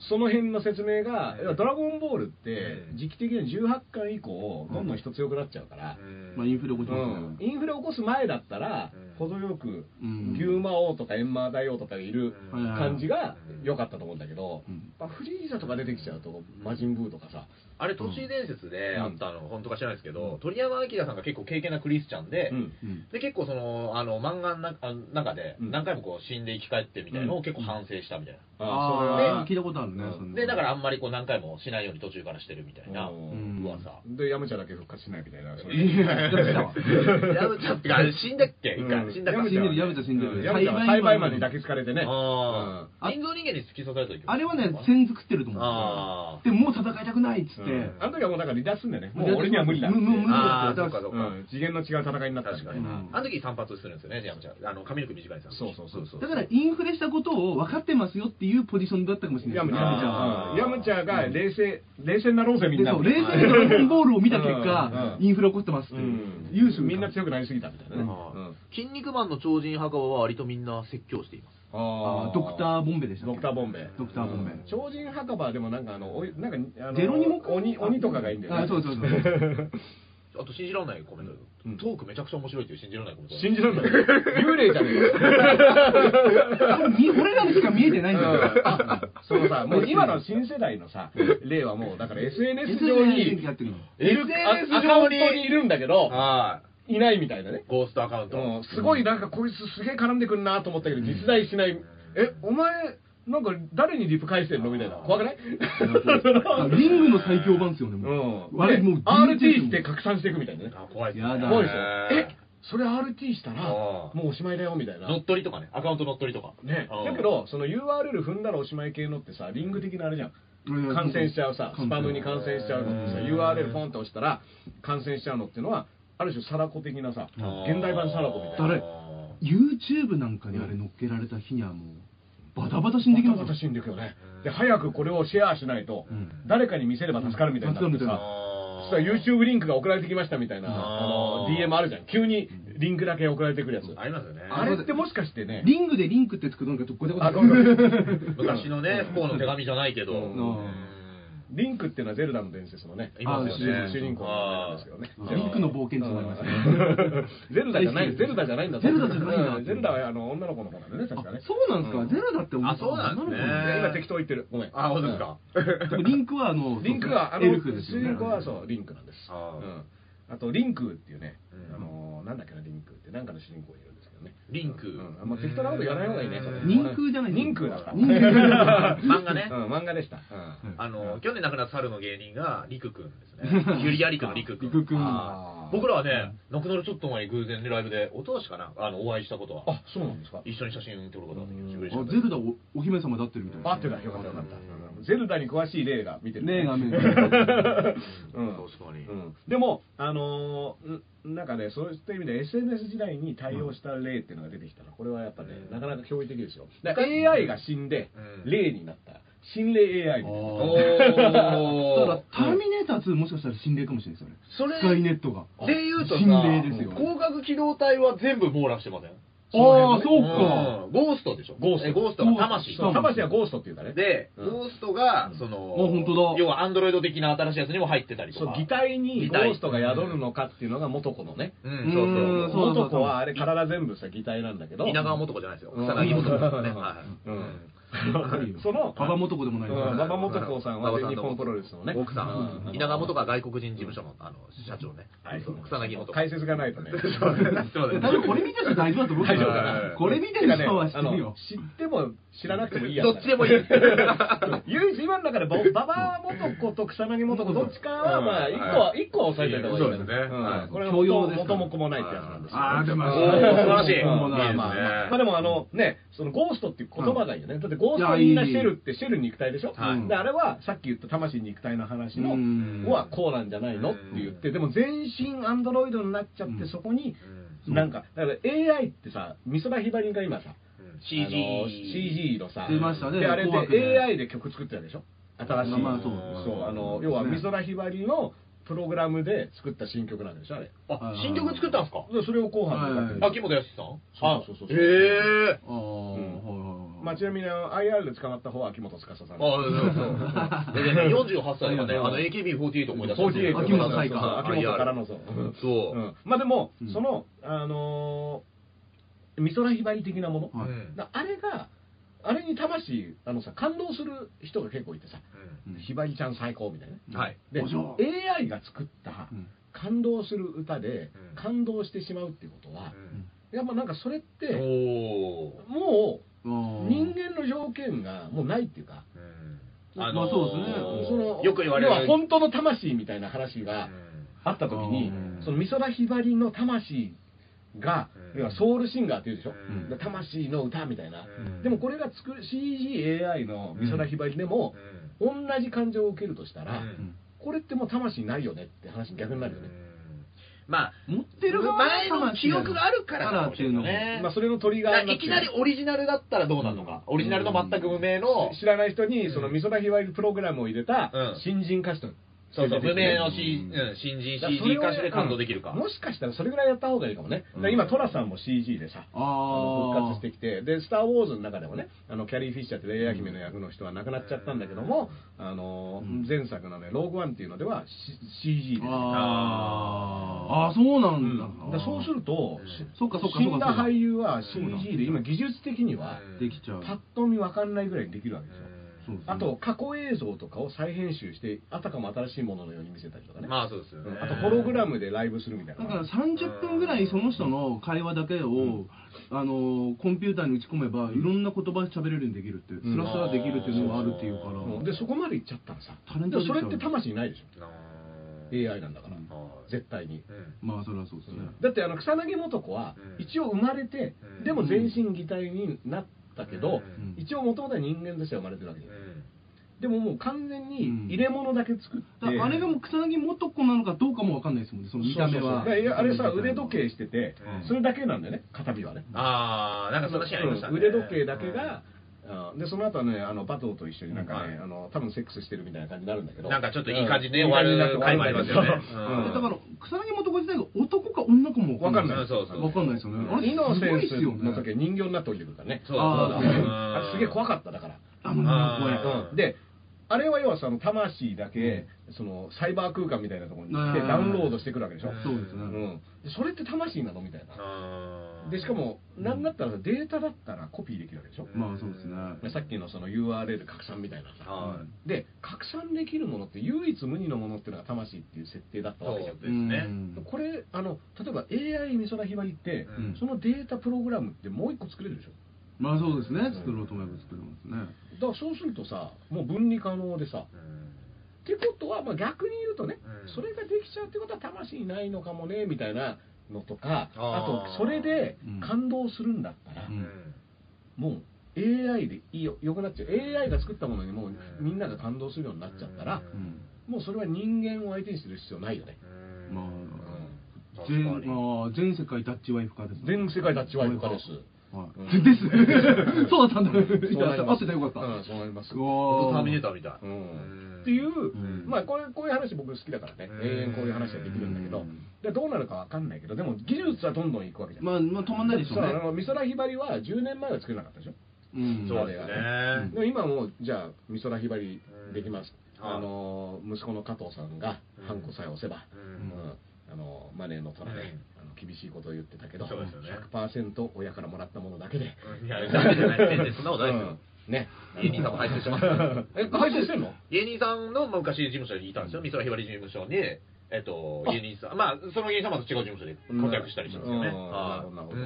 C: その辺の説明が「いやドラゴンボール」って
D: うん
C: 時期的に18巻以降どんどん人強くなっちゃうから、
E: [laughs] まあインフ
D: レ
E: レ起こします
C: うん
E: ね
C: インフレ起こす前だったら
D: うん
C: 程よく
E: うん
C: 牛魔王とか閻魔大王とかがいる
E: うん
C: 感じが良かったと思うんだけど、
E: うん
C: まあフリーザとか出てきちゃうと魔人ブーとかさ、
D: あれ都市伝説であったの、本当か知らないですけど、鳥山明さんが結構敬虔なクリスチャンで、
C: うん
E: うん
D: で結構そのあの漫画の中あの中で
C: うん
D: 何回もこう死んで生き返ってみたいなのを結構反省したみたいな、
E: ああ
C: そ
E: 聞い
C: れは
E: たことあるね
C: うん
E: そんな
D: でだからあんまりこう何回もしないように途中からしてるみたいな
C: うん
D: 噂、
C: でヤムチャだけ復活しないみたいなそれ
E: いやだから
D: やめちゃってかあれ死んだっけ、一回
C: うん
D: 死んだか
E: 死んでるやめちゃ死んで
C: うん [laughs]
E: る
C: ヤムチャは栽培マンに抱きつかれてね、
D: ああ、
E: うん
D: 人造人間に突き刺された時
E: あれはね先作ってると思う
D: あー
E: でもう戦いたくないっつって、
D: うん
C: あの時はもうだから離脱すんだよね。もう俺には無理だ。
E: 無無無理
D: あー
E: だっ
D: そう
E: て
D: かそう
C: う
D: か、
C: ん次元の違う戦いになった
D: 確かにな、
E: うん
D: あの時散髪するんですよねやめちゃんあの髪の毛短いですよ
C: そうそうそうそう
E: だからインフレしたことを分かってますよっていうポジションだったかもしれな
C: ヤ
E: い
C: ム
E: です
C: チャ
E: ね
D: あー
E: ヤムチャは
C: うんヤムチャが冷静、冷静になろうぜみん
E: で
C: な
E: そう冷静にドラゴンボールを見た結果
C: うん
E: インフレ起こってますって
C: う
E: い
C: ん
E: う優秀
C: みんな
E: く
C: 強くなりすぎたみたいなね。うん
D: 筋肉マンの超人墓場は割とみんな説教しています
C: あー
E: ドクターボンベでしたっ
C: ド
E: け
C: クターボンベイ
E: ドクターボンベイ
C: うん超人墓場でもなんかあのおいなんかあの
E: ジェロニモか
C: 鬼鬼とかがいいんだよね
E: あそうそうそう
D: あと信じられないコメント、
C: うん
D: トークめちゃくちゃ面白いっていう信じられないコメント
C: 信じられない幽霊じゃねえか
E: 多 [laughs] 分み俺らにしか見えてないんだよ
C: そのさもう今の新世代のさ例はもうだから SNS 上に
E: やってるの
C: いる
D: SNS
C: アカウントにいるんだけど
D: はい
C: ないみたいなね
D: ゴーストアカウント、
C: うんすごいなんかこいつすげえ絡んでくんなと思ったけど実在しない、えお前なんか誰にリプ返してんのみたいな怖くない [laughs]
E: リングの最強版ですよね
C: う
E: もうんあれ
C: で
E: もう
C: RT して拡散していくみたいなね
D: あ怖いっすね
E: やだ
C: 怖いでしょ
D: ね
C: えそれ RT したら
D: あ
C: も
D: ー
C: うおしまいだよみたいな
D: 乗っ取りとかねアカウント乗っ取りとか
C: ね
D: うん
C: だけどその URL 踏んだらおしまい系のってさリング的なあれじゃん感染しちゃうさスパムに感染しちゃうのってさ
D: うん
C: URL ポンと押したら感染しちゃうのってのはある種サラコ的なさ現代版サラコみたいな
E: 誰 YouTube なんかにあれ乗っけられた日にはもうバタバタ死んできますよ
C: バタバタ死んでいくよねで早くこれをシェアしないと
E: うん
C: 誰かに見せれば助かるみたいになって
E: 助かるみたい
C: さ
E: な
C: そしたら YouTube リンクが送られてきましたみたいな
D: あ
C: あ
D: ー
C: の DM あるじゃん急にリンクだけ送られてくるやつ
D: ありますよね
C: あ
D: [laughs]
C: れってもしかしてね
E: リングでリンクってつくとなんかどこでこ
C: あごめんごめん
D: 昔のね不幸の手紙じゃないけど
C: うん
E: うん
D: うん
C: リンクっていうのはゼルダの伝説のね、
D: いますよね
C: あの主人公の人なんですけどね。
E: リンクの冒険ってなりますね。
C: ゼルダじゃない、ゼルダじゃないんだ
E: ゼルダじゃないんだ
C: うんゼルダはあの女の子の子なんだよね、
E: あ
C: 確かね。
E: そうなんですか、ゼルダって
D: あそうなんですね
E: 女の子なのか
C: 今適当言ってる。ごめん。
D: あ、本当ですか。
E: なでもリンクはあの、
C: リンクは、あの、
E: エルフですよね。
C: 主人公はそう、リンクなんです。う
D: あー
C: ん。あと、リンクっていうね
D: う、ん
C: あの、なんだっけな、リンクって、なんかの主人公いるんですけどね。
D: リンク。
C: うん、あんま適当なこと言わない方がいいね、それ
E: 人空じゃないですか
C: 人空だから。
E: 人空じゃない
D: 漫画ね
C: う。ん、漫画でした。うん
D: あの、去年亡くなった猿の芸人が、リクくんですね。ゆりやりくんのリクくん。
E: リクくん
D: はい僕らはね、亡くなるちょっと前に偶然でライブで、おとしかな、あの、お会いしたことは。
C: あ、そうなんですか。
D: 一緒に写真撮ることができました。嬉しか
E: あ
D: った
E: ゼルダおお姫様だってるみたいな。
C: 合ってた、よかった、よかった。ゼルダに詳しい例が見てる。
E: ねえ、画面。
C: うん
D: 確かに
C: うんでも、あのーんなんかね、そういった意味で SNS 時代に対応した例っていうのが出てきたら、これはやっぱね、なかなか驚異的ですよ。だから AI が死んで、
D: うん
C: 例になった。心霊 AI みたいな。
D: [laughs]
E: だか
D: お
E: ら、ターミネーター2もしかしたら心霊かもしれないですよね。
D: それ
E: スカイネットが。
D: ー。で言うとさ、
E: 心霊ですよ
D: 光学機動隊は全部網羅してません
E: ああ、そう
D: うんゴーストでしょ
C: ゴースト
D: えゴーストが魂。
E: そう
C: 魂はゴーストっていうかね。
D: で、
C: うん
D: ゴーストが、その、
E: 本当だ
D: 要はアンドロイド的な新しいやつにも入ってたりと
C: そう
D: か。
C: 擬態に
D: 擬
C: ゴ
D: 態
C: ーストが宿るのかっていうのが元子のね、
D: うん
C: そう
E: うん
C: そう
E: そうそう
C: 元子はあれ体全部さ擬態なんだけど
D: 稲川素子じゃないですよ。
C: うん
D: 草薙素子とかね。
C: うん
D: はい
C: うん
E: かる
C: [laughs]
E: よ
C: その
E: 馬場元子でもない
C: うん馬場
D: 馬
C: 元
D: 場
C: 子さんは日本プロレスのね
D: 奥さ。
C: うん
D: 稲川素子は外国人事務所の、あの、社長ね。そう草薙素子。
C: 解説がないと
D: [laughs]
C: ね [laughs]
E: 多分これ見てる人大丈夫だと思うけ
C: 大
E: ど
C: 丈夫かな
E: これ見てる人は知って
C: あの
E: る
C: 知
E: よ。
C: っても知らなくてもいいや
D: どっちでもいい。
C: 唯一今の中でば馬場元子と草薙元子どっちかは
D: うん
C: まあ一個は一個は抑えておいた方がいい
D: そうですね
C: ん
D: はい
C: これは
E: 教養ですか
C: 元
E: ら
C: も子もないってやつなんですよ
E: ああ、でも、
D: おー
E: 素
D: 素晴らしい。いいですね。
C: うんまあでもあのね、そのゴーストっていう言葉がいいよね。だってゴーストみんなシェルってシェル肉体でしょ、
D: はい
C: であれはさっき言った魂肉体の話の、
E: うん
C: はこうなんじゃないのって言って、でも全身アンドロイドになっちゃって、
E: うん
C: そこに
D: う
C: なんか、だから AI ってさ、美空ひばりが今さ、
D: ん
C: あの
D: CG。
C: CG のさ、
E: 出ましたね
C: であれ
E: 紅白
C: で
E: で
C: AI で曲作ってたでしょ新しい。
E: まあまあそう
C: そうあの要は美空ひばりのプログラムで作った新曲なんでしょあれ。
D: あ、新曲作ったんですか
C: でそれを後半で歌ってる
E: は
D: 秋元康さん
C: そうそうそうそう
D: あへえ。
E: ああ、はいはいはい。
C: まあ、ちなみにあの IR で捕まった方は秋元司さんです
D: ああ、
C: [laughs]
D: そうそう。でね、48歳がね、あの AKB48 思い出した。
C: 48
E: 秋元才
C: そう
E: か
C: 秋元からのそう
D: そうう。
C: んまあでも、
E: うん
C: そのあのー美空ひばり的なもの、
E: はい
D: うん
C: だあれがあれに魂あのさ感動する人が結構いてさ、
E: うん
C: ひばりちゃん最高みたいな
D: うんはい。
C: で
E: お嬢
C: AI が作った
E: うん
C: 感動する歌で
D: うん
C: 感動してしまうっていうことは、いやまあなんかそれって、
D: おお。
C: も
E: あ
C: う
E: ー
C: 人間の条件がもうないっていうか、
E: まあそうですね
D: ー
C: その
D: よく言われ
C: 要は
D: る。
C: 本当の魂みたいな話があった時に、
E: うん
C: その美空ひばりの魂が、
D: うん
C: 要はソウルシンガーっていうでしょ、
D: うん
C: で魂の歌みたいな、
D: うん
C: でもこれが作る CGAI の美空ひばりでも、同じ感情を受けるとしたら、
E: うん
C: これってもう魂ないよねって話に逆になるよね、
D: まあ、
E: 持ってる側
D: 前の記憶があるから
E: からっていうのが
D: ね
C: まあ、それのトリガ
D: だか
C: ー
D: ら
C: になっ
D: い
C: て
D: きなりオリジナルだったらどうなるのか。オリジナルの全く無名の、
C: 知らない人にその美空ひばりプログラムを入れた
D: うん
C: 新人歌手と、
D: そうそう、
C: 出てきて
D: 無
C: ね
D: 名の C うん新人 CG 歌手で感動できるか
C: うん。もしかしたらそれぐらいやった方がいいかもね、だから今トラさんも CG でさ
E: あ
C: あ
E: ー
C: の復活してきてで「スター・ウォーズ」の中でもねあのキャリー・フィッシャーってレイヤー姫の役の人は亡くなっちゃったんだけども、あの
E: うん
C: 前作のね「ローグワン」っていうのでは C- CG で、
E: あーあー、そうな
C: うんん
E: だ。
C: だからそうすると、
D: うん
C: し
E: そっかそっか
C: 死んだ
E: そうかそうか
C: 俳優は CG で今技術的には
E: できちゃう。
C: パッと見わかんないぐらいにできるわけですよ、
E: そうですね
C: あと、過去映像とかを再編集してあたかも新しいもののように見せたりとかね、
D: まあそうですよ
C: う
D: ね
C: ん。あとホログラムでライブするみたい
E: だ
C: な
E: から30分ぐらいその人の会話だけを、あのコンピューターに打ち込めばいろんな言葉喋れるようにできるっていう、
C: ん
E: スラスラできるっていうのがあるっていうから、
C: うんでそこまで行っちゃったらさ
E: タレン
C: で
E: ト
C: も
E: です
C: そ
E: よね
C: れって魂ないでし
D: な
C: ょ AI なんだから、
E: うん
D: はい
C: 絶対に、
D: うん
E: まあそれはそうですね、
C: だってあの草薙素子は
D: うん
C: 一応生まれて、
D: うん
C: でも全身擬態になったけど、
E: うん
C: 一応もともとは人間として生まれてるわけじゃんでももう完全に
E: うん
C: 入れ物だけ作って、
E: だからあれがもう草薙素子なのかどうかもわかんないですもんねその見た目は
C: そうそうそういやあれさ腕時計してて、
D: うん
C: それだけなんだよね片身はね
D: ああ、なんかそんなシーンありました
C: う
D: ね。
C: ん腕時計だけが、あーでその後はねあのバトーと一緒になんかね、
D: はい
C: あの多分セックスしてるみたいな感じになるんだけど
D: なんかちょっといい感じで
C: うん
D: 終わる
C: いい感じになって
D: 回もありますよね
E: でだ
C: うん
E: から草薙素子自体が男か女かもわかんない
D: わかんないそうそう
E: わかんないですよねあれ
C: イノ
E: す
C: セ
E: ご
C: ン
E: いっすよ
C: スの時は
E: ね
C: 人形になって降りてくるからね
D: そうそ
E: あー
D: うそう。
C: あれすげえ怖かっただから
E: あの
D: うん
E: 声
C: であれは要はその魂だけ、そのサイバー空間みたいなところに来て
E: うん
C: ダウンロードしてくるわけでしょ、
D: うん
E: そうです
C: う
E: ね。
C: ん、でそれって魂なのみたいな
D: あー
C: でしかも何だったらさデータだったらコピーできるわけでしょ、
E: まあそうですね。
C: でさっきのその URL 拡散みたいなさ
D: は
C: で拡散できるものって唯一無二のものっていうのが魂っていう設定だっ
D: い
C: た
D: そ
C: わ
D: う
C: けじゃん
D: ですね
E: うん
C: これあの例えば AI 美空ひばりって、
E: うん
C: そのデータプログラムってもう一個作れるでしょ
E: まあそうですね。作ろうと思えば作れますね。
C: だからそうするとさもう分離可能でさってことは、まあ、逆に言うとね、
D: うん
C: それができちゃうってことは魂ないのかもねみたいなのとかあ
D: あー
C: とそれで
E: うん
C: 感動するんだったら、
E: うん
C: もう AI でいいよよくなっちゃう AI が作ったものにもう
D: うん
C: みんなが感動するようになっちゃったら、
E: うん。
C: もうそれは人間を相手にする必要ないよね、
E: まあ
D: 確かに
E: 全ああ全世界ダッチワイフ化ですね。
C: 全世界ダッチワイフ化です、
E: はい
C: うん
E: で
C: [laughs]
E: す。そうだったんだ。
C: そうなり
E: 合
C: ま
E: っ
C: す
E: てたよかった。
C: うんそうなります
E: う
D: 本当
E: わー
D: ターミネーターみたい
C: うんっていう、
E: ん
C: まあこういうこういう話僕好きだからね、
D: うん
C: 永遠こういう話はできるんだけど、
E: うん
C: でどうなるかわかんないけどでも技術はどんどんいくわけじゃん、
E: まあまあ止まんないでしょう
C: だってさあ
E: ね。
C: の美空ひばりは10年前は作れなかったでしょ、
E: うん。
D: そうですね
C: で今もうじゃあ美空ひばりできます、
D: うん
C: あの息子の加藤さんが
D: うん
C: ハンコさえ押せば、
D: う
C: うんんあのマネーの虎で、
D: うん
C: あの厳しいことを言ってたけど、
D: そうですよね
C: 100%親からもらったものだけで、
D: いや、なんじゃない全然そんなことないですよ。
C: うんね
D: 芸人さんも配信してます
C: [laughs] え配信してんの
D: 芸人さんのまあ昔事務所にいたんですよ、美空ひばり事務所に、えっと、芸人さん、まあ、その芸人さんはまた違う事務所で活躍したりしてますよね。
C: うん
D: は
C: なるほ
D: い
C: ど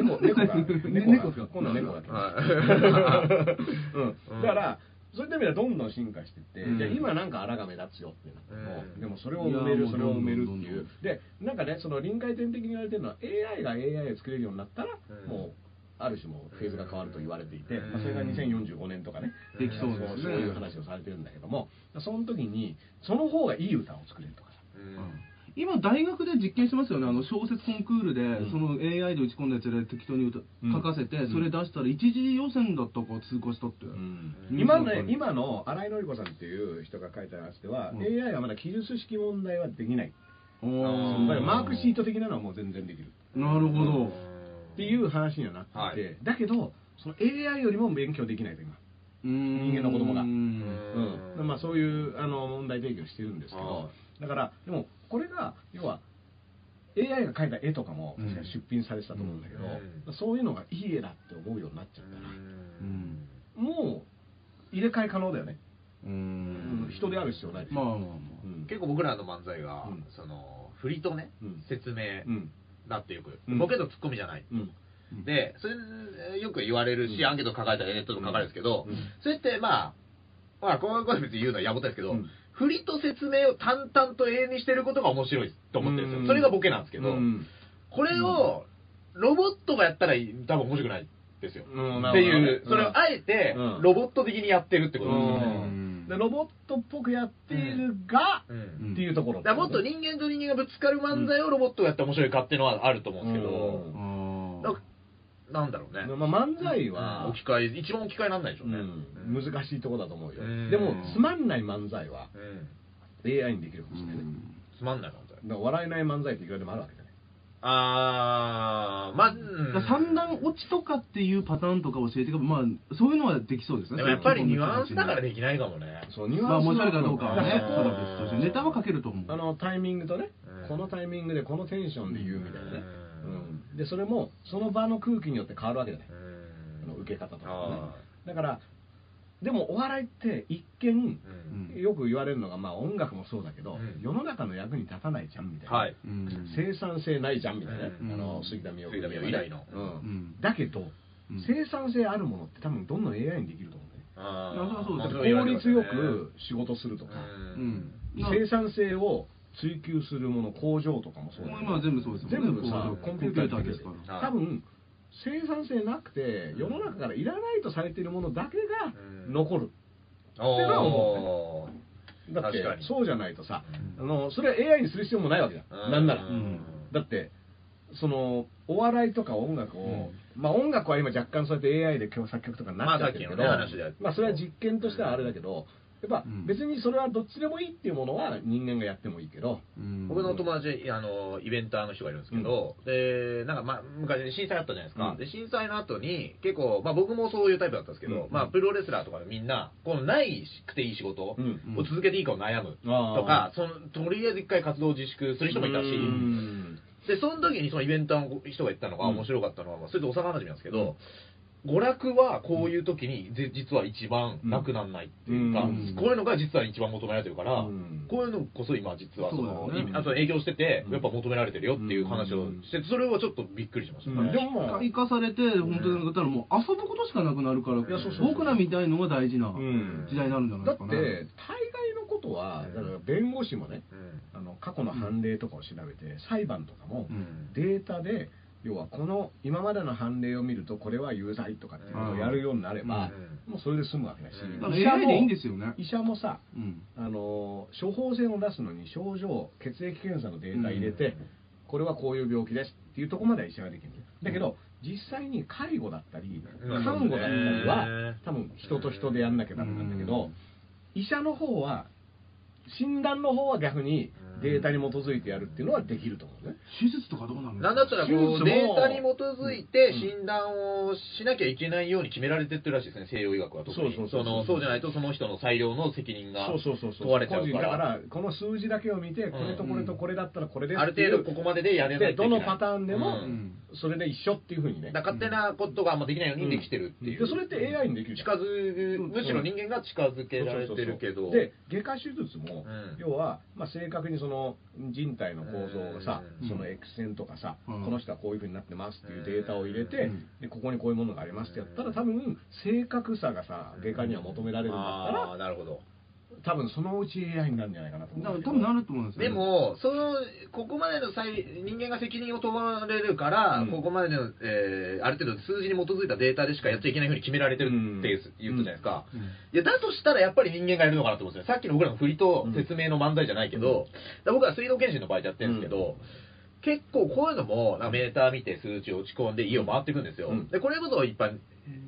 D: う
C: なるほど
D: ん
C: 今度猫猫が
D: [laughs]
C: 猫
E: 猫
C: が
E: が
C: 今度猫が来ま [laughs]
D: はい
C: した、うん、だからそういった意味ではどんどん進化していって、
D: うん
C: じゃあ今なんか荒が目立つよってなっても、
D: うん
C: でもそれを埋める
E: いやーもう
C: それを埋めるって
E: どんどん
C: いうん
E: どどん
C: でなんかねその臨界点的に言われてるのは AI が AI を作れるようになったら、
D: うん
C: もうある種もうフェーズが変わると言われていて、
D: うん
C: まあ、それが2045年とかね
E: できそうですね
C: そういう話をされてるんだけどもその時にその方がいい歌を作れるとかさ
D: うん
E: 今大学で実験してますよねあの小説コンクールで、
C: ん
E: その AI で打ち込んだやつで適当に歌
C: うん
E: 書かせて、それ出したら一次予選だったか通過したって、うん
C: 今の今の新井紀子さんっていう人が書いた話では、
E: うん
C: AI はまだ記述式問題はできない、
E: お
D: う
C: だ
D: ん
C: からマークシー
E: ト
C: ト的なのはもう全然できる
E: なるほど、
C: っていう話にはなっていて、
D: はい
C: だけどその AI よりも勉強できないと今、
E: うーん
C: 人間の子供が
E: うん
C: うんまあ、そういうあの問題提起をしてるんですけど
D: は
C: だからでもこれが要は AI が描いた絵とかも
E: うん
C: 確かに出品されてたと思うんだけど、
D: う
C: そういうのがいい絵だって思うようになっちゃったら、
D: うん
C: もう入れ替え可能だよね、
E: うー
C: うん
E: ん
C: 人である必要ないでしょ
E: まあまあま
C: う
E: あ
C: ん
D: 結構僕らの漫才が、
C: うん
D: その振りとね、
C: うん
D: 説明
C: うん
D: だってよく、
C: うん
D: ボケとツッコミじゃない、
C: うん
D: でそれよく言われるし、
C: うん
D: アンケート書かれたりネットとか書かれるんですけど、
C: うん
D: それってまあまあこういうこと別に言うのはやぼったいですけど、
C: うん
D: 振りと説明を淡々と永遠にしてることが面白いと思ってるんですよ、
C: うん
D: それがボケなんですけど、
C: うん
D: これをロボットがやったら多分面白くないですよ、
C: うん
D: っていう、
C: うん
D: それをあえて
C: うん
D: ロボット的にやってるってことですよ
C: う
D: ね、
C: んでロボットっぽくやっているが、
D: うん
E: うん
C: っていうところ
D: だからもっと人間と人間がぶつかる漫才をロボットがやって面白いかっていうのはあると思うんですけど、
E: あ
D: な
E: ー
D: なんだろうね、
C: まあ、漫才は、
D: 置き換え一番置き換えなんないでしょう
C: う
D: ね、
C: ん難しいところだと思うよ、
D: うん
C: でもつまんない漫才は
D: うん、
C: AI にできるか
E: う
C: もしれないね、
E: ん
D: つまんない漫
C: だ
D: 才
C: から笑えない漫才っていくらでもあるわけじゃない
D: あーまあ、うん
E: だから三段落ちとかっていうパターンとか教えてくればまあそういうのはできそうですね
D: でもやっぱりニュアンスだからできないかもね
C: そうニュ
E: まあ
C: アンス
E: 面
C: は
E: 白いかどうかはね
C: だらそこ
E: ただ別としてネタは書けると思う
C: あのタイミングとね、
D: うん
C: このタイミングでこのテンションで言うみたいなね、
D: う
C: うんんでそれもその場の空気によって変わるわけじゃない、
D: うん
C: あの受け方とかね
D: あ
C: だからでもお笑いって一見
D: ーう
E: うんん
C: よく言われるのが、まあ、音楽もそうだけど、
D: うん
C: 世の中の役に立たないじゃんみたいな、
D: はい
E: うん
C: 生産性ないじゃんみたいなね、
D: うん
C: あの杉田美代
D: 杉田水脈以来の
C: うん
E: ん
C: だけど、
E: うん
C: 生産性あるものって多分どんどん AI にできると思うんだよね
D: あ
E: いやそれはそうです
D: まあ
C: 効率よく仕事すると
D: う
C: か、
D: ん
E: ん
C: 生産性を追求するもの工場とかもそうだけど
E: 今は全部そうですよね
C: 全部さ
E: こう
C: コンピューターでできる
E: コンピューターです
D: から
C: 多分生産性なくて世の中からいらないとされているものだけが
D: うん
C: 残る、
D: お
C: のは
D: ー
C: だって
D: 確かに
C: そうじゃないとさ、
E: うん
C: あのそれは AI にする必要もないわけじゃん、なんなら、
D: う
C: だってそのお笑いとか音楽を、まあ音楽は今若干そうやって AI で今日作曲とかになっちゃってるけど、
D: まあさっきのね話で
C: まあそれは実験としてはあれだけど、っぱ
E: うん
C: 別にそれはどっちでもいいっていうものは人間がやってもいいけど、
D: 僕の友
E: 達
D: 達、あの、イベンターの人がいるんですけど、で、なんか、まあ、昔に震災あったじゃないですか。
C: うん
D: で、震災の後に、結構、まあ僕もそういうタイプだったんですけど、
C: うん
D: まあ、プロレスラーとかみんな、このないくていい仕事を
C: うん
D: 続けていいかを悩むとか、その、とりあえず一回活動を自粛する人もいたし、
C: うん
D: で、その時にそのイベンターの人が言ったのが面白かったのは、まあそれと幼馴染なんですけど、娯楽はこういう時にぜ実は一番なくならないっていう
C: う
D: か、
C: ん
D: こういうのが実は一番求められてるから、
C: うん
D: こういうのこそ今実はその
E: そうだよね
D: いあと影響してて、やっぱ求められてるよっていう話を
E: うん
D: して、それはちょっとびっくりしましたね。
C: でもまあ
E: 生かされて本当にだったらもう遊ぶことしかなくなるから
C: やそうそうそう
E: 僕らみたいのが大事な
C: うん
E: 時代になるんじゃない
C: だ
E: で
C: って
E: す
C: 大
E: かね、
C: 概のことはだから弁護士もね
D: うん
C: あの過去の判例とかを調べて裁判とかも
E: うん
C: データで要はこの今までの判例を見るとこれは有罪とかっていうのをやるようになればもうそれで済むわけだし
D: うん
E: だから
C: 医者
E: AI
C: も
E: でいいんですよね、
C: 医者もさ
E: うん、
C: あの処方箋を出すのに症状血液検査のデータ入れて、これはこういう病気ですっていうところまでは医者ができるだけど、実際に介護だったり
D: うん
C: 看護だったり
D: へー
C: は多分人と人でやんなきゃダメなんだけど、医者の方は診断の方は逆にデータに基づいてやるっていうのはできると思うね。
E: 手術とかどうなるんですか
D: なんだったらこ
C: 手術
D: う
C: も
D: データに基づいて診断をしなきゃいけないように決められてってるらしいですね、西洋医学は特に。
C: そうそうそうそう
D: のそうじゃないとその人の裁量の責任が
C: そうそうそうそう
D: 問われちゃう
C: 個人
D: か。
C: だかららこの数字だけを見てこれとこれとこれだったらこれです
D: ある
C: っていう
D: 程度ここまででやれない
C: で
D: と
C: ど
D: いけな
C: の
D: い
C: パターンでも
D: うん
C: それで一緒っていうふうにね
D: だから勝手なことがあんまできないようにできてるっていう。
C: でそれって AI にできるじゃん
D: 近づむしろ人間が近づけられてるけど。
C: で外科手術も、
D: うん
C: 要は、まあ、正確にその人体の構造がさ、
E: うん
C: その X 線とかさ、
E: うん
C: この人はこういうふうになってますっていうデータを入れて、
E: うん
C: でここにこういうものがありますってやったら多分正確さがさ外科には求められるんだった
D: あー
C: ら
D: なるほど。
C: 多分そのうち AI になるんじゃないかなと思
E: だか
C: うんだ
E: ら多
C: け
E: 分
C: ど
E: なると思うんですよね、
D: でも、その、ここまでの際、人間が責任を問われるから、
C: うん
D: ここまでの、えーある程度数字に基づいたデータでしかやっちゃいけないふうに決められてるっていう
C: うん
D: 言ったじゃないですか。
E: うん
D: いや、だとしたらやっぱり人間がやるのかなと思うんですよ。さっきの僕らの振りと説明の漫才じゃないけど、だから僕は水道検診の場合やってるんですけど、結構こういうのも、なんかメーター見て数値落ち込んで家を回っていくんですよ。
C: うん
D: で、これこそ一般、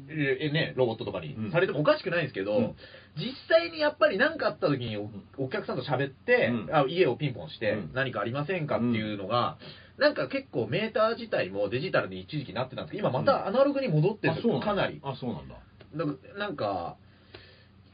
D: えね、ロボットとかに
C: うん
D: されてもおかしくないんですけど、
C: うん
D: 実際にやっぱり何かあった時におお客さんと喋って、
C: うん
D: あ家をピンポンして、
C: うん
D: 何かありませんかっていうのが、なんか結構メーター自体もデジタルに一時期なってたんですけど、今またアナログに戻ってるんですよ、
C: あそう
D: か
C: んだ
D: なり。
C: あそうなんだ
D: なんか、なんか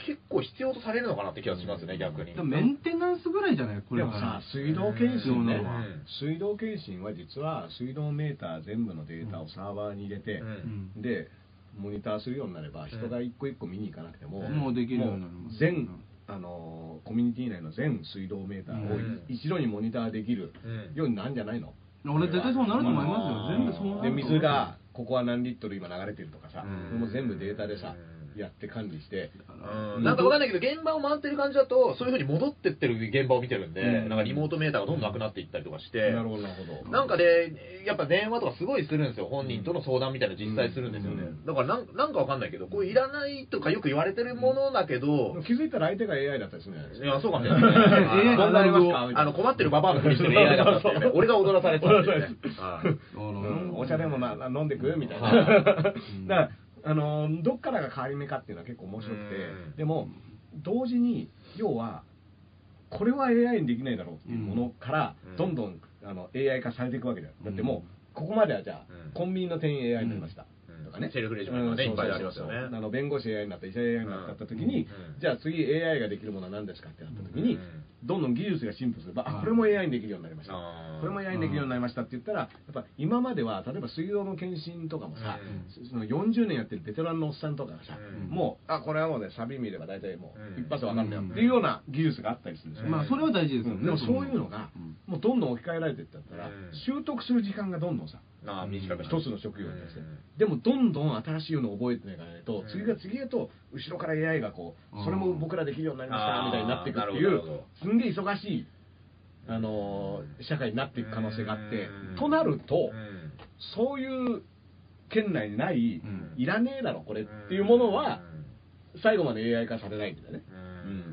D: 結構必要とされるのかなって気がしますね、逆に。
E: だからメンテナンスぐらいじゃないこ
C: で
E: れ
C: も
E: は
C: さ水道検診ね
D: うん
C: 水道検診は実は水道メーター全部のデータをサーバーに入れて、
D: うん
E: うん
C: でモニターするようになれば人が一個一個見に行かなくても、
E: もうできるようになり
C: も
E: ま
C: う
E: す
C: 全あのーコミュニティ内の全水道メーターを
D: うん
C: 一度にモニターできる
D: うん
C: ようになるんじゃないの、
E: 俺絶対そうなると思いますよ全部そうなると思
C: で
E: う
C: 水がここは何リットル今流れてるとかさ、
D: うん
C: もう全部データでさ
D: うん
C: やって管理して、
D: うんなんかわかんないけど、現場を回ってる感じだと、そういうふうに戻ってってる現場を見てるんで、
C: うん
D: なんかリモートメーターがどんどんなくなっていったりとかして、
C: なるほどなるほど
D: なんかで、やっぱ電話とかすごいするんですよ、本人との相談みたいなの実際するんですよね、
C: うん
D: だからなんなんかわかんないけど、これいらないとかよく言われてるものだけど、
C: 気づいたら相手が AI だったりするんじゃないです
D: い
C: か
D: や、そう
C: [laughs]
D: かもしれないですね
E: AI
D: どんなありますか
C: アナログを
D: あの困ってるババアのふりしてる AI だったっていうね、俺が踊らされてたっていうね。はい
C: うんお茶でもな飲んでくみたいな、
D: は
C: だからあのーどっからが変わり目かっていうのは結構面白く
D: うん
C: てでも同時に要はこれは AI にできないだろうっていうものから
D: うん
C: どんどんあの AI 化されていくわけだよだってもうここまではじゃあ
D: うん
C: コンビニの店員 AI になりました
D: うん
C: とかね
D: セルフレジも今ね
C: うん
D: いっぱいありますよね
C: そうそうそうあの弁護士 AI になった医者 AI になったって時に
D: うん
C: じゃあ次 AI ができるものは何ですかってなった時 [laughs] に
D: うん
C: どんどん技術が進歩すればあこれも AI にできるようになりました
D: あー
C: これも AI にできるようになりましたって言ったら、やっぱ今までは、例えば水道の検診とかもさ、その40年やってるベテランのおっさんとかがさ、
D: うん
C: もう、あ、これはもうね、サビ見れば大体も
D: う
C: うん一発わかるんだよ
E: うん
C: っていうような技術があったりするんですよ。
E: まあそれは大事
C: う
E: ですよね、
C: んでもそういうのが、もうどんどん置き換えられていったら、
D: うん
C: 習得する時間がどんどんさ、
D: ああ短くなる
C: 一つの職業に対して
D: うん。
C: でも、どんどん新しいのを覚えていかないと
D: うん、
C: 次が次へと、後ろから AI がこ
E: う
C: う、
E: ん
C: それも僕らできるようになりまし
D: あー
C: たみたいになっていくってい
D: なる
C: う
D: ほどなるほ、
C: すんげえ忙しい、あのー社会になっていく可能性があって
D: うん、
C: となると
D: う、ん
C: そういう県内にない
E: ん、
C: いらねえだろ、これっていうものは
D: う、ん
C: 最後まで AI 化されないんだよね。
D: うん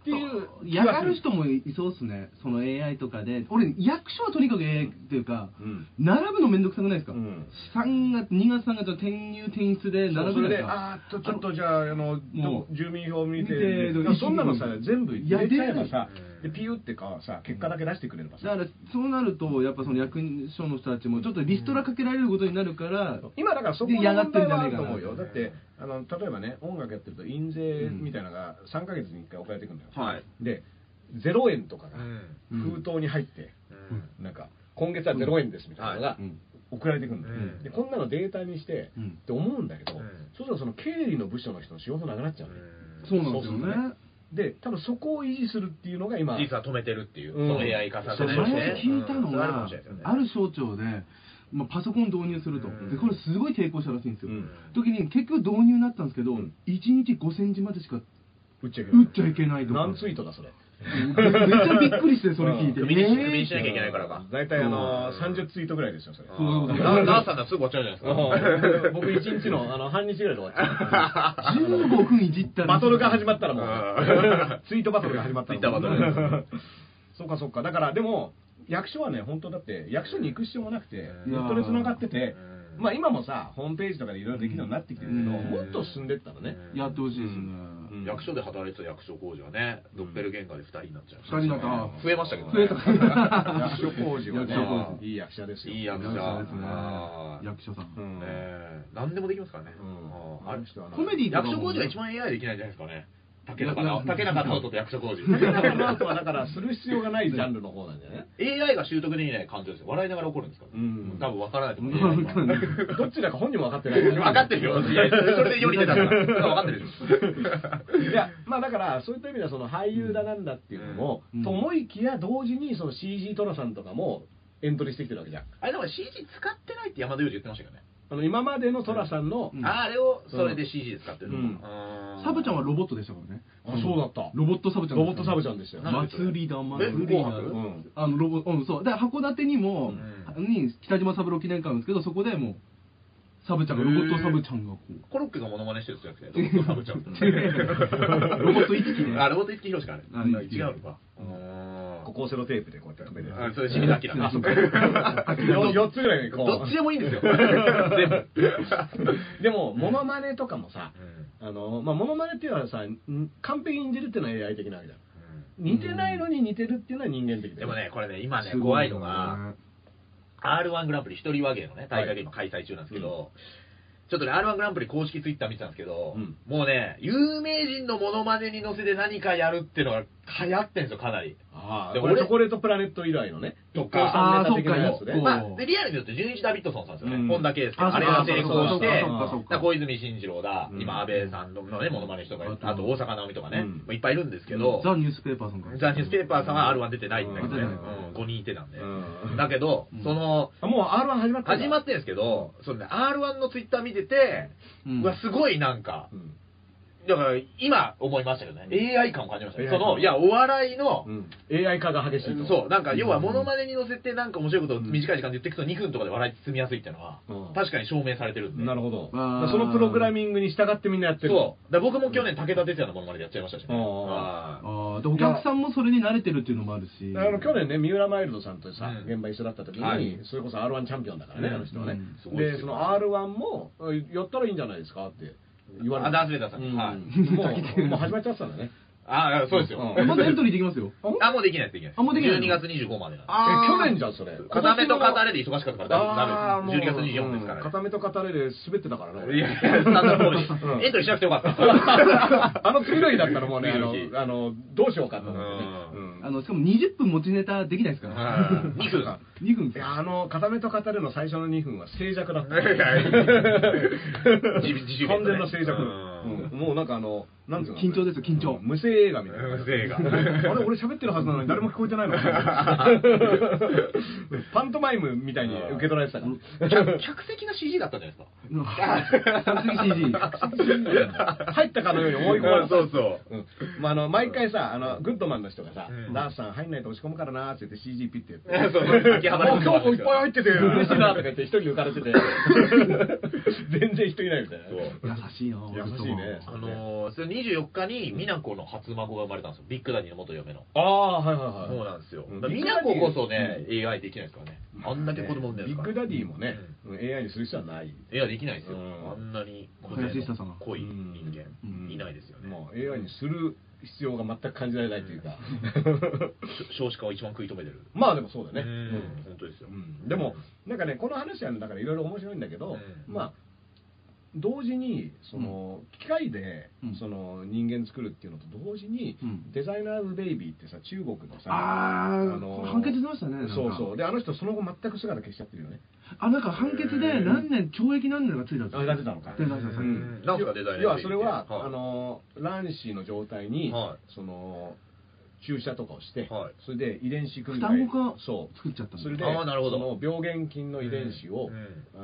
C: っていう
E: 嫌がる人もいそうっすねその AI とかで俺役所はとにかく AI っていうか、
C: うん
E: 並ぶのめんどくさくないですか、
C: うん
E: 3月2月3月は転入転出で
C: そう
E: 並
C: そ
E: ぶ
C: れです
E: じゃないでか
C: あーっとちょっとじゃああの
E: もう
C: 住民票見て
E: 見て
C: だからそんなのさ
E: うん
C: 全部入れちゃえばさ
D: いや
C: でピューってかさ結果だけ出してくれれば
E: だか
C: さ
E: らそうなるとやっぱその役所の人たちもちょっとリストラかけられることになるから、
C: 今だからそこ
E: で
C: の
E: 嫌が
C: 問
E: って
C: 題
E: んじゃ
C: はあ
E: ねえ
C: る
E: か
C: と
E: な
C: 思うよだってあの例えばね音楽やってると印税みたいなのが3ヶ月に1回送られてくるのよ、
E: はい
C: で0円とかが
D: うん
C: 封筒に入って、
D: うん
C: なんか今月は0円ですみたいなのが
E: うん
C: 送られてくるのよ、
D: うん
C: でこんなのデータにして、
E: うん
C: って思うんだけど、
D: うん
C: そうするとその経理の部署の人の仕事なくなっちゃうのよ、
E: そうなんですよ
C: そうそう
E: ね
C: で多分そこを維持するっていうのが今
D: 実は止めてるっていう、
C: うん
D: その AI 化させ
E: そう
D: て
E: 前
D: る
E: 聞いたの
D: うんそ
E: は
D: れるかもしれないですよね
E: ある省庁で、まあ、パソコン導入すると
D: うん
E: でこれすごい抵抗したらしいんですよ、
C: うん
E: 時に結局導入になったんですけど、
C: うん
E: 1日5センチまでしか
C: 打っちゃいけない
E: 打っちゃいけないとか
C: 何ツイートだそれ
E: めっちゃびっくりしてそれ聞いて
D: クビにし
E: えー
D: クビにしなきゃいけないからか。
C: 大体あの30ツイートぐらいですよそれ
E: そういうことね
D: ダダーさんがすぐ終わっちゃうじゃないです
C: う
D: か。
C: ん僕一日のあの半日ぐらいで終わっちゃ
E: 15分いじった
C: う
E: ら
C: バトルが始まったらも
D: う
C: うツイートバトルが始まったらもう
D: ツイッターバトル
C: そうかそうかだからでも役所はね本当だって役所に行く必要もなくて
D: うん
C: ネットで繋がってて
D: うん
C: まあ今もさホームページとかでいろいろできるようになってきてるけど
E: うん
C: もっと進んでったらね
E: やってほしいですね、
C: うん
D: 役所で働いてた役所工事はね、ドッペルゲンガーで2人になっちゃいまし
E: 2人になったあ
D: た。増えましたけどね。
E: 増えた
C: 役所工事はね
E: 役所工事
C: いい役者ですよ
D: いい役者
E: 役者ですね
D: あー
E: 役所さん、
C: うん
D: えー何でもできますからね。
C: うん
D: あーあ
C: あ
D: れ
C: の人はな
E: コメディとか
D: 役
E: も
D: 所工事が一番 AI できないんじゃないですかね。竹中
E: いや
D: 直竹中直人と役所工事。
C: だからマートはだからする必要がないジャンルの方なんだよね
D: AI が習得できない感情ですよ。笑いながら怒るんですから。
C: うん
D: 多分分からないと思う。
E: 分かんない
C: どっちだか本人 [laughs] も分かってない
D: 分かってるよ。いや、それで世に出たから。分かってるでしょ。
C: いやまあだからそういった意味ではその俳優だなんだっていうのも、
E: うん
C: と思いきや同時にその CG トラさんとかもエントリーしてきてるわけじゃん
D: あれでも CG 使ってないって山田洋次言ってましたけどね。
C: あの今までのトラさんの、
E: うん
D: ああれをそれで CG で使ってるの
C: うん
D: か。
E: サブちゃんはロ
D: ボ
E: ボットでしたからね
C: あそうだった
E: ロボットサブちゃん
C: ロボットサブちゃんでしたよ
E: 祭りだ祭り
D: 紅
E: だ
D: 白
C: うん
E: あのロボうんそうで函館にも、
D: う
E: に北島三郎記念館あるんですけどそこでもうサブちゃんがロボットサブちゃんがこう
D: コロッケがモノマネしてるやつじゃなくて、
E: [laughs]
D: サブちゃん。
E: ロボット一輝ね
D: あ、ロボット一輝広しかあれ。
E: あ
D: 違うのか。
C: ここをセロテープでこうやって組める
D: あそれ清水
E: [laughs]
D: 明だ。
C: 4つぐらいにこう
D: どっちでもいいんです
E: [laughs]
D: よ。全部。
C: [laughs] でもモノマネとかもさ、あのまあ、モノマネっていうのはさん完璧に似てるっていうのは AI 的なわけじゃん似てないのに似てるっていうのは人間的だ
D: で
C: よ
D: もね、これね、今ね、
E: すご
D: 怖
E: い
D: い
E: よ
D: の
E: ね
D: が、R1 グランプリ一人和芸のね、大会で今開催中なんですけど、ちょっとね、R1 グランプリ公式ツイッター見てたんですけど、
C: うん
D: もうね、有名人のモノマネに乗せて何かやるっていうのが流行ってんですよ、かなり。
C: あ
D: で
C: あ
D: も
C: こ
D: 俺
C: れチョコレートプラネット以来のね
D: と
C: 一行
D: か、
C: さんネタ的な
E: あー
C: や
E: そ
C: つ
E: っか
C: ね
E: よ
D: まあ、でリアルに言うと、純一ダビッドソンさんですよね。
C: うん
D: 本田圭佑。
E: あ
D: あれが
E: そう
D: 成
E: か
D: 功して、
E: そうか
C: そ
E: そうう
D: だから
E: か
D: 小泉進次郎だ、
C: うん
D: 今安倍さんのね、モノマネ人がいる、
E: あ
D: あと
E: と
D: 大阪直美とかね、
C: うん
D: まあいっぱいいるんですけど、
E: ザ・ニュースペーパーさんから
D: ザ・ニュースペーパーさんは R1 出てないんだけどね、
E: う
D: うんん、5人いてたんで。
C: うん
D: だけど
E: うん、
D: その、
C: あもう R1 始まったんだ
D: 始まってんですけど、そのね、R1 のツイッター見てて、
E: うん
D: うわ、すごいなんか
C: う、ん
D: だから今思いましたけどね、AI 感を感じましたね。
C: AI
D: その、いや、お笑いの、
C: AI 化が激しいと
D: そう、なんか要はモノマネに乗せてなんか面白いことを短い時間で言っていくと2分とかで笑い包みやすいっていうのは
C: うん、
D: 確かに証明されてるんで。
C: なるほど
E: あー
C: そのプログラミングに従ってみんなやってる
D: そう。だから僕も去年武田鉄矢のモノマネでやっちゃいましたしね。
C: うん
D: はい
E: あーでお客さんもそれに慣れてるっていうのもあるし
C: あの去年ね三浦マイルドさんとさ、
D: うん
C: 現場一緒だった時に、
D: はい
C: それこそ r 1チャンピオンだからね、
D: うん
C: あの人はね、
E: うん
D: すごいで
C: で
D: す
C: そ
D: よ
C: の r 1もやったらいいんじゃないですかって言われて
D: あダースベイダーさんに
C: うん
D: はい
C: もうもう始まっちゃってたんだね
D: ああ、そうですよ。
C: うん
E: えまだエントリーできますよ
D: [laughs] あ、もうできないですできないです。
E: あもうできないの
D: 12月25までなんで。
C: え
E: あー
C: 去年じゃんそれ
D: 片目と片れで忙しかったから
C: あ
D: だ
C: ー
D: い
C: も
D: ぶ
C: う
D: なる。12月24ですから
C: うん
D: ね。
C: 片目と片れで滑ってたからね
D: いやいや、スタンダードボーイエントリーしなくてよ
C: [laughs]
D: かった。
C: あの次の日だったらもうね、あの
D: 次の日、
C: あのどうしようかと思ってね。
D: う
C: あの
E: あのしかも20分持ちネタできないですから
D: 2分。
E: 2分
C: いや、あの、片目と語るの最初の2分は静寂だった。
D: [laughs] いやいや自自主イベントね
C: 完全な静寂。
D: うん
C: うんもうなんかあの、なんていうの
E: 緊張ですよ緊張
C: うん無声映画みたいな。
D: 無声映画
C: あれ、俺喋ってるはずなのに誰も聞こえてないのパントマイムみたいに受け取られてたから。
D: 客客席が CG だったんじゃないですか。
E: うん客席 CG
C: 入ったかのように思い込まれた
D: そうそう
C: うんまあ、あの毎回さあのグッドマンの人がさ「
D: うん
C: ダースさん入んないと落ち込むからな」って言って CG ピッてやって
D: [laughs] そうそう秋葉原
C: もう今日もいっぱい入ってて嬉しいな」とか言って一人浮かれてて [laughs] 全然人いないみたいな
D: そう
E: 優しいな
C: 優しいいね。
D: あのー、それ24日に、美奈子の初孫が生まれたんですよ。ビッグダディの元嫁の。
C: ああ、はいは
D: そ
C: いは
D: う
C: い。
D: なんですよ。
C: うん
D: だから美奈子こそね、AI できないですからね。あんだけ子供産んでる
C: ビ
D: ん
C: ッ
D: で
C: グ
D: すから。
C: ダディもね、AI にする必要はない。
D: いや、できないですよ。
C: うん
D: あんなに、
E: 林下さんが
D: 濃い人間、
E: うん
D: いないですよね。
C: もう AI にする必要が全く感じられないというか。
D: しょ少子化を一番食い止めてる。
C: [laughs] まあでもそうだね。
D: う
C: うん
D: ん、本当ですよ。
C: うんでも、なんかね、この話はねだからいろいろ面白いんだけど、
D: うん
C: まあ、同時にその、機械で
E: うん
C: その人間作るっていうのと同時に、
E: うん
C: デザイナーズ・ベイビーってさ中国のさ
E: あー判決出ましたねなんか
C: そうそうであの人その後全く姿消しちゃってるよね
E: あなんか判決で何年懲役何年がついたんです
C: あ出てたのか
E: 出てました
D: う
E: 最近
D: んなんすかデザイナーズ
C: 要はそれは、
D: はい
C: あの卵子の状態に、
D: は
C: その注射とかをして、
D: はい
C: それで遺伝子組み
E: 双子か
C: そう
E: 作っちゃったんだ
C: それで
D: あーなるほど
C: その病原菌の遺伝子を、
D: う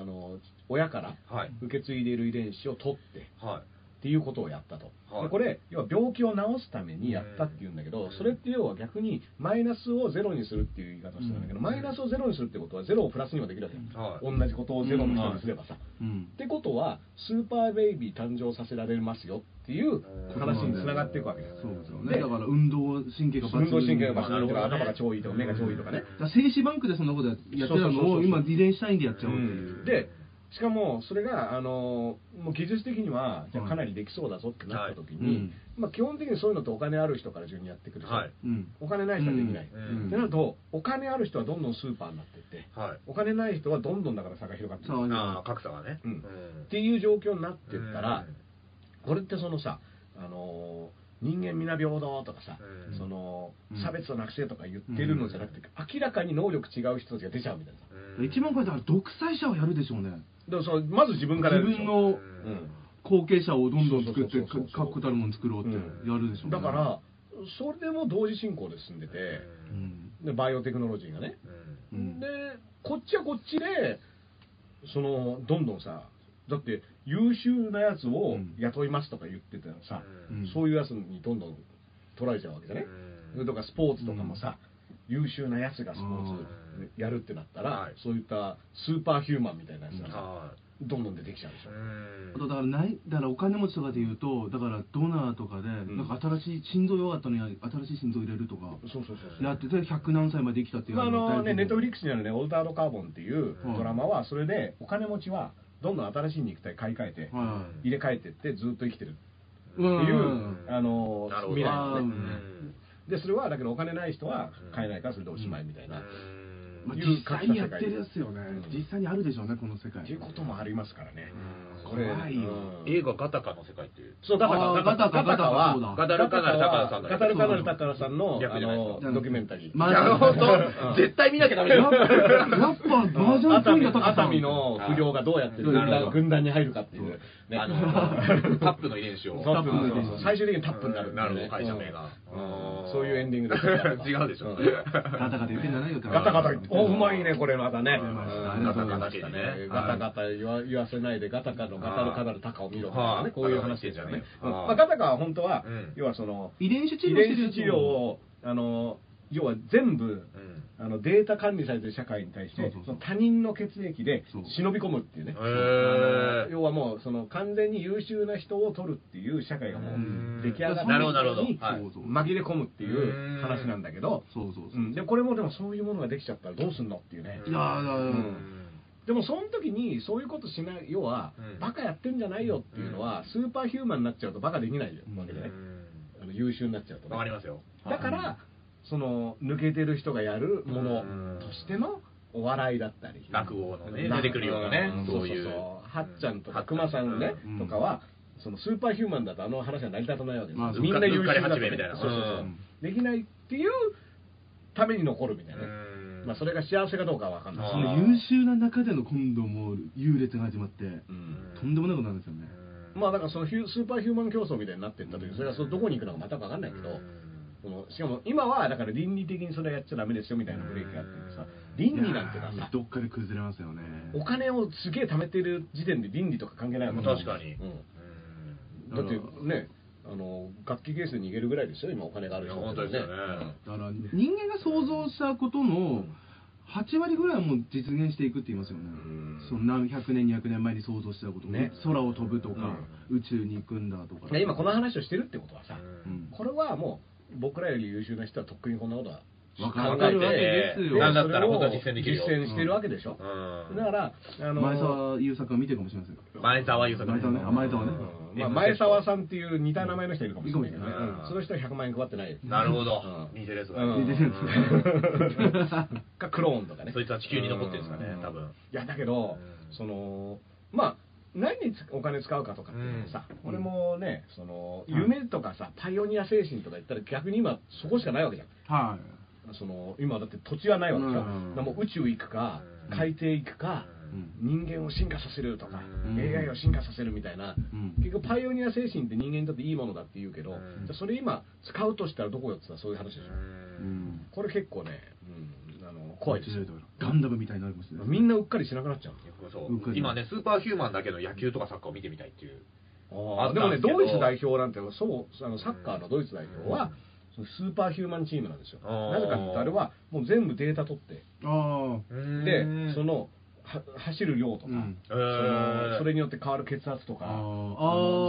C: あの親から
D: はい。
C: 受け継いでいる遺伝子を取って
D: はい。
C: っていうことをやったと、
D: はい
C: でこれ要は病気を治すためにやったっていうんだけど、
D: うん
C: それって要は逆にマイナスをゼロにするっていう言い方をしてたんだけど、マイナスをゼロにするってことはゼロをプラスにはできるわけじゃん、
D: はい
C: 同じことをゼロの人にすればさ、
E: うん
C: ってことはスーパーベイビー誕生させられますよっていう話につながっていくわけです
E: そうですよねだから運動神経が抜群
C: 運動神経がバ
E: だ
C: チ
E: か
C: ンとか
D: なるほどね
C: 頭が超いいとか目が超いいとかね、
E: ら精子バンクでそんなことやってたのを今リレーしたいんでやっちゃおうっていう、
C: でしかもそれがあのもう技術的にはじゃあかなりできそうだぞってなった時に、
E: はいうん
C: まあ、基本的にそういうのってお金ある人から順にやってくるし、
D: はい。
E: うん
C: お金ない人はできない、
D: うん
E: うん
C: ってなるとお金ある人はどんどんスーパーになっていって
D: はい。
C: お金ない人はどんどんだから差が広がっていく
E: そう
D: ああ、格差がね。
C: うん
D: ん
C: っていう状況になってったら、
D: うん
C: これってそのさ、あのー人間皆平等とかさ、
D: うん
C: その
E: うん
C: 差別をなくせとか言ってるのじゃなくて、明らかに能力違う人たちが出ちゃうみたいなさ
D: うん
E: 一番これだから独裁者をやるでしょうね
C: だからそうまず自分から
E: 自
C: やるでしょ
E: 分
C: う
E: の
C: ん
E: 後継者をどんどん作って
C: そうそうそうそう
E: か確固たるもの作ろうってやるでしょうね
C: だからそれでも同時進行で進んでて、
E: うん
C: でバイオテクノロジーがね、
E: う
C: でこっちはこっちでそのどんどんさだって優秀なやつを雇いますとか言ってたらさ、
E: うん
C: そういうやつにどんどん取られちゃうわけじゃね、それとかスポーツとかもさ、優秀なやつがスポーツやるってなったら、
D: はい
C: そういったスーパーヒューマンみたいなやつがさ、
D: は
C: どんどん出てきちゃうでし
D: い。
C: ょ、
E: あとだからないだからお金持ちとかで言うとだからドナーとかで、
C: ん
E: なんか新しい心臓弱かったのに新しい心臓入れるとか
C: そうそうそうそう
E: やってて100何歳まで生きたっていう
C: まああのね、ネットフリッ
E: ク
C: クスにあるね、オルタードカーボンっていう
E: はい
C: ドラマは、それでお金持ちはどんどん新しい肉体買い替えて、
E: は
C: 入れ替えてって、ずっと生きてる
E: い、
C: っ
E: う
C: てい
E: ん
C: う、あの
D: なるほど
C: 未来な
E: う
C: の
E: ん
C: ね。で、それは、だけどお金ない人は買えないから、それでおしまいみたいな。
E: まあ、
C: いう
E: 実際にやってるやつよね、実際にあるでしょうねこの世界
C: っていうこともありますからね。これ
E: 怖いよ
C: うん
D: 映画ガタカの世界っていう。
C: そう、だから、
E: あ
C: だ
E: ー
C: から
E: ガタガタ
C: は、
E: そうだ
D: ガタルカナルタカラさんの
C: ガタルカナルタカラさんの、
D: 逆
C: あ
D: じゃないですか
C: の、ドキュメンタリー。
E: まあ
D: なるほど。絶対見なきゃダメだよ。
E: やっぱバージョン
C: 熱
E: コイン
C: 海
E: が高
C: 熱
E: さん
C: 海の不良がどうやって軍
E: なるほ
C: 団
E: ど
C: 軍団に入るかっていう、ね、[laughs]
D: あの、タップの遺伝子を。
C: タッ
E: プ
C: プ
E: の
C: の
E: 遺伝子
C: 最終的にタップになる、
D: なるほど会社名が
C: うん
D: うん
C: そういうエンディングです
D: [laughs] 違うでしょ
C: ん
E: ガタガタ言ってんじゃないよって
C: ガタガタおうまいねこれまたね
E: ました
C: うん
E: ありがとうござい
D: ましたね
C: ガタガタ言わ言わせないでガタガタガタルカダルタカを見ろみたいな
D: はい
C: ねこういう話ですよね
D: はい
C: うんまあガタカは本当は
D: うん
C: 要はその
E: 遺伝子治
C: 遺
E: 療し
C: 伝
E: てるや
C: 子
E: つ
C: 治療をあの要は全部
D: うん
C: あのデータ管理されてる社会に対し
E: そう
C: て
E: そう
C: そ
E: そう
C: の他人の血液で
E: そう
C: 忍び込むっていうね
D: へー
C: あの要はもうその完全に優秀な人を取るっていう社会がもう出来上がって
D: なるほどなるほど
C: に
D: はい
E: そうそう
C: 紛れ込むっていう話なんだけど
E: そうそうそう
C: う、ん、でこれもでもそういうものができちゃったらどうすんのっていうね、
E: いやーだから、
C: でもその時にそういうことしない要は、
D: うん
C: バカやってんじゃないよっていうのは、スーパーヒューマンになっちゃうとバカできないわけでね、あの優秀になっちゃうとね
D: わかりますよ。
C: だから、その抜けてる人がやるもの
D: うん
C: としてのお笑いだったり
D: 落語のね
C: な
D: 出てくるようなね
C: ん
D: そういう
C: そうそうはっちゃんとか熊さんね、
E: うん
C: とかはそのスーパーヒューマンだとあの話は成り立たないわけです、
E: まあ
C: みんな優秀だと
D: うっかりうっかり始めみたいな
C: そうそうそう
D: うん
C: できないっていうために残るみたいなね、まあ、それが幸せかどうかは分かんない
E: その優秀な中での今度もう優劣が始まって、
C: うん
E: とんでもなくなるんですよね、
C: まあだからそのヒュースーパーヒューマン競争みたいになっていった時それがそのどこに行くのかまた分かんないけど、そのしかも今はだから倫理的にそれやっちゃダメですよみたいなブレーキがあってさ倫理なんてのはい
E: や
C: さ
E: ーどっかで崩れますよね
C: お金をすげえ貯めてる時点で倫理とか関係ないわけ
D: 確かに
C: うん
E: うん
C: だってねあの楽器ケースに逃げるぐらいですよ今お金がある人
D: いや本当ですよね
C: うん
E: だから人間が想像したことの8割ぐらいはもう実現していくって言いますよね
C: ん
E: その何百年200年前に想像してたこと
C: ね
E: 空を飛ぶとか、宇宙に行くんだとか
C: で今この話をしてるってことはさ、
E: うん
C: これはもう僕らより優秀な人はとっくにこんなことは
E: わ
D: 考
E: か
D: え
E: るわけで
D: て
E: す
C: で
E: よ
D: なんだった
C: そ
D: ら
C: れを
D: 本当は実践できるよ
C: 実践してるわけでしょ、
D: うん
C: だから、あの
E: 前澤友作を見てるかもしれません
D: 前澤優作
E: 前澤ねあ前澤ね
C: うんまあ、前澤さんっていう似た名前の人いるかもしれないけどね、
D: いるかもしれない
C: うんその人は100万円配ってないです
D: なるほど
C: うん
D: 似てるやつ
C: う
D: が
C: ん
E: 似てるやつ
C: [laughs] かクローンとかね
D: そいつは地球に残ってるんですかね
C: う
D: 多分
C: いやだけど、
D: うん
C: そのまあ何につお金使うかとかっていうのさ、俺もねその夢とかさ、パイオニア精神とか言ったら逆に今そこしかないわけじゃん
E: は
C: その今だって土地はないわけでしょ、
E: うん
C: だからもう宇宙行くか、
D: うん
C: 海底行くか、
E: い、うん
C: 人間を進化させるとか、
E: うん
C: AI を進化させるみたいな、
E: うん
C: 結局パイオニア精神って人間にとっていいものだって言うけど、
D: うん
C: じゃあそれ今使うとしたらどこよって言ったらそういう話でしょ、
E: うん
C: これ結構ね、うん、あの怖いですよ
E: ガンダムみたいになりますね
C: みんなうっかりしなくなっちゃう
D: そう今ねスーパーヒューマンだけの野球とかサッカーを見てみたいっていう
C: あ
D: あ
C: ーでもね
D: ったんですけど
C: ドイツ代表なんてそうあのサッカーのドイツ代表は、スーパーヒューマンチームなんですよ
D: あー
C: なぜかっていうとあれはもう全部データ取って
E: あ
C: でそのは走る量とか、
E: うん
C: そのそれによって変わる血圧とか
E: あー
C: あの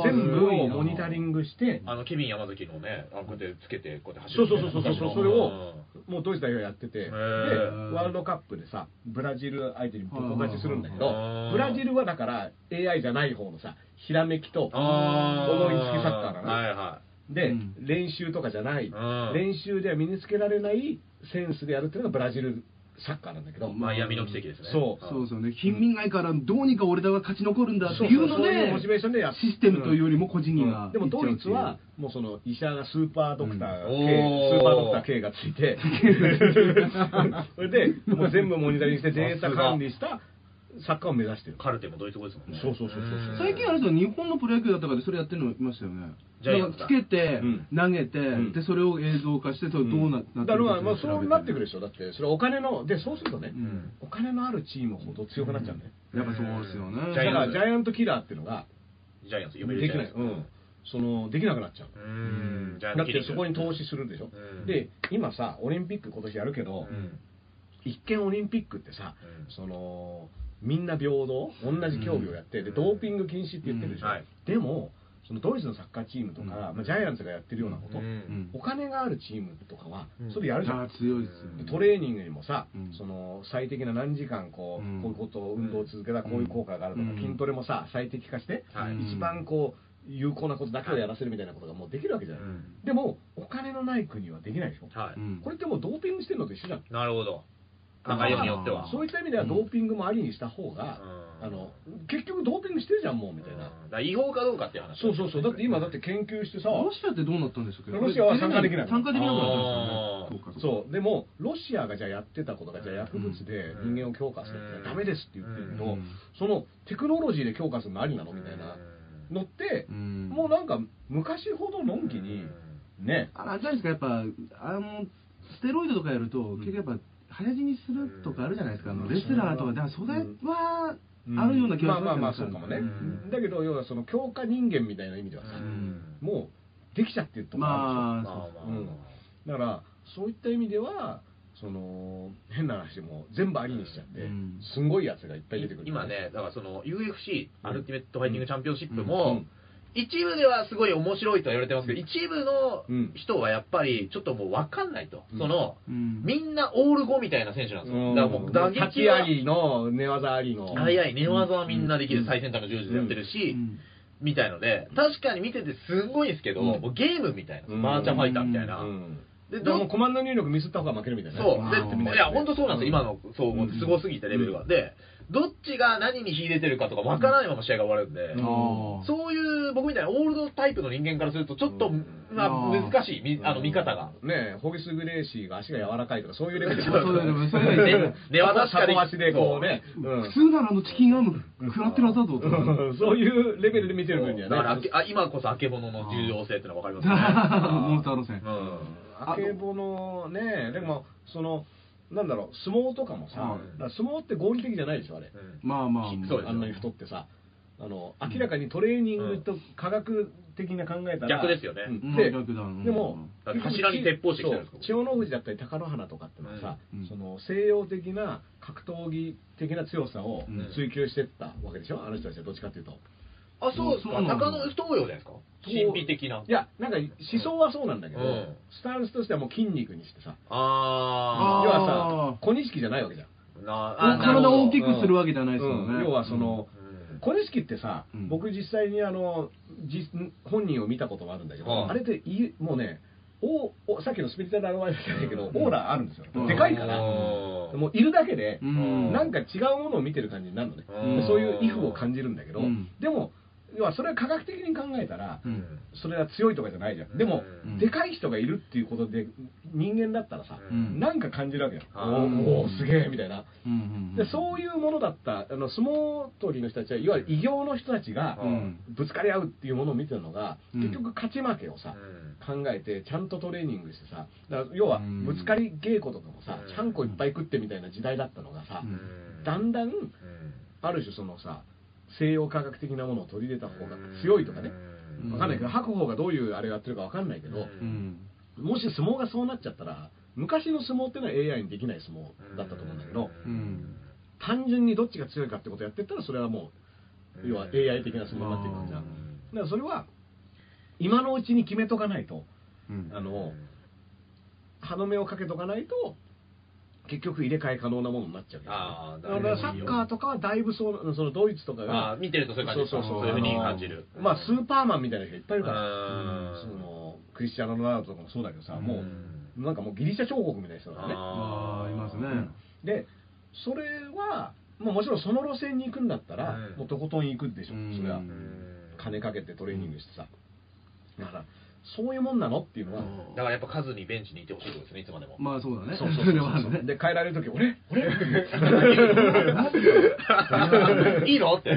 E: あー
C: 全
E: す
C: 部
E: ごいな
C: をモニタリングして
D: あのケビン山崎のねあこうやってつけてこうやって走
C: そう
D: る
C: そうそうそうそうそれをもうドイツ代表やってて
D: へ
C: で
D: ー
C: ワールドカップでさブラジル相手にボコ勝ちするんだけど
D: あー
C: ブラジルはだから AI じゃない方のさひらめきと
D: あー
C: 思いつきサッカーなの
D: はいは
C: で、
E: うん
C: 練習とかじゃない、
D: うん
C: 練習では身につけられないセンスでやるっていうのがブラジルサッカーなんだけど、
D: いマイアミの奇跡ですね
C: そう
E: そうです
D: そ
E: よね貧民街からどうにか俺らが勝ち残るんだっていうの
C: そうそうそういうモチベー
E: で
C: ションでやっ
E: システムというよりも個人技
C: うん
E: が
C: でもドイツ
E: いっちゃうっ
C: は
E: ていう
C: もうその医者がスーパードクターが、
D: うん
C: K
D: おー
C: スーパードクター K がついて [laughs] それでもう全部モニタリングしてデータ管理したサッカーを目指してる
D: カルテもドイツ語ですもんね
C: そうそうそうそうそうん
E: 最近あれですよ日本のプロ野球だったかでそれやってるのいましたよね
D: ジャイア
E: な
D: ン
E: ん
D: ツ
E: か
D: だ
E: つけて、
C: うん
E: 投げて、
C: ん
E: でそれを映像化してそれどうな,、なって
C: だか
E: る
C: ら
E: か
C: まあそうなってくるでし
E: 調
C: ょだってそれお金のでそうするとね、
E: ん
C: お金のあるチームほど強くなっちゃうんだよ、
E: べてやっぱそうですよね
D: ジャイ
C: だ
D: アンツ
C: からジャイアントキラーっていうのが
D: ジャイアンツ読める
C: できない、
D: ジャイアンツ
C: うん、そのできなくなっちゃう
D: うんジャイアン
C: だ
D: ツ
C: っ
D: キリン
C: て
D: グ
C: そこに投資するでしょ、
D: うん
C: で今さオリンピック今年やるけど、
D: うん
C: 一見オリンピックってさ、
D: うん
C: そのみんな平等同じ競技をやって、で
D: うん
C: ドーピング禁止って言ってるでしょ、
D: うんはい
C: でもそのドイツのサッカーチームとか、
E: うん
C: まあ、ジャイアンツがやってるようなこと、
D: うん
C: お金があるチームとかは
D: うん
C: それやるじゃん、
E: あー強いですよね
C: でトレーニングにもさ、
E: うん
C: その最適な何時間こう,、
E: うん
C: こういうことを運動を続けたらこういう効果があるとか、
E: うん
C: 筋トレもさ最適化して、
D: はい
C: 一番こう有効なことだけをやらせるみたいなことがもうできるわけじゃない、
D: うん
C: でもお金のない国はできないでしょ、
D: はい
E: うん
C: これってもうドーピングしてるのと一緒じゃん
D: なるほど考えようによって
E: あ
D: は
E: ー
C: そういった意味ではドーピングもありにした方が、
D: うん
C: あの結局ドーピングしてるじゃんもうみたいな、
D: うんだから違法かどうかっていう話
C: そうそうそうだって今だって研究してさ
E: ロシアってどうなったんでしたっけ
C: ロシアは参加できない
E: 参加できなくな
D: あー
E: ったんですよね
C: そ
E: そうかそうか
C: うでもロシアがじゃあやってたことがじゃあ薬物で
D: うん
C: 人間を強化するってのは
D: うん
C: ダメですって言ってるけど、
E: うん
C: そのテクノロジーで強化するのありなのみたいなのって、
E: うん
C: もうなんか昔ほどのんきにね
E: あれじゃないですか、やっぱ、あの、ステロイドとかやると、結局やっぱ、早死にするとかあるじゃないですか、あのレスラーとか、だからそれは、あるような気が
C: まあ
E: しますよね
C: まあまあそうかもね、
E: うん
C: だけど要はその強化人間みたいな意味ではさ、
E: ん
C: もうできちゃってるとこあるでしょ、
D: ま
E: まあ、
D: あ
E: そ
D: ま
E: う
D: あ
C: う
D: ま
C: んだからそういった意味ではその変な話も全部ありにしちゃって、
E: うん
C: すんごいやつがいっぱい出てくる、
D: 今ねだからその UFC アルティメットファイティングチャンピオンシップ
C: う
D: も
C: ん
D: 一部ではすごい面白いとは言われてますけど一部の人はやっぱりちょっともう分かんないと
C: うん
D: その
E: うん
D: みんなオール5みたいな選手なんです
C: う
D: よ
C: ん
D: だからもう打
C: 立
D: 撃
C: ち
D: は
C: ありの寝技ありの
D: 速い寝技はみんなでき
C: う
D: る
C: ん
D: 最先端の柔術でやってる
E: う
D: し
E: ん
D: みたいので確かに見ててすごいですけど
C: うん
D: もうゲームみたいな
C: うん
D: マーチャンファイターみたいな
C: うん
D: で
C: だからも
D: ど
C: うコマンド入力ミスった方が負けるみたいなね
D: そう。
C: わーってみんな
D: で、い
C: やっ
D: や、
C: て
D: 本当そうなんですよ、今の総合ってすごすぎてレベルが。で、どっちが何に秀でてるかとかわからないまま試合が終わるんで、
E: あー
D: そういう僕みたいなオールドタイプの人間からすると、ちょっ
C: う
D: と、
C: ん
D: まあ、
E: あー
D: 難しい、みあの、見方が。
C: ねえホギス・グレイシーが足が柔らかいとかそういうレベル
D: [laughs]
E: そうそうそうそれが
D: で
C: [laughs]
E: ね
D: 寝技しか
C: サ
D: で
C: ボ足でこうね
E: 普通ならあのチキンアーム食らってる技だぞと
C: う
E: か
C: んそういうレベルで見て
D: だ
C: る
D: か
C: 分にはね
D: らあけあ今こそあけぼのの重要性 [laughs] ってのは分かりますね。
E: モンスター路線
D: う。ん
C: あけぼのねでもそのなんだろう相撲とかもさ、
E: はい
C: だから相撲って合理的じゃないでしょあれ、
D: うん
E: まあまあ、
D: そうですよ
C: あんなに太ってさあの明らかにトレーニングと科学的な考えたら
D: 逆ですよね
C: うんで
E: うん逆だうん
C: でも
D: だって柱に鉄砲してきたんですか
C: そう千代の富士だったり貴乃花とかってのはさ、
E: うん
C: その西洋的な格闘技的な強さを
E: うん
C: 追求してったわけでしょ、あの人たちはどっちかっていうと
D: あ、そうです
E: そ
D: か。
E: うなんだ
D: 中野東洋じゃないですか。神秘的な。
C: いやなんか思想はそうなんだけど、
D: うん
C: スタンスとしてはもう筋肉にしてさ要
D: あ
C: はさ小錦じゃないわけじゃん
D: ーなあなるほ
E: 体
D: ど
E: を大きくするわけじゃないですよ
C: うん
E: ね。
C: 要はその、
D: うん
C: 小錦ってさ、
E: うん
C: 僕実際にあのじ本人を見たこともあるんだけど、
D: はい
C: あれでいもうねおおさっきのスピリチュアルアドバイスじゃないけど、
D: うん
C: オーラあるんですよ、
E: うん
C: でかいから、
D: うん
C: もういるだけで、
E: うん
C: なんか違うものを見てる感じになるのね、
D: うん
C: でそういう畏怖を感じるんだけど、
E: うん
C: でも要はそれは科学的に考えたら、
E: うん
C: それは強いとかじゃないじゃんでも、
E: うん
C: でかい人がいるっていうことで人間だったらさ、
E: うん
C: なんか感じるわけよ、
D: あー
C: おーおーすげえみたいな、
E: うん
C: でそういうものだったあの相撲取りの人たちはいわゆる異形の人たちが
E: うん
C: ぶつかり合うっていうものを見てるのが、
E: うん
C: 結局勝ち負けをさ、
D: うん
C: 考えてちゃんとトレーニングしてさだから要は
E: うん
C: ぶつかり稽古とかもさ、
D: うん
C: ちゃんこいっぱい食ってみたいな時代だったのがさ、
E: うん
C: だんだん
D: うん
C: ある種そのさ西洋科学的なものを取り入れた方が強いとかね、
E: うん
C: わかんないけど白鵬がどういうあれをやってるかわかんないけど、
D: うん
E: うん
C: もし相撲がそうなっちゃったら昔の相撲ってのは AI にできない相撲だったと思うんだけど、
E: うん
C: 単純にどっちが強いかってことをやってったらそれはも
D: う
C: うん要は AI 的な相撲になっていくるじゃん
E: う
C: だ
D: ん
C: からそれは今のうちに決めとかないと
E: うん
C: あの歯止めをかけとかないと結局入れ替え可能なものになっちゃうよ
D: あー
C: だからサッカーとかはだいぶそうそのドイツとか
D: あ
C: が
D: ー見てるとそういう感じですか
C: そうそうそう
D: そういうふうに感じる
C: あのまあスーパーマンみたいな人いっぱいいるか
D: うん
C: らうんそのクリスチャーノ・ロナウドとかもそうだけどさも
D: う
C: うなんかもうギリシャ彫刻みたいな人だからね
E: ああ、いますね。
C: でそれは、まあ、もちろんその路線に行くんだったら、
D: うん
C: もうとことん行くでしょ、
E: うん
C: それは
D: うん
C: 金かけてトレーニングしてさだからそういうもんなのっていうのは、
D: だからやっぱ数にベンチにいてほしいってことですねいつまでも
E: まあそうだね。
C: そうそうそう
E: れ
C: そ
E: はある
C: う
E: ね。
C: で帰られる時俺俺
D: [laughs] いいのって。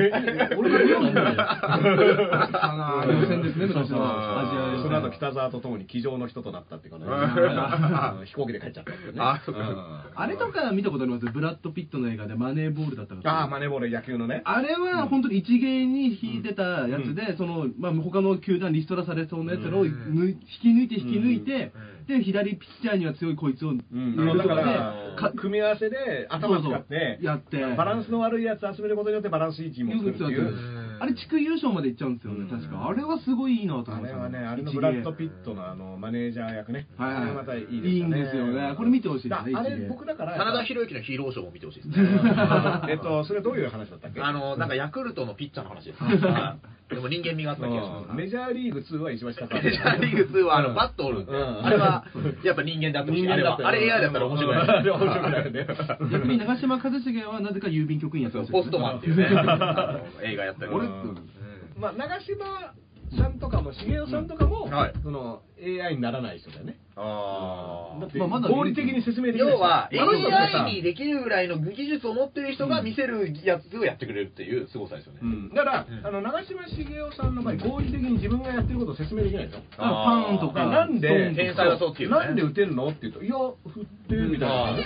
E: 俺が言うのもね。あの予選ですね、昔のアジア予選
C: その後北沢とともに騎乗の人となったっていうかねあの飛行機で帰っちゃったんだよね
D: あそっか
C: うん
E: あれとか見たことありますブラッド・ピットの映画でマネーボールだったか
C: ああ
E: ら。
C: マネーボール野球のね
E: あれは本当に一芸に引いてたやつで、その、まあ、他の球団リストラされそうなやつらを
D: うん
E: 抜い引き抜いて引き抜いて、で、左ピッチャーには強いこいつを入
C: うん、
E: れる
C: だ
E: と
C: か
E: かで、
C: ら
E: か
C: 組み合わせで頭使って
E: そうそうやって
C: バランスの悪いやつ集めることによってバランスいいチームを作るってい
E: よく
C: う
E: 作る
D: うん
E: あれ地区優勝までいっちゃうんですよ
C: う
E: ね、
C: ん
E: 確か。あれはすごいいいなと思
C: あ
E: いまし
C: れ
E: た、
C: はね、あれの
E: 一
C: ブ
E: 芸
C: ラッド・ピットのあのマネージャー役ね、
E: はい
C: あれまたいいですよね。
E: いいんですよねこれ見てほしいで
C: だ
E: すね
C: あ
E: 一芸
C: れ、僕だから、
D: 真田広之のヒーローショーも見てほしいですね。
C: [laughs] えっと、それどういう話だったっけ
D: あの、なんかヤクルトのピッチャーの話です。はいでも人間味があった気がしま
C: うんメ
D: す。
C: ジャーリーグ2は石橋貴明
D: メジャーリーグ2はあのバット折るんで、
C: うん
D: あれはやっぱ人間だったし、
C: 人
D: あ
C: 間
D: れ
C: だ
D: は
C: ったよ
D: あれ AI だったら面白くないです。
C: うん面白くないよね。
E: 逆
C: [laughs]
E: に長嶋一茂はなぜか郵便局員やっ
D: そ
E: てま
D: う
E: す
D: ポストマンっていうね、あの映画やったりとか。
E: 俺
D: うん
C: まあ、長嶋さんとかも、茂雄さんとかも、
D: うんはい
C: その AI にならない人だよね。
D: あ
C: だ
D: ー
C: って、
E: まあまだ
C: 合理的に説明できない人
D: 要は
C: あの人だってさ
D: AI にできるぐらいの技術を持ってる人が見せるやつをやってくれるっていう凄さですよね。
C: うんだから、
D: うん
C: あの長嶋茂雄さんの場合、合理的に自分がやってることを説明できないでしょ。
E: あパンと
C: だか
E: か、
C: らなんで、
D: 天才はそうっていうね
C: なんで打てるのって言うと、いや、振ってみたいな、
D: うん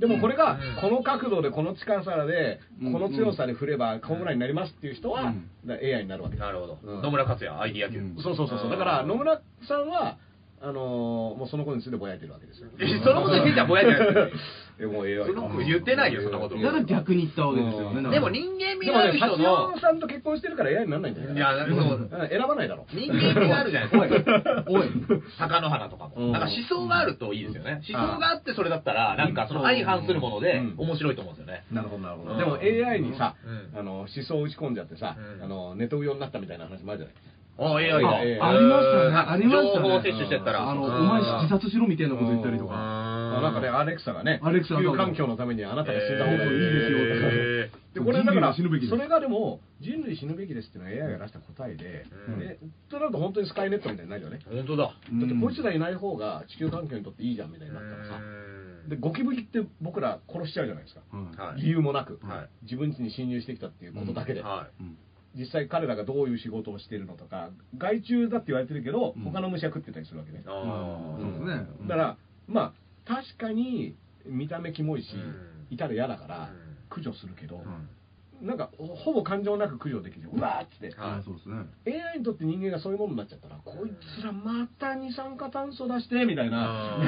C: でもこれが
D: うん、
C: この角度で、この近さで、
E: うん
C: この強さで振れば、ホームランになりますっていう人は、
E: うん
C: だから AI になるわけだ。
D: なるほど。
C: うん
D: 野村克也、アイディア級。
E: うん
C: そうそうそうそう、だから野村さんは、あのーもうそのことについてぼやいてるわけですよ。
D: えそのことについてはぼやいてない
C: [laughs]
D: ですよ
C: えもう AI
D: その子言ってないよそんなこと
E: だから逆に言ったわけですよ
C: う
E: ね。
C: ん
D: でも人間
C: で
D: 味が
C: も
D: あ
C: ね、
D: る
C: 八
D: 人の
C: 郎、さんと結婚してるから AI にならないんだよ。
D: いや、なんかそう、
C: うん選ばないだろ。
D: 人間味があるじゃないですか。
E: おい、
D: 坂の花とか
C: う
D: も。
C: ん
D: なんか思想があるといいですよね。思想があってそれだったら、なんかその相反するもので
C: うん
D: 面白いと思うんですよね。
C: なるほど、なるほ
D: う
C: ど。
D: ん
C: でも AI にさ
D: う、ん
C: あの思想を打ち込んじゃってさ
D: う、ん
C: あのネトウヨになったみたいな話もあるじゃない。
D: あ、AI
C: あ
D: が。
C: あり
E: ましたね
D: うん
E: ありましたね
D: 情報を摂取してったら。
E: あの、
D: う
E: お
D: ん
E: 前自殺しろみたいなこと言ったりと
D: う
E: か。
C: あなんかね、アレクサがね、
E: アレクサ
C: 地球環境のためにあなたが死んだ方がいいですよとか
D: え
C: でこれだから、
E: 人類死ぬべきです
C: それがでも、人類死ぬべきですっていうのは AI が出した答えで、
D: うん
C: でとなると本当にスカイネットみたいになるよね。
D: ー本当だ。
E: うん
C: だってこいつらいない方が地球環境にとっていいじゃんみたいになったらさ、でゴキブリって僕ら殺しちゃうじゃないですか、
E: うん
D: はい
C: 理由もなく、
D: はい
C: 自分家に侵入してきたっていうことだけで、
D: は
E: うん
C: 実際彼らがどういう仕事をしているのとか害虫だって言われてるけど、
E: うん
C: 他の虫は食ってたりするわけね
D: い。、
E: まあ
D: あ
E: そう
D: ー
E: ですねうん
C: だからまあ確かに見た目キモいし、
D: うん
C: いたら嫌だから
D: うん
C: 駆除するけど、
E: うん
C: なんかほぼ感情なく駆除できるうわーっつって
E: あーそうですね
C: AI にとって人間がそういうものになっちゃったらこいつらまた二酸化炭素出してみたいな、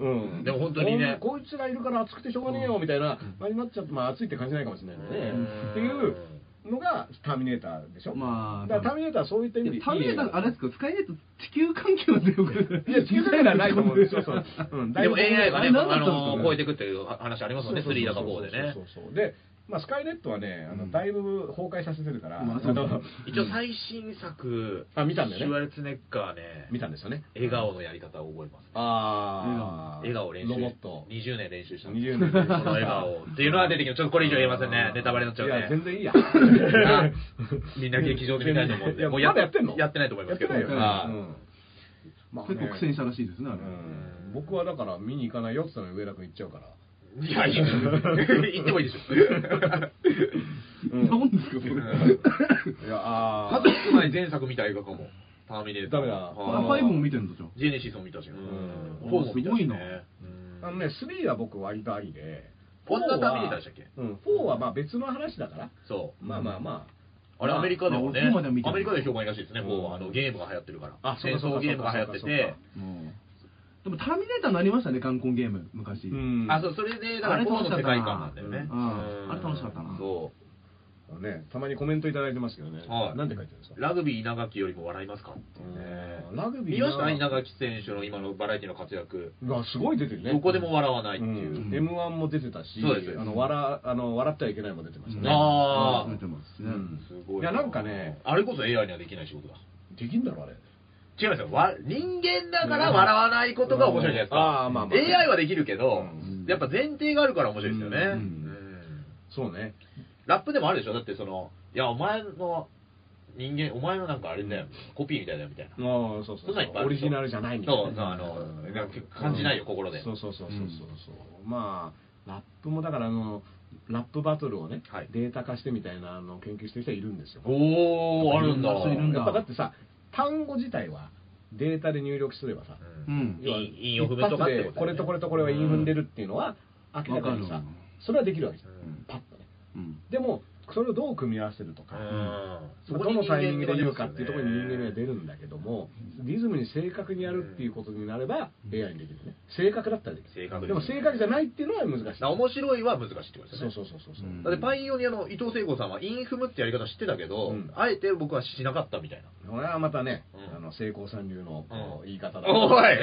C: うん、
D: でも本当にね
C: こいつらいるから暑くてしょうがねえよみたいな、あになっちゃって、まあ、暑いって感じないかもしれないので、ね
D: うん
C: っていうのがターミネーターでしょ、
E: まあ
C: だからターミネーターはそういった意味でいい映
E: タ
C: 画
E: ーミネーターあれですかスカイネット地球環境でよく
C: いや、地球外ではないと思うんですよ。
D: [laughs]
C: そううんだい
D: で
C: ぶ
D: も AI がね、
E: あれ何だ
D: あ
E: ったんですかね
D: の超えていくっていう話ありますもんね、3だか4でね
C: そ。うそうそうで、まあ、スカイネットはね、あのだいぶ崩壊させてるから、
E: まあ
C: あ
E: そうそう
C: の
D: 一応最新作、
C: あ見たんだよね
D: シュワルツェネッガーね、
C: 見たんですよね。
D: 笑顔のやり方を覚えます。
C: あ
D: 笑顔を練習
C: ロボット。
D: 20年練習したんです
C: 20年
D: この笑顔っていうのは出てきてちょっとこれ以上言えませ
C: [laughs]
D: んねネタバレになっちゃう
C: い
D: ね
C: や、全然いいや。
D: みんな劇場で見たいと思うん
C: い
D: で
C: や
D: もう
C: まだやってんの
D: やってない [laughs] と思いますけど
C: やってないよね
D: は
C: う
D: い
C: んまあね
E: 結構苦戦したらしいですねあ
C: う
E: れ
C: ん僕はだから見に行かないよって言ったのに上田君行っちゃうから。
D: いやいい言ってもいいでしょ
E: 何ですかそれ
C: いや、あ
D: 数少ない前作見た映画かもターミネーター
C: ダメだ
E: あ
D: は
E: ファイ
D: い
E: ブも見てるんだじゃん
D: ジェネシスも見たし、フ
C: ん
D: ォーも見たし、ね、
E: すごいな
C: あのね、3は僕割とありで、
D: こんな旅
C: 見
D: に出したっけ
C: うん、4はまあ別の話だから、
D: そ
C: まあまあま
D: う。あれ、アメリカでもね、
E: まあ俺フォーまでは見てない
D: アメリカでは評判いいらしいですね、フォーはあのゲームが流行ってるから。
C: あそう
D: 戦
C: かそうか
D: 争ゲームが流行ってて。
E: うんでもターミネーターになりましたね冠婚ゲーム昔
C: あ、うん
D: あ、そう、それで、だから、フォーの世界観なんだよね。
E: うんあれ楽しかったな
D: そ
C: ね、たまにコメントいただいてますけどね、
D: はい
C: なんて書いてるんですか
D: う。ラグビー稲垣よりも笑いますかっていうね
C: ラグビー
D: 見ました稲
C: が
D: 垣選手の今のバラエティの活躍。
C: すごい出てるね。
D: どこでも笑わないっ
C: う
D: てい
C: ん、
D: う。
C: M1 も出てたし、
D: そうです
C: あの笑あの笑ってはいけないも出てましたね。
D: あ
E: 出
D: あ
E: て、ます
C: う
E: ね
C: ん
D: すごい。
C: いや、なんかね、
D: あれこそ AI にはできない仕事だ。
C: できんだろ、あれ。
D: 違いますよ。わ人間だから笑わないことが面白いじゃないですか。
C: ああまあまあ
D: AI はできるけど、
C: うん
D: やっぱ前提があるから面白いですよね。
C: うん
D: うん
C: そうね。
D: ラップでもあるでしょだってその、いや、お前の人間、お前のなんかあれだよ、コピーみたいだよ、みたいな。
C: ああ、そうそう
D: そんなんいっぱいあ
C: オ
D: る
C: リ
D: でしょ
C: ジナルじゃないみたいな
D: そう、。そうあの、なんか感じないよ、心で。
C: そうそうそうそうそうそうまあラップもだからあのラップバトルをね、
D: はい
C: データ化してみたいなあの研究してる人はいるんですよ
D: おー、あるんだ。
E: いろんな人いるん
C: やっぱだってさ単語自体はデータで入力すればさ、
E: うん
C: 要は
D: 韻韻を踏むとかってことだよね
C: 一発でこれとこれとこれは韻踏んでるっていうのは明らかにさ
E: わかる
C: それはできるわけじゃん、
D: うん
C: パッとね
E: うん
C: でもそれをどう組み合わせるとか、
D: うん
C: そこどのタイミングで言うかっていうところに人間味が出るんだけども、リズムに正確にやるっていうことになれば、AI にできるね。正確だったらできる。
D: 正確です
C: でも正確じゃないっていうのは難しい。
D: だから面白いは難しいってことです
C: そ
D: よ
C: う
D: ね。
C: そうそうそうそうう。
E: ん
D: だってパイオニアの伊藤聖子さんはインフムってやり方知ってたけど、
C: うん
D: あえて僕はしなかったみたいな。
C: これはまたね
D: う、ん
C: あの、成功さん流のこ
D: う
C: うん言い方だ。
D: お [laughs] い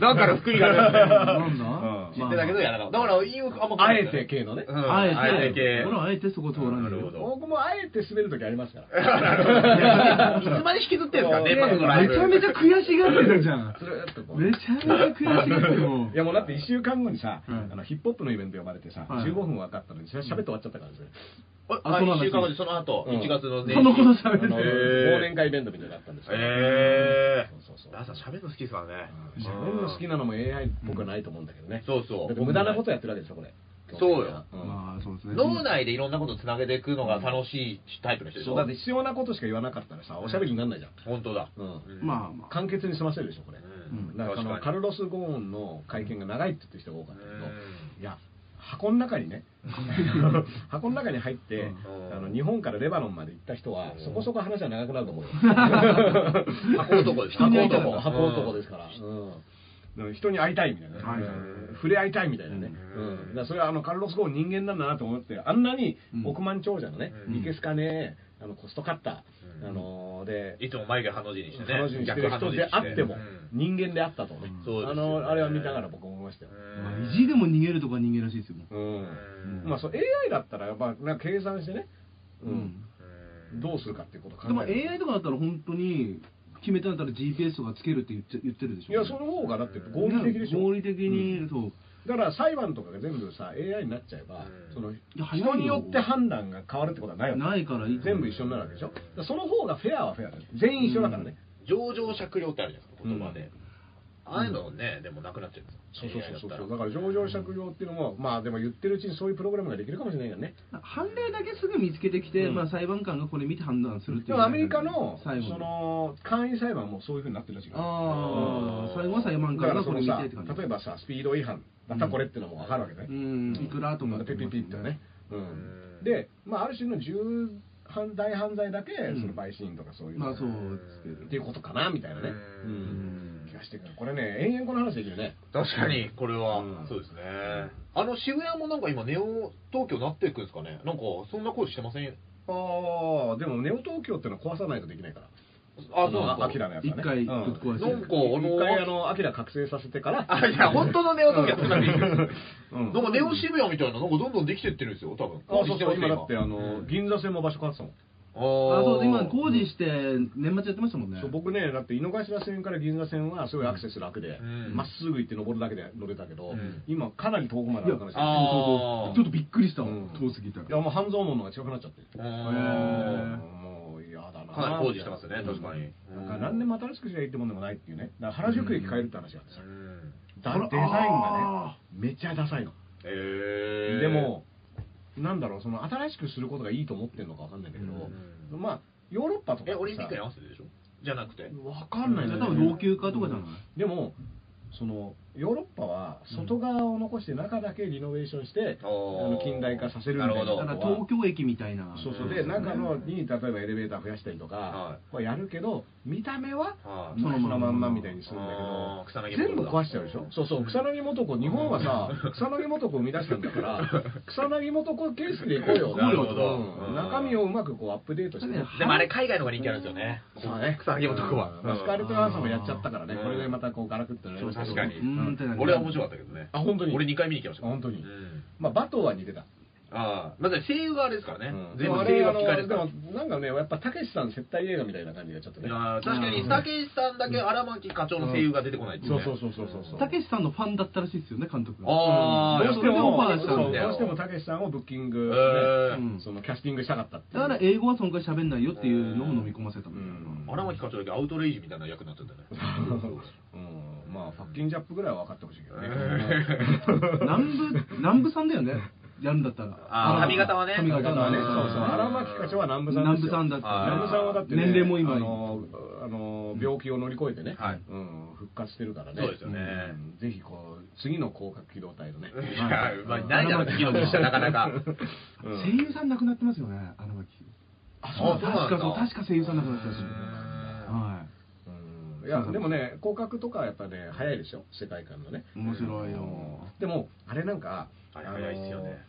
D: なんかの福井があるんだよね
E: なんだ
C: うん
D: 知ってたけどやらなかった。だから、インフムあんま
C: あえて系のね
D: う。
E: ま
D: ん
E: ああえて
D: 系
E: ほらあえてそこ通らな
D: ないるほど。
C: 僕もあえて滑るときありますから。
D: いつまで引きずってんすか、年末のライ
E: め
D: ブ。
E: ちゃめちゃ悔しがってたじ
C: [laughs]
E: ゃん
C: ずーっとこう
E: めちゃめちゃ悔しがってもう
C: いやもうだって1週間後にさ、
E: うん
C: あのヒップホップのイベント呼ばれてさ、
E: はい
C: 15分分かったのに、それ喋って終わっちゃったからですね。
D: あ
E: あ
D: あ、
E: そうなん
D: 1
E: です
D: 週間後でその後、
C: うん
D: 1月のね。
E: そのこと
C: あ
E: 喋
C: の
E: っ
D: へ
E: て
D: ー
C: 忘年会イベントみたいなのがあったんですよ。
D: えー。
C: そうそうそう
D: ラさん喋るの好きですからね。
C: 喋るの好きなのも AI っぽくないと思うんだけどね。
D: そうそう
C: だって無駄なことやってるわけでしょ、これ。
D: そうよ
C: ん
E: まあそうですね
D: 脳内でいろんなことつなげていくのが楽しいタイプの人でし
C: そ
D: ょ
C: うだって必要なことしか言わなかったらさ、おしゃべりにならないじゃん。
D: 本当だ。
C: うん
E: まあまあ
C: 簡潔に済ませるでしょ、これ。
D: うん
C: だからその
D: 確
C: カ
D: かに
C: ルロス・ゴーンの会見が長いって言ってる人が多かったけど、
D: うん
C: いや、箱の中に
D: [laughs]
C: ね、箱の中に入って、
D: うん
C: あの日本からレバノンまで行った人は、
D: うん
C: そこそこ話は長くなると思うよ。
D: 箱男です。
C: 人に会いたい
D: 男
C: 箱男ですから、うんだから人に会いたいみたいなね、
E: はい
C: うん触れ合いたいみたいなね、
D: うん
C: うんだからそれはあのカルロス・ゴーン人間なんだなと思ってあんなに
E: うん
C: 億万長者のね、
D: うん
C: いけすかねえあのコストカッター、
D: うん
C: あのーで
D: いつも眉毛ハの字にしてね。
C: 彼女にしてる人であっても、
D: 逆ハの字にして
C: 人間であったとね、
D: そうですよね
C: あのあれは見ながら僕思いましたよ、
D: うん
E: まあ意地でも逃げるとか逃げらしいですよ
C: う
D: うんん
C: まあ、そう AI だったらやっぱなんか計算してね、
E: う
C: うん
E: ん
D: うん
C: どうするかっていうことを考え
E: でも
C: る
E: AI とかだったら本当に決めたんだったら GPS とかつけるって言っちゃ言ってるでしょ
C: いやその方がだって合理的でしょ、
E: ね合理的にそう
C: だから裁判とかが全部さ AI になっちゃえば、
D: うん
C: その
E: や早いよ
C: 人によって判断が変わるってことはないわけ
E: ないからいい
C: 全部一緒になるわけでしょだからその方がフェアはフェアだよ全員一緒だからね、
D: 情状酌量ってあるじゃないですか、言葉
C: うん
D: で。ああいうのね、でもなくなっちゃうんです
C: そう
D: よ。
C: そう
D: AI
C: そう
D: だ
C: そ
D: っ
C: う
D: た
C: だから上場借用っていうのもまあでも言ってるうちにそういうプログラムができるかもしれないからね
E: 判例だけすぐ見つけてきて、
C: うん
E: まあ、裁判官がこれ見て判断するっていう
C: でもアメリカのそ
E: 最後
C: の簡易裁判もそういうふうになってるらしいから
E: ああ最後は裁判
C: だか
E: 官
C: ら
E: が
C: そ
E: こ
C: の
E: れ見て
C: さ
E: って感じ
C: 例えばさスピード違反だったらこれっていうのも分かるわけね、
E: うんいくらと
C: ま
E: か
C: たピピピってね、うん
D: うん
C: で、まあ、ある種の重犯大犯罪だけ、その陪審とかそういうの
E: ま
C: が、
E: あそうですけど
C: っていうことかなみたいなね、
E: うん
C: 気がしてくるこれね延々この話できるね
D: 確かに、これは、
C: うん
D: そうですね。あの、渋谷もなんか今、ネオ東京なっていくんですかねなんか、そんな工事してません
C: ああでもネオ東京ってのは壊さないとできないから
D: あ、そう
C: の
D: なん
C: アキ
D: です
C: ラの
D: か。
C: やつはね
E: 一
C: う
E: 回
C: ん
E: ぶっ壊して
D: なんか、あの、
C: 一回あのアキラ覚醒させてから
D: あ、いや、本当のネオ東京ってなんか、
C: うん
D: なんかネオ渋谷みたいな、なんかどんどんできてってるんですよ、多分。
C: あそうそう今だってあ
D: う
C: の
D: ん
C: 銀座線も場所変わってたもん
D: あ
E: あそう今
D: こ
E: 工事して年末やってましたもんね
C: そう僕ねだって井の頭線から銀座線はすごいアクセス楽で
D: うん
C: ま、っすぐ行って登るだけで乗れたけど、
D: うん
C: 今かなり遠くまで歩かなきゃいけない
D: あ
E: そうそうそうちょっとびっくりしたわ
C: うん
E: 遠すぎた
C: いやもう半蔵門の方が近くなっちゃってる
E: へー
C: もう嫌だな
D: かなり工事してますよね、確かに。
C: なんか何でも新しくしりゃいいってもんでもないっていうねだから原宿駅変えるって話があってさ、
D: うん
C: だ
E: あら
C: デザインが
E: あ
C: ねめっちゃダサいの、
D: えー
C: でもなんだろうその新しくすることがいいと思ってるのかわかんないんだけど、
D: うん
C: まあヨーロッパとかって
D: え、
C: さ
D: オリンピックに合わせてでしょじゃなくて。
C: わかんないん
E: じ
C: だ
E: ゃ
C: よ
E: あ
C: ね
E: 多分老朽化とかじゃない
C: でもそのヨーロッパは外側を残して中だけリノベーションして、
D: あー
C: あの近代化させるみたいな
D: なるほど
E: だから東京駅みたいな
C: そうそう
D: うん
C: で中のに例えばエレベーター増やしたりとか、
D: は
C: まあやるけど見た目は
D: は
E: そ
C: そ
E: の
C: の
E: まま
C: まんまみたいにするんだ
D: あー草薙
C: けど全
D: 素
C: 部
D: 子だ
C: 壊しちゃうでしょそうそう草薙素子日本はさ草薙素子を生み出したんだから草薙素子形式でいこうよ
D: なるほど
C: うん中身をうまくこうアップデートして
D: でもあれ、海外の方が人気あるんですよね。
C: そうね
D: 草薙男は。
C: まあスカーレット・アンサーもやっちゃったからね
D: うん
C: これでまたこうガラクッとなりましたけど
D: 確かに。
E: うん
D: うん俺は面白かったけどね。
C: あ本当に
D: 俺2回見に来ました。
C: あ本当に
D: うん
C: まあバトは似てた
D: ああ、まず声優側ですからね。
C: で
D: 全
C: も
D: 部
C: あ
D: 声優
C: れあ
D: が吹き替えで
C: の
D: す
C: で
D: か
C: も。
D: ら
C: なんかねやっぱたけしさん接待映画みたいな感じがちょっとね
D: ああ確かに、たけしさんだけ荒牧課長の声優が出てこないってい
C: そうそうそうそうそう
E: たけしさんのファンだったらしいですよね監督が
D: ああ、
C: どうしても
E: やっぱりオファーした
C: そ
E: ん
C: う
E: だ
C: ど
E: よ
C: うしてもたけしさんをブッキング、ね
D: え
E: ー
C: そのキャスティングしたかったっていう
E: だから英語はそのくらい喋んないよっていうのを飲み込ませた
C: う
E: みたい
C: ん
D: 荒牧課長だけアウトレイジみたいな役になっちゃったね。
C: うんまあファッキンジャップぐらいは分かってほしいけどね、
E: な南部南部さんだよねやるんだったら
D: あー
E: ら
D: 髪型はね
E: 髪型
C: だからね、
E: うん
C: そうそう荒牧課長は南部さん
E: 南
C: です
E: 部
C: よ
E: さんだった
D: あー
C: 南部さんはだって、ね、
E: 年齢も今
C: あのあの病気を乗り越えてね、
D: はい
C: うん、復活してるからね
D: そうですよね
C: うんぜひこう次の広角機動隊のね
D: いや、まあ、ないだろ、次の記者、なかなか。
C: うん
E: 声優さん亡くなってますよね荒牧
D: あ
E: 確かそう確か声優さん亡くなってたしは
C: うんいやでもね広角とかはやっぱね早いでしょ世界観のね
E: い面白いよ
C: でもあれなんか
D: あれ早いっすよね
C: あの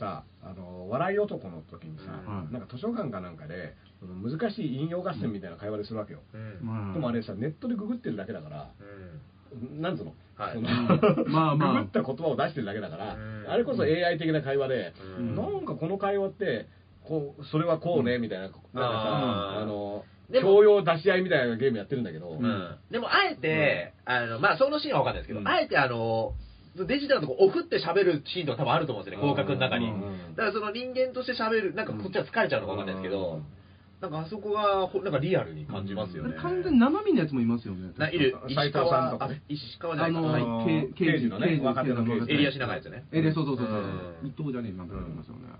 C: さあの笑い男の時にさ、
E: うん
C: なんか図書館かなんかでその難しい引用合戦みたいな会話でするわけよ、
D: うん。
E: ま
C: でもあれさネットでググってるだけだから、
D: うん
C: なんつうの,、
D: はい
C: その [laughs]
E: うんまあまあ
C: ググった言葉を出してるだけだから、
D: うん
C: あれこそ AI 的な会話で、
D: うん
C: なんかこの会話ってこうそれはこうねみたいな,、なんかさ
D: あー
C: あの
D: でも
C: 教養出し合いみたいなゲームやってるんだけど、
D: うんでも、あえて、あの、まあ、そのシーンは分かんないですけど、
C: うん
D: あえて、あの、デジタルのとこ送って喋るシーンとか多分あると思うんですよね、広角の中に
C: うんうんうん。
D: だから、その人間として喋る、なんかこっちは疲れちゃうのか分かんないですけど、なんかあそこが、ほなんかリアルに感じますよね。
E: 完全に生身のやつもいますよね
D: な、いる、
C: 斉
D: 石
C: 藤さんと
D: 川、
C: か
D: あ
C: ね
D: 石川じゃ
E: あ
D: ない
E: の
D: です
C: はい
E: け
C: 刑事のね若手の刑事
D: エリアシナガですよね。
E: えでそうそうそうそう
D: うん
E: 伊藤じゃねえなんかありますよね
D: うん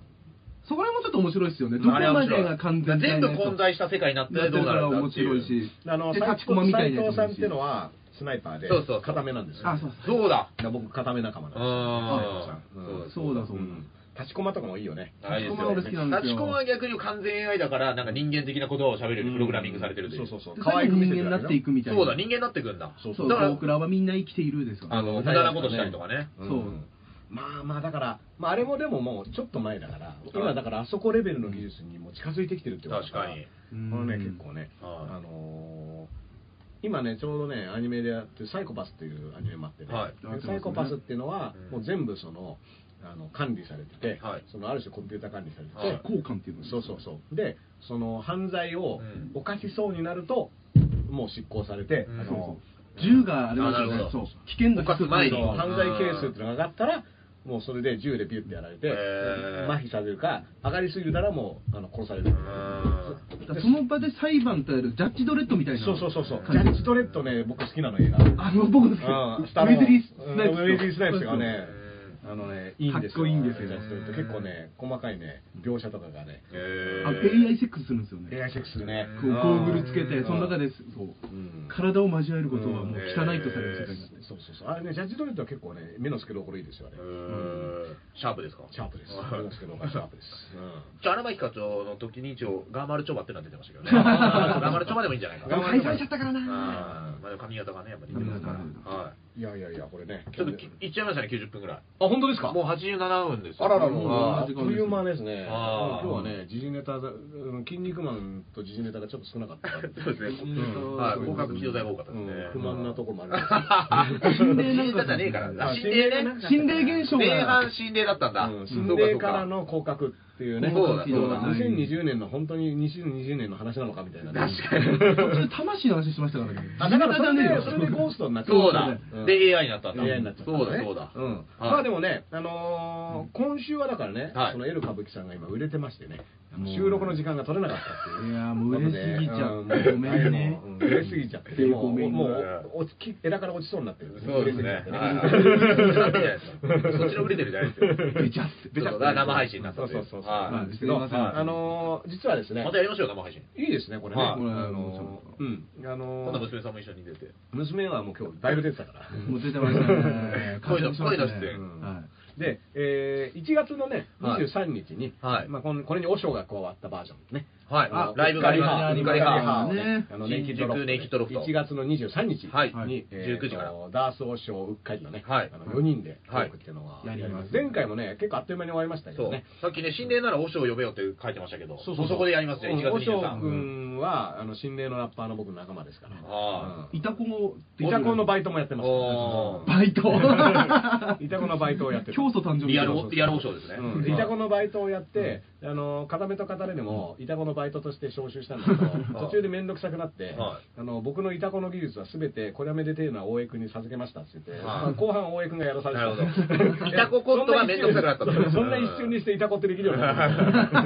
E: そこら辺もちょっと面白いですよねどこ
D: あれは面
E: ま
D: 白い
E: でが完全
D: 全部混在した世界になってどうなるんだ
E: 面
D: ってい
E: 白
D: う
E: い。し
C: あの
E: で
C: 斉
E: 立ちこまみたいな
C: 斉
E: や
C: 藤
E: つも
C: さ
E: い
C: ん
E: る
C: っ
E: して
C: のはスナイパーで
D: そうそうそう
C: 固めなんですよ
E: あそうそう
D: そうだ。
C: だから僕固め仲間なん
D: う
C: ですよ
D: ん。
E: そうだそうだ
C: ん立ちこまとかもいいよね
D: あれです
E: 立ちこま
D: よ。
E: 俺好きなんですよ
D: 立ちこまは逆に完全 AI だから、なんか人間的なことを喋れるようにプログラミングされてるという。
C: そうそうそう
E: で最後
C: 見せて
E: 人間に
C: る
E: な
C: わ
E: っ
C: け
E: ていくみたいな
D: そうだ、人間になってくんだ。
C: そう
E: そう
D: だから
E: 僕らはみんな生きているですよね
D: あの、無駄なことしたりとかね。
E: そう
C: まあまあだから、まあ、あれもでももうちょっと前だから今だからあそこレベルの技術にもう近づいてきてるってことだら
D: 確かに
E: うん
C: このね結構ね、
D: はい
C: あのー今ねちょうどねアニメでやってる「サイコパス」っていうアニメもあってね、
D: はい
C: でサイコパスっていうのは
D: うん
C: もう全部そのあの管理されてて、
D: はい
C: そのある種コンピューター管理されてて、
D: はい
E: 交換っていうの
C: そうそうそうでその犯罪を
D: うん
C: 犯しそうになると、もう執行されて、
D: うん
C: あ
E: そう
C: の
E: そう銃があれなんです
D: あなる
E: よね
D: ほ
E: そ
D: ど
E: う危険度低
D: 犯す前
E: く
D: に
C: そう犯罪係数っていうのが上がったらもうそれで銃でビュッてやられて
D: へー
C: 麻痺されるか上がりすぎるならもうあの殺される
D: うん
E: だからその場で裁判とやるジャッジドレッドみたいな
C: そうそうそうそうジ
E: 感
C: ャ
E: じ
C: ッジドレッドね僕好きなの映画
E: あの僕
C: う
E: の
C: ん
E: ウェズリー・スナイプ
C: うんウェズリースナイプスがねあのねいいんですよ
E: かっこいいんですよ
C: ジャッジドレッド結構ね細かいね描写とかがね
D: へ
E: あの
D: ー
E: AI セックスするんですよね
C: AI セックスでね
E: こうゴーグルつけてその中でそう
C: うん
E: 体を交わえることはもう汚いとされる世界になってる
C: そうそうそうあれねジャッジドレッドは結構ね目の付けどころいいですよね
D: シャープですか
C: シャープ
D: [laughs]
C: です目の付けどころシャープです、うん
D: じゃあ、荒牧課長の時に一応、ガーマルチョバってのは出てましたけどね。ガーマルチョバでもいいんじゃないかな。
C: 解散しちゃったから
D: あーまあ、でも髪型がね、やっぱり似てますから。
E: 髪
D: はい
C: やいやいやこれね
D: い。ちょっとき、いっちゃいましたね、90分ぐらい。
C: 本当です
D: もう87分ですよ。
C: あららら
D: も
C: も
D: う
C: うあっ
D: はい
C: という間ですね今
D: あー
C: 日はね時事ネタがうん筋肉マンと時事ネタがちょっと少なかった
D: そうですね。
C: うん
D: はい、合格企業大が多かったですね。
C: うん不満なとこもあります
D: 心霊なんかじゃねえから。あ心霊ね。
E: 心霊現象
D: 前
E: が
D: 半心霊だったんだ。
C: うん
D: そ
C: 心
D: うか
C: 霊
D: そう
C: からの降格っていうね、
D: そうだ
E: そうだ
C: 2020年の本当に2020年の話なのかみたいなね、確
E: 途中魂の話しましたからね
C: あだからそれでそれでゴーストになっちゃ
D: そうだ
C: う。ん
D: で、AI になったんだ。
C: 嫌になっちゃった、
D: そうだ、そうだ。
C: うん
D: はい
C: まあでもね、あのー今週はだからね、
D: はい
C: そのエル歌舞伎さんが今売れてましてね、あの収録の時間が取れなかったっていう。
E: いやーもう売れすぎちゃって
C: ことで
E: ごめんね
C: うん売れすぎちゃって、もう、
E: ごめんね
C: もう、落ち、枝から落ちそうになってる。
D: そうです
C: 売れ
D: ね。
C: すぎち
D: はい
C: ゃ
D: は
C: っ
D: い
C: て
D: そっちの売れてるじゃないですよ。そっちの売れてるじゃないですよ。
E: べちゃって
D: そうそうだから生配信になった
C: そう
D: とい
C: そうそうそう。
D: はい
C: なんですけど、
E: はいすいません
C: あのー実はですね
D: ま、たやりましょうよ、生配信。
C: いいですね、これね。
D: は
C: あ
D: い
C: のーうん。あ
D: 今
C: の
D: 度
C: ー
D: 娘さんも一緒に出て。
C: 娘はもう今日だいぶ出てたから。
E: もう出てましたね
D: 声出し声出して
C: うん
E: は
C: で、えー1月のね、
D: はい
C: 23日に、
D: はい
C: まあ、このこれに和尚が加わったバージョンね。
D: はい
C: あの
D: ライブがあります
C: うっかりハーフ
E: うっかりハーフね
C: あのネイキッドロフトね
D: 新宿ネイキッドロフト
C: 1月の23日に、
D: はい
C: えー
D: 19時から
C: とダース和尚うっかりのね、
D: はい
C: あの4人で
D: はい
C: トークっていうのは
E: やります
C: 前回もね、結構あっという間に終わりましたけ
D: そ
C: ど
D: う
C: ね。。
D: さっきね、心霊なら和尚呼べよって書いてましたけど、
C: そ
D: そう
C: そうそう
D: こでやりますよ、1月
C: 和尚
D: 23日。
C: 君は、あの、心霊のラッパーの僕の仲間ですから。
D: あ
C: う
E: い
C: ん
E: イタコの
C: イタコの
E: バ
C: バイトもやってます。
D: おー
E: イト
C: うんイタコのバイトをやってる。
E: 教祖誕生日
D: リアルリアル和尚ですね。
C: うんイタコのバイトをやって、あの片目と片目でもイタコのバイトとして招集したんだけど、 [laughs] 途中で面倒くさくなって、
D: は
C: あの僕のイタコの技術はすべてこれはめでてえのは大江君に授けましたって言って、
D: はい
C: 後半大江君がやらされて
D: なるほどイタココントが面倒くさくなったと
C: そんな一瞬にしてイタコってできるようになった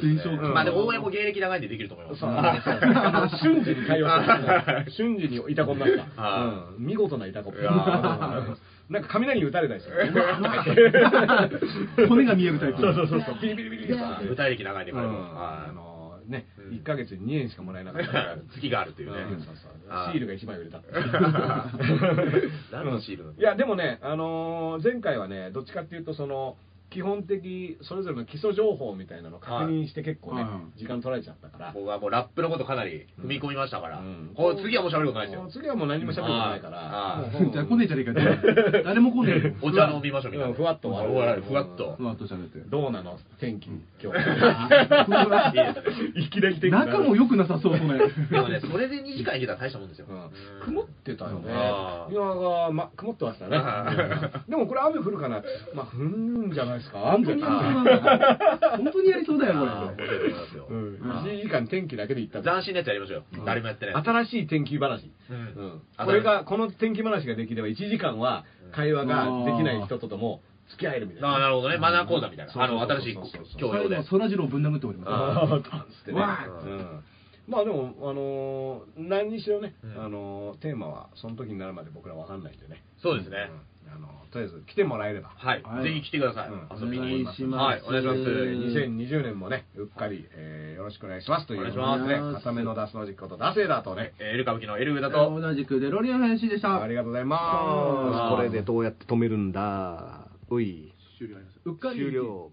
E: 伝承
D: うんまあでも応援も芸歴長いんでできると思います。
C: そうあの瞬時に対応した瞬時にイタコになった、
D: [laughs] は
C: うん見事なイタコ
D: いやー
C: なんか雷に打たれたりす
D: [laughs]
C: る
E: 骨が見えるタイプ
C: そうそうそうそうビリビリビリビリ
D: はい舞台歴長いんで、
C: うん
D: 彼も
C: あ
D: は
C: のね、
D: うん
C: 1ヶ月に2円しかもらえなかったから
D: い月があるというね
C: うんそうそう。
D: はい
C: シールが一枚売れたって
D: 何のシールなの
C: いやでもね、あのー前回はねどっちかっていうとその基本的それぞれの基礎情報みたいなのを確認して結構ね、
E: は
C: 時間取られちゃったから、
D: 僕はもうラップのことかなり踏み込みましたから、
C: うん
D: こう次はもう喋ることないです
C: もう
D: よ。
C: 次はもう何も喋ることないから、
D: はい
C: もう
E: じゃあ来ねえじゃねえかって誰も来ねえよ
D: お茶飲みましょうみたいな。
C: ふわっと終わる
D: 終わるふわっと
E: ふ。わっと喋って
C: どうなの天気今日
D: [laughs]
C: いきなり天気
E: 仲も良くなさそうそれ
D: でもね、それで2時間いけたら大したもんですよ。
C: うん
D: うん
C: 曇ってたよね
D: あ。ー
C: 今が、ま、曇ってましたね
D: あ。
C: でもこれ雨降るかな。まあ、降るんじゃないですか。
E: 本当にやりそうだな本当にやりそうだよ
D: あー面
E: これ
D: 白いと思いますよ。
C: うん。1時間天気だけで行ったんだ
D: 斬新なやつやりましょうよ。誰もやってない。
C: 新しい天気話。
D: う
C: うんん。これが、この天気話ができれば、1時間は会話ができない人ととも付き合えるみたい
D: ああ、
C: な。
D: なるほどね。マナー講座みたい
C: そう
D: な。あ
C: そうそう
D: の、新しい教養
E: 最
D: で
E: 後。そらジローぶん殴っておりま
C: あーパンつってね
E: わ
D: ー
C: うんまあでも、あのー何にしろね、
D: うん
C: あのーテーマはその時になるまで僕らわかんないんでね。
D: そうですね。
C: うん。あのとりあえず来てもらえれば。
D: はい
E: は。
D: ぜ
E: い
D: ひ来てくださ
C: う
D: い。
C: ん
D: 遊びに。
E: お願いします
D: はい。お願いします。
C: 2020年もね、うっかり、えーよろしくお願いしますという
D: お願いし
E: ます
C: ね、固めのダスの実ことダセーダーとね、
D: えーエル歌舞伎のエルウだ
E: す
D: と。
E: 同じくデロリアン林でした
C: ありがとうございます。
D: これ
C: でどうやって止めるんだ。おい、
E: うっかり
C: 終了。